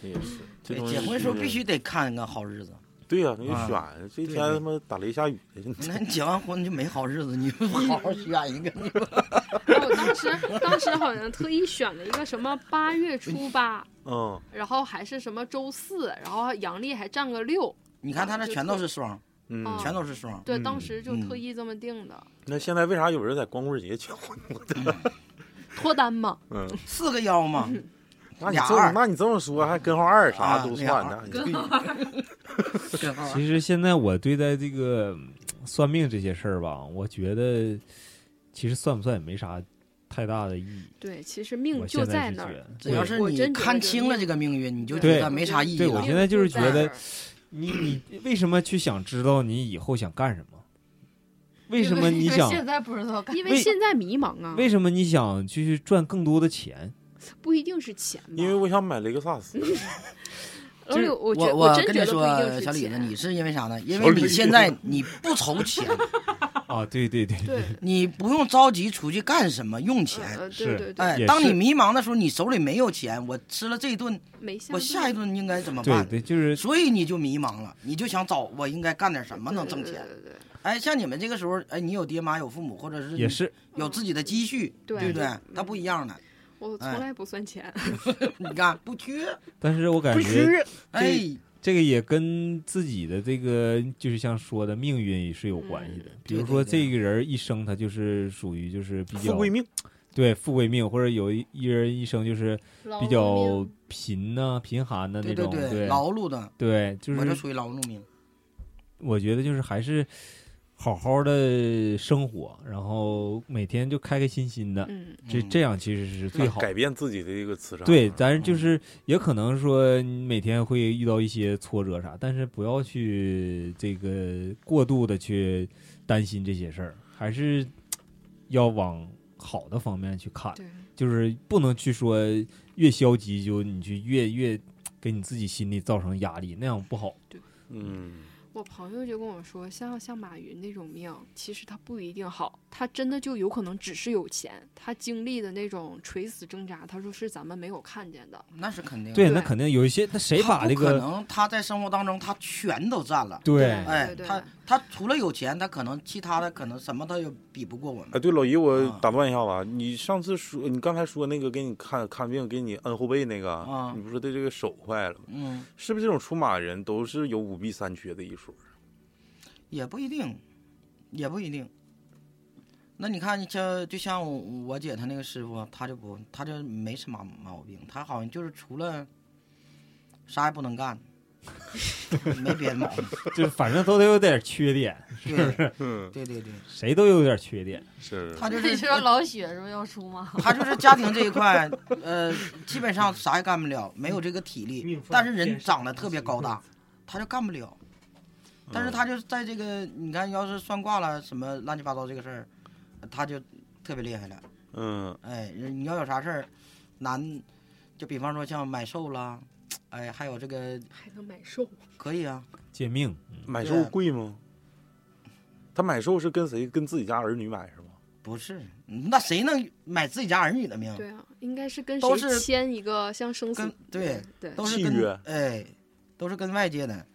S2: 也是。这
S5: 对
S2: 东西
S5: 结婚的时候
S2: 是
S5: 必须得看个好日子，
S2: 对呀，你就
S5: 啊
S2: 选这
S5: 对
S2: 天
S5: 对
S2: 他妈打雷下雨的，
S5: 那你结完婚就没 好日子，你不好好选一个，
S8: 然后我当时当时好像特意选了一个什么八月
S3: 哎
S8: 初八，
S2: 嗯，
S8: 然后还是什么周四，然后阳历还占个六。
S5: 你看他那全都是双，
S2: 嗯
S8: 哦
S5: 全都是双。
S8: 对，
S2: 嗯
S8: 当时就特意这么定的，
S3: 嗯
S2: 那现在为啥有人在光棍节结 婚？
S8: 脱单嘛，
S2: 嗯，
S5: 四个腰嘛，
S2: 那你
S5: 俩
S2: 这么
S5: 二
S2: 那你这么说，还根号二啥
S5: 啊
S2: 都
S5: 俩
S2: 算，
S5: 二
S2: 那你对
S5: 跟号
S3: 其实现在我对待这个嗯算命这些事儿吧，我觉得其实算不算也没啥太大的意义。
S8: 对，其实
S3: 我
S8: 命就
S3: 现
S8: 在
S3: 在是觉
S8: 那儿。
S3: 得，
S5: 只要
S3: 对
S5: 是
S8: 我
S5: 你
S8: 真觉得
S5: 看
S8: 这
S5: 清
S8: 个
S5: 了这个命运，你就
S3: 对
S5: 觉得没啥意义
S3: 对我
S5: 了
S3: 现。在就是
S8: 命
S3: 觉
S8: 在那
S3: 得
S8: 儿
S3: 你你为什么去想知道你以后想干什么？为什
S6: 因
S3: 么你想
S6: 现在不知道干？
S8: 因为
S3: 为
S8: 现在迷茫啊，
S3: 为什么你想去赚更多的钱？
S8: 不一定是钱吧。
S2: 因为我想买雷克 萨斯。
S8: 老李，我觉
S5: 我
S8: 我真
S5: 跟
S8: 觉
S5: 你
S8: 得不一定
S5: 说，
S8: 是
S5: 小李子，
S8: 钱。
S5: 你是因为啥呢？因
S2: 小
S5: 为你
S2: 李子
S5: 现在你不愁钱，
S3: 啊，对对对，
S8: 对，
S5: 你不用着急出去干什么用钱。
S8: 呃，对
S3: 是
S8: 对对，
S5: 哎
S3: 也，
S5: 当
S3: 是
S5: 你迷茫的时候，你手里没有钱，我吃了这一顿，
S8: 没相
S5: 我下一
S8: 对
S5: 顿应该怎么
S3: 对
S5: 办？
S3: 对，就是
S5: 所以你就迷茫了，你就想找我应该干点什么能挣
S8: 对
S5: 钱。
S8: 对对对
S5: 哎，像你们这个时候，哎，你有爹妈有父母，或者是
S3: 也
S5: 你
S3: 是
S5: 有自己的积蓄，
S8: 对
S5: 不对
S8: 对？
S5: 他不一样的，
S8: 我从
S5: 哎
S8: 来不算钱，
S5: 你看不缺，
S3: 但是我感觉
S5: 哎，
S3: 这个也跟自己的这个就是像说的命运是有关系的。比如说
S5: 对对
S3: 这个人一生他就是属于就是比较
S2: 富贵命，
S3: 对富贵命，或者有一一人一生就是
S6: 劳
S3: 比
S6: 碌
S3: 较
S6: 命
S3: 贫呐、贫寒的那
S5: 对对
S3: 种，嗯
S5: 对，劳碌的，
S3: 对就
S5: 我这
S3: 是
S5: 属于劳碌命。
S3: 我觉得就是还是好好的生活，然后每天就开开心心的，
S8: 嗯，
S3: 这
S5: 嗯
S3: 这样其实是最好的。
S2: 改变自己的一个磁场。
S3: 对，咱就是也可能说你每天会遇到一些挫折啥，但是不要去这个过度的去担心这些事儿，还是要往好的方面去看，
S8: 对，
S3: 就是不能去说越消极就你去越越给你自己心里造成压力，那样不好。
S2: 嗯，
S8: 我朋友就跟我说，像像马云那种命，其实他不一定好，他真的就有可能只是有钱，他经历的那种垂死挣扎，他说是咱们没有看见的。
S5: 嗯那是肯定的。
S3: 对，
S8: 对
S3: 那肯定有一些，那谁
S5: 他
S3: 把
S5: 不
S3: 这
S5: 可
S3: 个
S5: 能他在生活当中他全都占了。
S3: 对
S5: 哎，
S8: 对
S5: 他他除了有钱，他可能其他的可能什么他也比不过我
S2: 哎，
S5: 们。
S2: 对，老姨，我
S5: 啊
S2: 打断一下吧。你上次说，你刚才说那个给你看看病，给你摁后背那个，
S5: 啊
S2: 你不是对这个手坏了吗？
S5: 嗯，
S2: 是不是这种出马人都是有五弊三缺的一说？
S5: 也不一定，也不一定。那你看，像就像我我姐她那个师傅，他就不，他就没什么毛病，他好像就是除了啥也不能干，没别的毛病。
S3: 就是反正都得有点缺点，
S5: 对
S2: 嗯，
S5: 对对对，
S3: 谁都有点缺点。
S2: 是
S5: 他 就
S6: 你
S5: 是
S6: 说 老雪是不是要出吗？
S5: 他就是家庭这一块，呃，基本上啥也干不了，没有这个体力
S1: 命，犯
S5: 但是人长得特别高大，他就干不了。
S2: 嗯
S5: 但是他就是在这个，你看，要是算卦了什么乱七八糟这个事儿，他就特别厉害了。
S2: 嗯，
S5: 哎，人你要有啥事儿，难，就比方说像买寿啦，哎，还有这个
S8: 还能买寿？
S5: 可以啊，
S3: 借命，
S2: 买
S5: 对啊
S2: 寿贵吗？他买寿是跟谁？跟自己家儿女买是吗？
S5: 不是，那谁能买自己家儿女的命？
S8: 对啊，应该是跟
S5: 都
S8: 谁
S5: 是
S8: 签一个像生死
S5: 跟对
S8: 对
S5: 都是
S2: 契
S5: 跟
S2: 约
S5: 哎，都是跟外界的，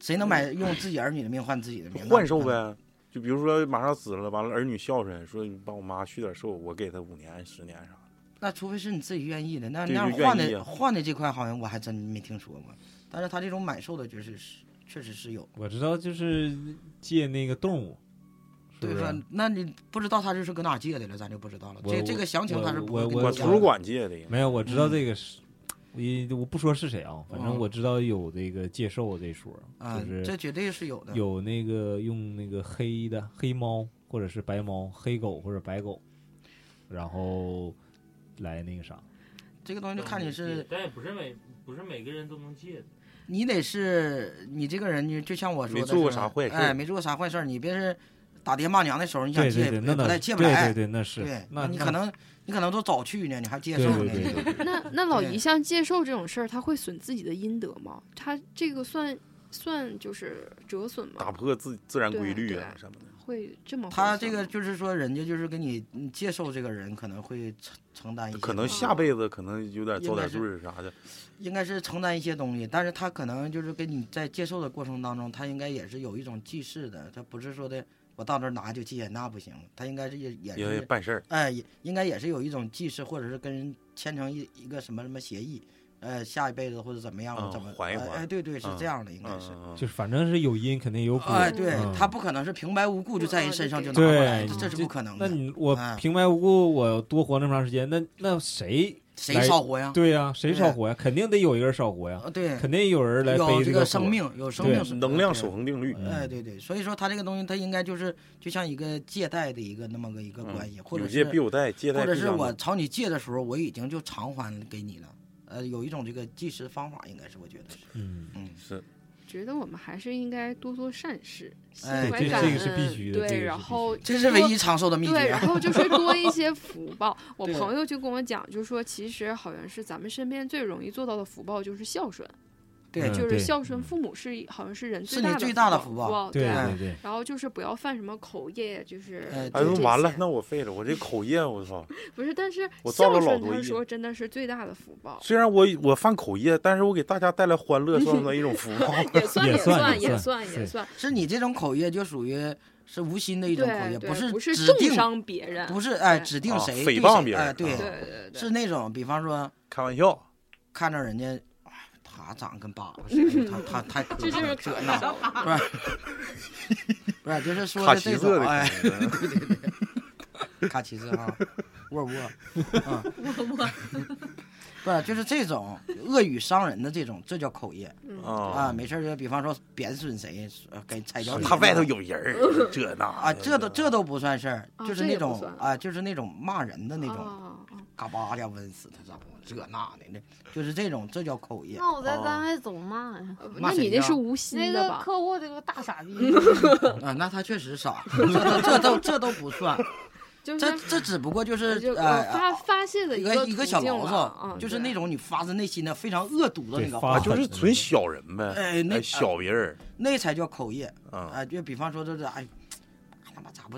S5: 谁能买用自己儿女的命换自己的命？
S2: 换寿。呗。就比如说马上死了，完了儿女孝顺，说你帮我妈续点寿，我给她五年、十年啥的。
S5: 那除非是你自己愿意的，那
S2: 对
S5: 那样
S2: 就愿
S5: 换
S2: 意
S5: 的
S2: 啊
S5: 换的这块好像我还真没听说过，但是他这种买寿的确实是确实是有。
S3: 我知道就是借那个动物，是
S5: 对
S3: 不是
S5: 吧？？那你不知道他这是搁哪借的了，咱就不知道了。
S3: 啊我
S5: 这
S3: 我
S5: 这个详情他是不会
S3: 我
S5: 跟
S3: 我
S5: 你
S2: 我
S5: 讲
S2: 图
S5: 的
S2: 书馆借的，
S3: 没有，我知道这个是，一我不说是谁啊，反正
S5: 嗯
S3: 我知道有这个借寿这一说，
S5: 啊
S3: 就，是
S5: 这绝对是有的。
S3: 有那个用那个黑的黑猫或者是白猫、黑狗或者白狗，然后来那个啥，
S5: 这个东西就
S3: 嗯
S5: 看你是，
S1: 但也不是每不是每个人都能借的。
S5: 你得是你这个人，你就像我说的
S2: 没
S5: 是吧，
S2: 做过啥坏事儿
S5: 哎，没做过啥坏事儿，你别是打爹骂娘的时候，你想
S3: 对
S5: 借
S3: 对对，那
S5: 不
S3: 那
S5: 太
S3: 对
S5: 借不来
S3: 对。对，那是
S5: 对，
S3: 那
S5: 你可能你可能都早去呢，你还接
S3: 对
S5: 受呢。
S3: 对 对对对，
S8: 那那老姨
S5: 对
S8: 像借寿这种事儿，他会损自己的阴德吗？他这个算算就是折损
S2: 打
S8: 吗？
S2: 破自自然规律
S8: 对
S2: 啊
S8: 对
S2: 什么的。
S8: 会这
S3: 哦
S8: 么
S5: 他
S8: 会
S5: 这
S8: 算
S5: 个
S8: 吗
S5: 就是说，人家就是给你你接受这个人可能会承承担一些，
S2: 可能下辈子可能有点遭点罪儿啥的，
S5: 应该是承担一些东西，但是他可能就是跟你在接受的过程当中，他应该也是有一种记事的，他不是说的我到那儿拿就借，那不行，他应该是也也
S2: 因为
S5: 是
S2: 办事儿。
S5: 哎，也应该也是有一种记事，或者是跟人签成一一个什么什么协议，呃，下一辈子或者怎么样，
S2: 嗯
S5: 怎么
S2: 缓一
S5: 哎
S2: 缓
S5: 哎，对对，是
S2: 嗯
S5: 这样的，应该
S2: 嗯
S5: 是。
S2: 嗯
S3: 就是反正是有因肯定有果，
S5: 哎，对
S3: 嗯
S5: 他不可能是平白无故就在人身上就拿过来，
S3: 对，
S5: 这
S3: 你
S5: 这是不可能
S3: 那
S5: 的。
S3: 你我
S5: 嗯
S3: 平白无故我多活那么长时间，那那谁
S5: 谁
S3: 来
S5: 烧活呀？
S3: 对啊呀、谁
S5: 嗯对
S3: 烧活呀？肯定得有一个人烧活呀，
S5: 呃对，
S3: 肯定有人来
S5: 有
S3: 背
S5: 这
S3: 个
S5: 生
S3: 锅。
S5: 命，有生
S3: 对
S5: 命是
S2: 嗯能量守。恒定律
S5: 对，哎，对对，所以说他这个东西，他应该就是就像一个借贷的一个那么个一个关系，或者
S2: 嗯有
S5: 是
S2: 借必有贷，借贷
S5: 或者
S2: 必
S5: 是
S2: 偿还
S5: 我朝你借的时候，我已经就偿还给你了。呃，有一种这个计时方法，应该是我觉得是，
S3: 嗯，
S5: 嗯，
S2: 是
S8: 觉得我们还是应该多做善事，心
S5: 哎
S8: 怀
S5: 这
S8: 感
S5: 这
S8: 恩。
S5: 个是必须的这个
S8: 对，
S5: 是
S8: 然
S5: 必须
S8: 后
S5: 的这是唯
S8: 多
S5: 一长寿的秘
S8: 对，
S5: 诀
S8: 然 后就是多一些福报。我
S5: 对
S8: 朋友就跟我讲，就说其实好像是咱们身边最容易做到的福报就是孝顺。
S5: 对嗯
S8: 就是
S5: 对
S8: 孝顺父母是一好像是人
S5: 是你
S8: 大
S5: 最
S8: 大的
S5: 大的啊
S8: 福
S5: 福报
S8: 对
S5: 对
S8: 吧
S5: 对对
S8: 然后就是不要犯什么口业，就是
S5: 嗯呃
S2: 哎，
S8: 这
S2: 那
S8: 些
S2: 完了，那我废了，我这口业，我操！
S8: 不是，但是
S2: 我造
S8: 孝
S2: 了老
S8: 顺
S2: 多
S8: 他
S2: 业
S8: 说真的是最大的福报。？
S2: 虽然我我犯口业，但是我给大家带来欢乐，算不算一种福报
S8: 也算也算也算也算，
S5: 是你这种口业就属于是无心的一种口业，
S8: 对
S5: 不
S8: 对不是
S5: 指
S8: 重
S5: 定
S8: 伤别人
S5: 不是哎
S8: 对
S5: 指定
S2: 啊
S5: 谁
S2: 诽
S5: 对
S2: 谤
S5: 谁
S2: 别人
S5: 哎对
S2: 啊对
S8: 对
S5: 是那种比方说
S2: 开玩笑，
S5: 看着人家。哎他长得跟粑粑似的，他他太 磕
S8: 这就是开
S5: 碜
S8: 玩
S5: 了
S8: 笑，
S5: 不是 不是，就是说
S2: 卡
S5: 的
S2: 其
S5: 这
S2: 色
S5: 种
S2: 的啊
S5: 哎，
S2: 可
S5: 对
S2: 能
S5: 对对，卡其色啊，沃 沃啊，
S6: 我
S5: 不是，就是这种恶语伤人的这种，这叫口业
S2: 嗯
S5: 啊！没事儿就比方说贬损谁，呃给踩脚底。
S2: 他外头有人 儿，这那
S5: 啊，这都这都不算事儿，
S8: 啊
S5: 就是
S8: 这也
S5: 那
S8: 不
S5: 种
S8: 算
S5: 啊，就是那种骂人的那种，
S8: 啊，
S5: 嘎巴的温死他，咋不这那的呢？就是这种，这叫口业。
S6: 那我
S3: 哦
S6: 在
S5: 啊
S6: 单位总骂呀，
S5: 骂
S8: 哦那
S5: 谁
S8: 你那
S5: 呀
S8: 是无心
S6: 那
S8: 的
S6: 个
S8: 吧？嗯
S6: 客户这个大傻 逼，
S5: 啊，那他确实傻，这都这都这都不算，
S8: 就
S5: 这
S8: 是
S5: 这只不过就是
S8: 就呃
S5: 呃
S8: 发发泄的
S5: 一
S8: 个
S5: 个
S8: 途
S5: 一个小
S8: 径
S5: 牢
S8: 了啊
S5: 骚，就是
S8: 对
S5: 那种你发自内心的非常恶毒的那个
S3: 对
S5: 话
S3: 发，
S2: 就是纯小人呗，
S5: 哎那
S2: 小别人
S5: 那才叫口业。
S2: 儿啊，
S5: 啊，就比方说就是哎，他妈咋不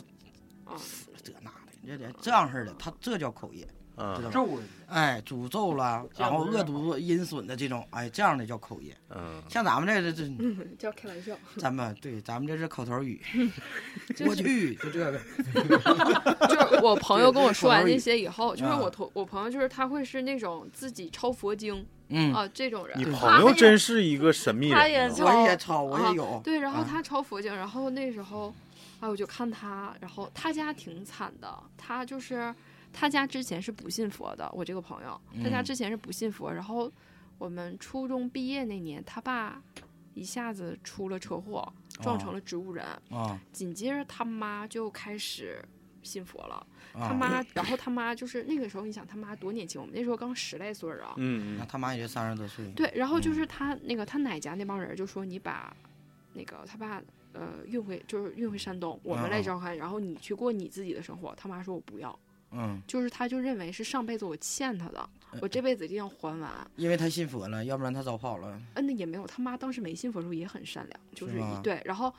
S8: 啊
S5: 这那的，这这这样式的，他这叫口业，知
S2: 嗯
S5: 道吗？哎，诅咒啦，然后恶毒阴损的这种，哎，这样的叫口业。
S2: 嗯，
S5: 像咱们这这这，
S8: 叫开玩笑，
S5: 咱们对咱们这是口头语，
S8: 嗯 就
S5: 我
S8: 是
S5: 去，就这个，
S8: 就是我朋友跟我说完
S5: 对
S8: 这
S5: 这
S8: 些以后，就是
S5: 啊
S8: 我同我朋友就是他会是那种自己抄佛经
S5: 嗯，
S8: 啊这种人
S2: 你，朋友真是一个神秘
S6: 他
S2: 人
S6: 也
S2: 呐，
S5: 我也抄，我
S8: 啊
S5: 也有，
S8: 对，然后
S5: 啊
S8: 他抄佛经，然后那时候，哎，我就看他，然后他家挺惨的，他就是他家之前是不信佛的，我这个朋友，他家
S5: 嗯
S8: 之前是不信佛，然后我们初中毕业那年，他爸一下子出了车祸，撞成
S5: 哦
S8: 了植物人，
S5: 啊，
S8: 紧接着他妈就开始信佛了，
S5: 他
S2: 哦
S8: 他妈，然后他妈就是那个时候，你想他妈多年轻，我们那时候刚十来岁儿啊，
S2: 嗯
S5: 那
S2: 嗯，
S5: 他妈也就三十多岁，
S8: 对，然后就是他那个他奶家那帮人就说你把那个他爸呃运回就是运回山东，我们来
S5: 嗯嗯
S8: 照看，然后你去过你自己的生活。他妈说我不要，
S5: 嗯，
S8: 就是他就认为是上辈子我欠他的，我这辈子一定要还完。
S5: 因为他信佛了，要不然他早跑了。
S8: 嗯，那也没有，他妈当时没信佛的时候也很善良，就是是一
S5: 吗
S8: 对，然后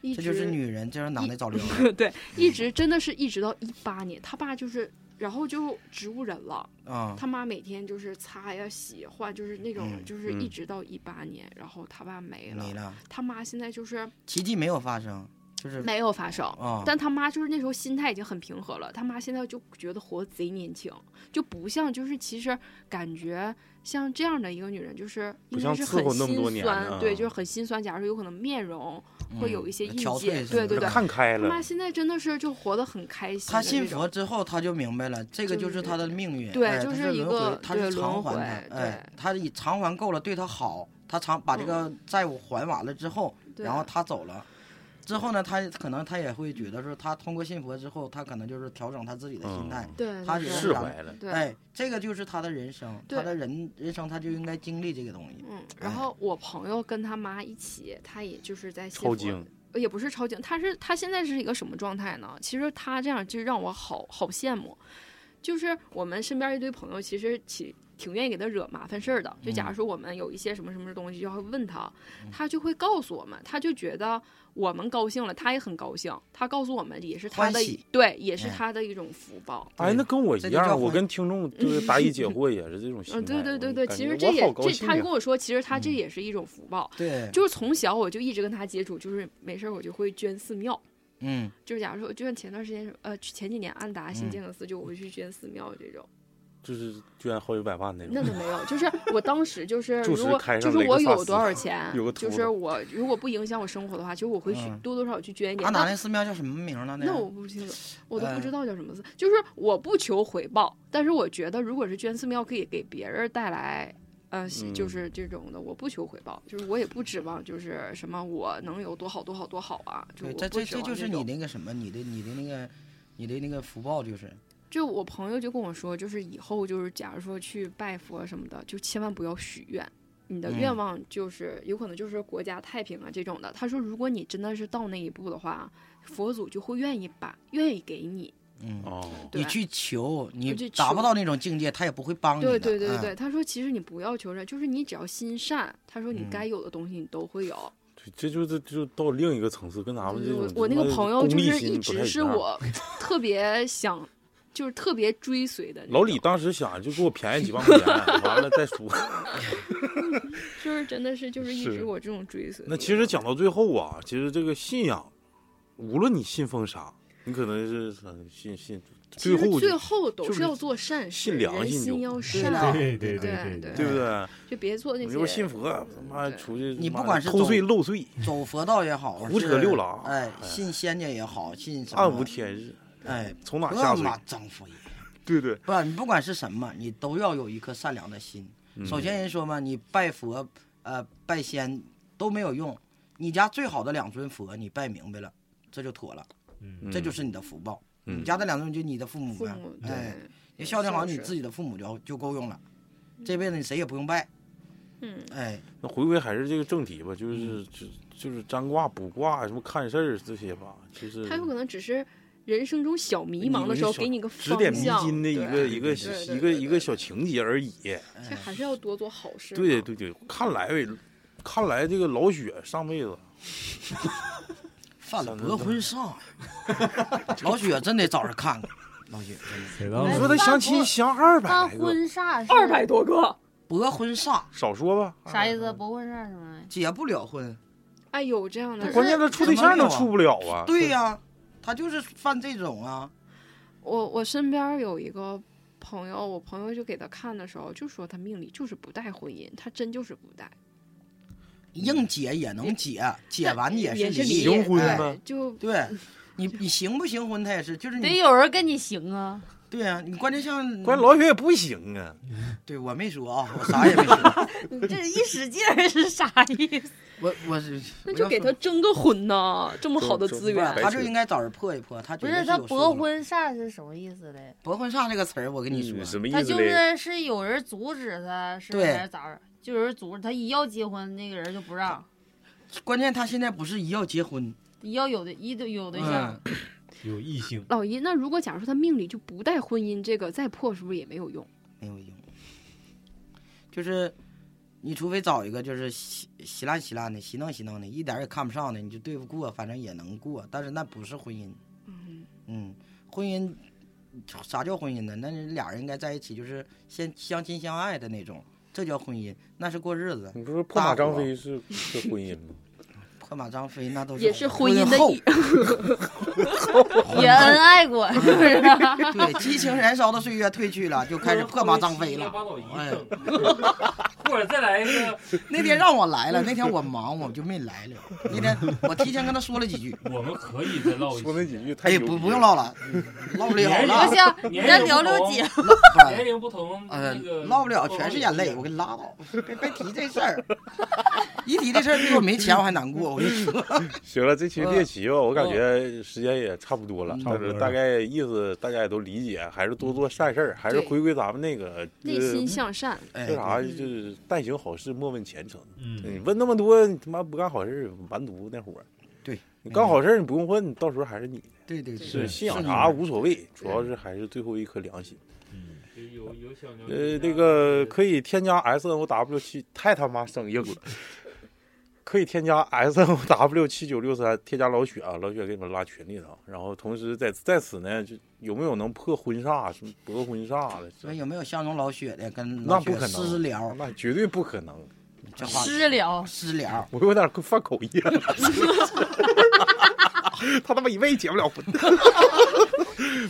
S8: 一
S5: 这
S8: 直
S5: 就是女人，这让男的早聊。
S8: 对，一直真的是一直到一八年，他爸就是然后就植物人了。
S5: 啊，
S8: 他妈每天就是擦呀、洗、换，就是那种，
S5: 嗯
S8: 就是一
S2: 嗯
S8: 直到一八年，然后他爸没了。
S5: 没了，
S8: 他妈现在就是
S5: 奇迹没有发生，就是
S8: 没有发生，
S5: 啊，
S8: 但他妈就是那时候心态已经很平和了。他妈现在就觉得活得贼年轻，就不像就是其实感觉像这样的一个女人，就是应
S2: 不
S8: 该
S2: 像
S8: 是
S2: 伺候
S8: 很
S2: 那么多
S8: 心
S2: 年
S8: 酸，
S2: 了
S8: 对，
S2: 啊
S8: 就是很心酸。假如有可能面容会有一些
S5: 嗯
S8: 印
S5: 憔
S8: 记，
S5: 悴
S8: 对
S5: 似
S8: 对
S5: 的
S8: 对。
S2: 看开
S8: 他
S2: 了
S8: 妈，现在真的是就活得很开心。
S5: 他信佛，之后，他就明白了，这个
S8: 就
S5: 就是是他的命运，
S8: 对
S5: 哎
S8: 就
S5: 他
S8: 是
S5: 是
S8: 一
S5: 轮
S8: 个
S5: 回，他
S8: 对
S5: 是偿
S8: 轮
S5: 还
S8: 回
S5: 的，哎
S8: 对，
S5: 他以偿还够了，对他好，他偿把这个债务还完了之后，
S8: 嗯对啊
S5: 然后他走了。之后呢，他可能他也会觉得说，他通过信佛之后，他可能就是调整他自己的心态，
S8: 嗯对，
S5: 他
S8: 对
S5: 觉得
S2: 释怀了，
S8: 对，
S5: 哎，这个就是他的人生，
S8: 对
S5: 他的人人生他就应该经历这个东西，
S8: 嗯。然
S5: 哎
S8: 后我朋友跟他妈一起，他也就是在信
S2: 超
S8: 佛
S2: 精，
S8: 呃也不是超警，他是他现在是一个什么状态呢？其实他这样就让我好好羡慕，就是我们身边一堆朋友，其实挺挺愿意给他惹麻烦事儿的。就
S5: 嗯
S8: 假如说我们有一些什么什么东西，就会问他，他就会告诉我们，他就觉得我们高兴了，他也很高兴，他告诉我们也是他的
S5: 欢喜
S8: 对，也是
S5: 哎
S8: 他的一种福报。
S2: 哎，那跟我一
S5: 这就叫
S2: 样，我跟 听众就是答疑解惑也是这种心态。
S8: 嗯，对对对
S2: 我
S8: 对，
S2: 感
S8: 其
S2: 觉
S8: 实
S2: 我
S8: 这也
S2: 好高
S8: 这
S2: 兴
S8: 他
S2: 呀嗯
S8: 跟我说，其实他这也是一种福报。
S5: 对，
S8: 就是从小我就一直跟他接触，就是没事儿我就会捐寺庙，
S5: 嗯，
S8: 就是假如说，就像前段时间，呃，前几年安达新
S5: 嗯
S8: 建的寺，就我会去捐寺庙这种，
S2: 就是捐好几百万那
S8: 那
S2: 种，
S8: 倒没有，就是我当时就是
S2: 住
S8: 如
S2: 持
S8: 果
S2: 开
S8: 就
S2: 上
S8: 是
S2: 雷克
S8: 我
S2: 萨
S8: 有
S2: 斯
S8: 多少钱
S2: 有个，
S8: 就
S2: 秃
S8: 是
S2: 子
S8: 我如果不影响我生活的话，就我会去
S5: 嗯
S8: 多多少少去捐一点。
S5: 阿达
S8: 那
S5: 那寺庙叫什么名儿呢？
S8: 那我不清楚，我都不
S5: 呃
S8: 知道叫什么寺，就是我不求回报，但是我觉得如果是捐寺庙，可以给别人带来。呃，就
S2: 嗯
S8: 是这种的，我不求回报，就是我也不指望，就是什么我能有多好多好多好啊，就
S5: 对，
S8: 我
S5: 这
S8: 不
S5: 这
S8: 指
S5: 这
S8: 望
S5: 就是
S8: 这
S5: 你
S8: 种
S5: 那个什么，你的你的那个，你的那个福报就是，
S8: 就我朋友就跟我说，就是以后就是假如说去拜佛什么的，就千万不要许愿，你的
S5: 嗯
S8: 愿望就是有可能就是国家太平啊这种的。他说，如果你真的是到那一步的话，佛祖就会愿意把愿意给你。
S5: 嗯，
S2: 哦，
S8: 对
S5: 你去求，你
S8: 去
S5: 达不
S8: 求
S5: 到那种境界，他也不会帮你
S8: 对
S5: 的。
S8: 对对
S5: 嗯
S8: 对，，他说其实你不要求人，就是你只要心善，他说你
S5: 嗯
S8: 该有的东西你都会有。
S2: 对这就是就到另一个层次，跟咱们
S8: 就
S2: 这
S8: 是
S2: 种
S8: 我我那个
S2: 他妈
S8: 朋友就
S2: 功利
S8: 是
S2: 心
S8: 一
S2: 不太
S8: 直是
S2: 样
S8: 我特别想，就是特别追随的那
S2: 老李
S8: 种
S2: 当时想就给我便宜几万块钱，完了再说。
S8: 就是真的是就是一
S2: 是
S8: 直我这种追随的那种。
S2: 那其实讲到最后啊，其实这个信仰，无论你信奉啥，你可能是嗯信信，
S8: 其
S2: 最
S8: 实
S2: 后
S8: 最
S2: 就
S8: 后
S2: 就
S8: 都
S2: 是
S8: 是要做善事，
S2: 信良
S8: 人
S2: 心
S8: 心
S2: 就
S8: 要
S5: 对
S8: 善，
S5: 的
S3: 对
S8: 对
S3: 对对
S2: 对不对？
S8: 就别做那
S2: 你说
S8: 些
S2: 信佛，啊他妈
S8: 对
S2: 出去
S5: 你
S2: 妈
S5: 不
S2: 的
S5: 管是
S2: 偷税
S5: 走
S2: 漏税，
S5: 走佛道也好，
S2: 胡扯六郎
S5: 是哎，
S2: 哎
S5: 信仙家也好，信什么
S2: 暗无天日，
S5: 哎，
S2: 从哪
S5: 不
S2: 下
S5: 要
S2: 手？
S5: 嘛张佛爷，
S2: 对对，
S5: 不，你不管是什么，你都要有一颗善良的心。
S2: 嗯
S5: 首先人说嘛，你拜佛，呃，拜仙都没有用，你家最好的两尊佛，你拜明白了，这就妥了，
S2: 嗯
S5: 这就是你的福报。
S2: 嗯
S5: 你家的两尊就你的父母
S8: 父
S5: 呗
S8: 母，
S5: 哎
S8: 对，，
S5: 你孝敬好你
S8: 孝顺
S5: 自己的父母就就够用了，这辈子你谁也不用拜，
S8: 嗯，
S5: 哎，
S2: 那回归还是这个正题吧，就是
S5: 嗯
S2: 就就是占卦、卜卦、什么看事儿这些吧，就是
S8: 他有可能只是人生中小迷茫的时候给你个
S2: 指
S8: 方
S2: 点迷
S8: 向，
S2: 津的一个
S8: 对
S2: 一个
S8: 对对
S2: 一个
S8: 对
S2: 一
S8: 对
S2: 个
S8: 对
S2: 小情节而已。
S5: 哎
S8: 其实还是要多做好事嘛。
S2: 对对对，看来看来这个老雪上辈子
S5: 犯了博婚煞呀。 老雪真得找人看看，老雪真的
S3: 谁道
S2: 你说他相亲相二百
S6: 那
S2: 来个，
S6: 婚煞是
S8: 二百多个，
S5: 博婚煞
S2: 少说吧。
S6: 啥意思？不婚煞是什么玩意？
S5: 结不了婚。
S8: 哎，有这样的
S6: 对
S8: 人
S2: 关。键他处对象都处不了啊。
S5: 对呀、他就是犯这种啊。
S8: 我我身边儿有一个朋友，我朋友就给他看的时候就说他命里就是不带婚姻，他真就是不带，
S5: 硬解也能解，解完也
S8: 也
S5: 是
S8: 离
S5: 离。
S2: 行婚
S8: 对
S2: 呗
S8: 就
S5: 对，你你行不行婚，他也是，就是
S6: 得
S5: 你
S6: 有人跟你行啊！
S5: 对呀、你关键像
S2: 关键老雪也不行 啊，
S5: 对我没说啊，我啥也没说，
S6: 你 这一使劲儿是啥意思？
S5: 我我是
S8: 那就给他征个婚呐，这么好的
S2: 征
S8: 资
S5: 不是
S8: 源，
S5: 他就应该找人破一破，他
S6: 不
S5: 绝对
S6: 是
S5: 是
S6: 他
S5: 有
S6: 博
S5: 数的
S6: 婚煞是什么意思嘞？
S5: 博婚煞这个词儿，我跟你说，
S2: 么
S6: 他就是是有人阻止他，是
S5: 对
S6: 还是咋着？就有人阻止他，一要结婚，那个人就不让；
S5: 关键他现在不是一要结婚，
S6: 一要有的，一对有对象
S5: 嗯，，
S3: 有异性，
S5: 哦
S8: 老姨，哦那如果假如说他命里就不带婚姻，这个再破是不是也没有用？
S5: 没有用，就是你除非找一个就是稀稀烂稀烂的、稀弄稀弄的，一点儿也看不上的，你就对不过，反正也能过，但是那不是婚姻。
S8: 嗯，
S5: 嗯，婚姻啥叫婚姻呢？那人俩人应该在一起，就是先相亲相爱的那种，这叫婚姻，那是过日子。
S2: 你不是破马张飞是是婚姻吗？
S5: 破马张飞那都
S8: 也是
S5: 是
S8: 婚姻的
S5: 后
S8: 一，
S6: 也恩爱过，是不是？
S5: 对激情燃烧的岁月褪去了，就开始破马张 飞了。
S1: 把老姨
S5: 哎
S1: 整，或者再来一个，
S5: 那天让我来了，那天我忙，我就没来了。那天我提前跟他说了几句，
S1: 我们可以再唠一
S2: 说
S1: 期
S2: 那。几句太
S5: 哎，
S2: 牛
S5: 不
S2: 逼
S5: 不用
S2: 了，
S5: 唠了，唠不了
S6: 不
S5: 了，
S6: 行，你
S1: 年
S6: 再
S1: 龄
S6: 聊
S1: 不
S6: 聊
S1: 同
S6: 姐。
S5: 不
S1: 年
S5: 是
S1: 龄不同，
S5: 呃
S1: 那个，
S5: 唠不
S8: 哦
S5: 了，全是眼泪，我给你拉倒，别别提这事儿。 一提这事儿，对我没钱我还难过，我就说，
S2: 行了，这期猎奇吧，我感觉时间也差不多了，
S3: 差
S2: 但
S3: 不多
S2: 是
S3: 了
S2: 大概意思大家也都理解，还是多做善事儿，还是
S8: 对
S2: 回归咱们那个
S8: 内
S2: 呃
S8: 心向善，
S5: 哎
S2: 那，啥，就
S8: 嗯
S2: 是但行好事，莫问前程。你
S3: 嗯，
S2: 问那么多，你他妈不干好事，完犊子那伙儿。
S5: 对，
S2: 你干好事儿，你不用问，到时候还是你的。
S5: 对对对，
S2: 是信仰
S5: 你
S2: 啥
S5: 们
S2: 无所谓，主要是还是最后一颗良心。
S1: 有有小牛
S2: 呃，那个可以添加 S N O W 七，太他妈生硬了。 可以添加 S N O W 七九六三，添加老雪啊，老雪给你们拉群里头。然后同时在在此呢，就有没有能破婚煞、什么博婚煞的？
S5: 所以有没有相中老雪的跟
S2: 那
S5: 哎老
S2: 不
S5: 雪
S2: 可能
S5: 私聊？
S2: 那绝对不可能，
S5: 这话
S6: 私聊，
S5: 私聊，
S2: 我有点快犯口音 了。他他妈一辈子结不了 婚。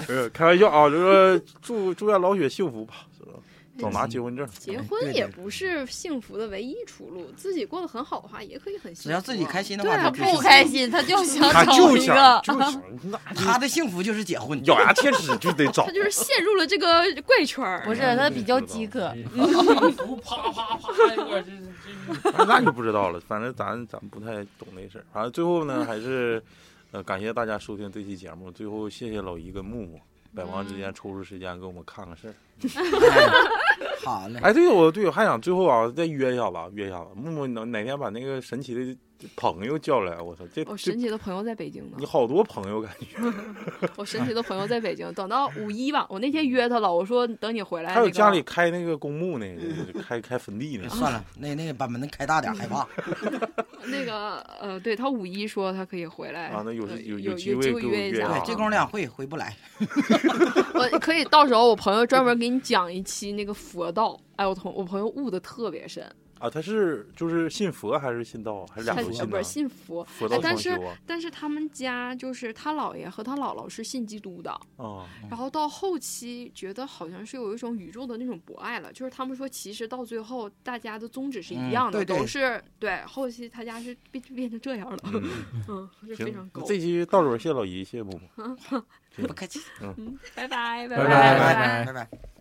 S2: 没有开玩笑啊，就说祝祝愿老雪幸福吧，是吧？早拿结婚证。
S8: 结
S5: 对
S8: 婚
S5: 对
S8: 也不是幸福的唯一出路，自己过得很好的话，也可以很幸福啊。
S5: 只要自己开心的
S8: 对
S5: 话
S8: 啊，
S5: 就
S8: 不
S5: 最幸
S6: 不
S5: 福
S6: 开心，他就想
S2: 他
S6: 找
S2: 就
S6: 一
S2: 想
S6: 个。
S2: 就想那
S5: 他的幸福就是结婚。
S2: 咬牙切齿就得找
S8: 他， 就是陷入了这个怪圈儿。
S6: 不是，他比较 饥渴。
S2: 嗯
S1: 幸福啊啪啪啪，有点这这这
S2: 那就不知道了。反正咱咱不太懂那事儿。反正最后呢，还是呃感谢大家收听这期节目。最后谢谢老姨跟木木，百忙之间抽出时间给我们看个事儿。
S5: 哎 惨了。
S2: 哎，对，我对我还想最后啊，再约一下子，约一下子。木木，哪哪天把那个神奇的朋友叫来？我操，这
S6: 我
S2: 这
S6: 哦神奇的朋友在北京呢
S2: 你，好多朋友感觉。
S6: 我神奇的朋友在北京。等到五一吧，我那天约他了，我说等你回来。
S2: 还有
S6: 哎那个
S2: 家里开那个公墓那个， 开开坟地那个。
S5: 算了，那那把门开大点，害怕。
S8: 嗯
S6: 那个呃，对他五一说他可以回来
S2: 啊那有时
S6: 呃
S2: 有
S6: 有
S2: 有机
S6: 有
S2: 会给我
S6: 约一
S2: 约
S6: 下
S2: 一
S6: 啊
S2: 下
S5: 对，这功夫俩会回不来。
S6: 我可以到时候我朋友专门给你讲一期那个佛道。哎，我同我朋友悟的特别深，
S2: 啊，他是就是信佛还是信道，啊还是
S6: 他
S2: 俩都
S6: 呃
S2: 信
S6: 不
S2: 呢
S6: 是？信佛，
S2: 佛
S6: 哎
S2: 道，
S6: 但
S2: 双修
S6: 是
S2: 啊。
S6: 但是他们家就是他姥爷和他姥姥是信基督的，
S2: 啊，
S6: 然后到后期觉得好像是有一种宇宙的那种博爱了，就是他们说其实到最后大家的宗旨是一
S5: 嗯
S6: 样的，
S5: 对对
S6: 都是对。后期他家是变变成这样了，
S2: 嗯，
S6: 嗯，是非常
S2: 行，
S6: 高。
S2: 这期到这儿，谢谢老姨，谢谢木木。
S5: 不客气，
S6: 嗯，拜拜，拜
S3: 拜
S5: 拜
S3: 拜
S5: 拜拜拜。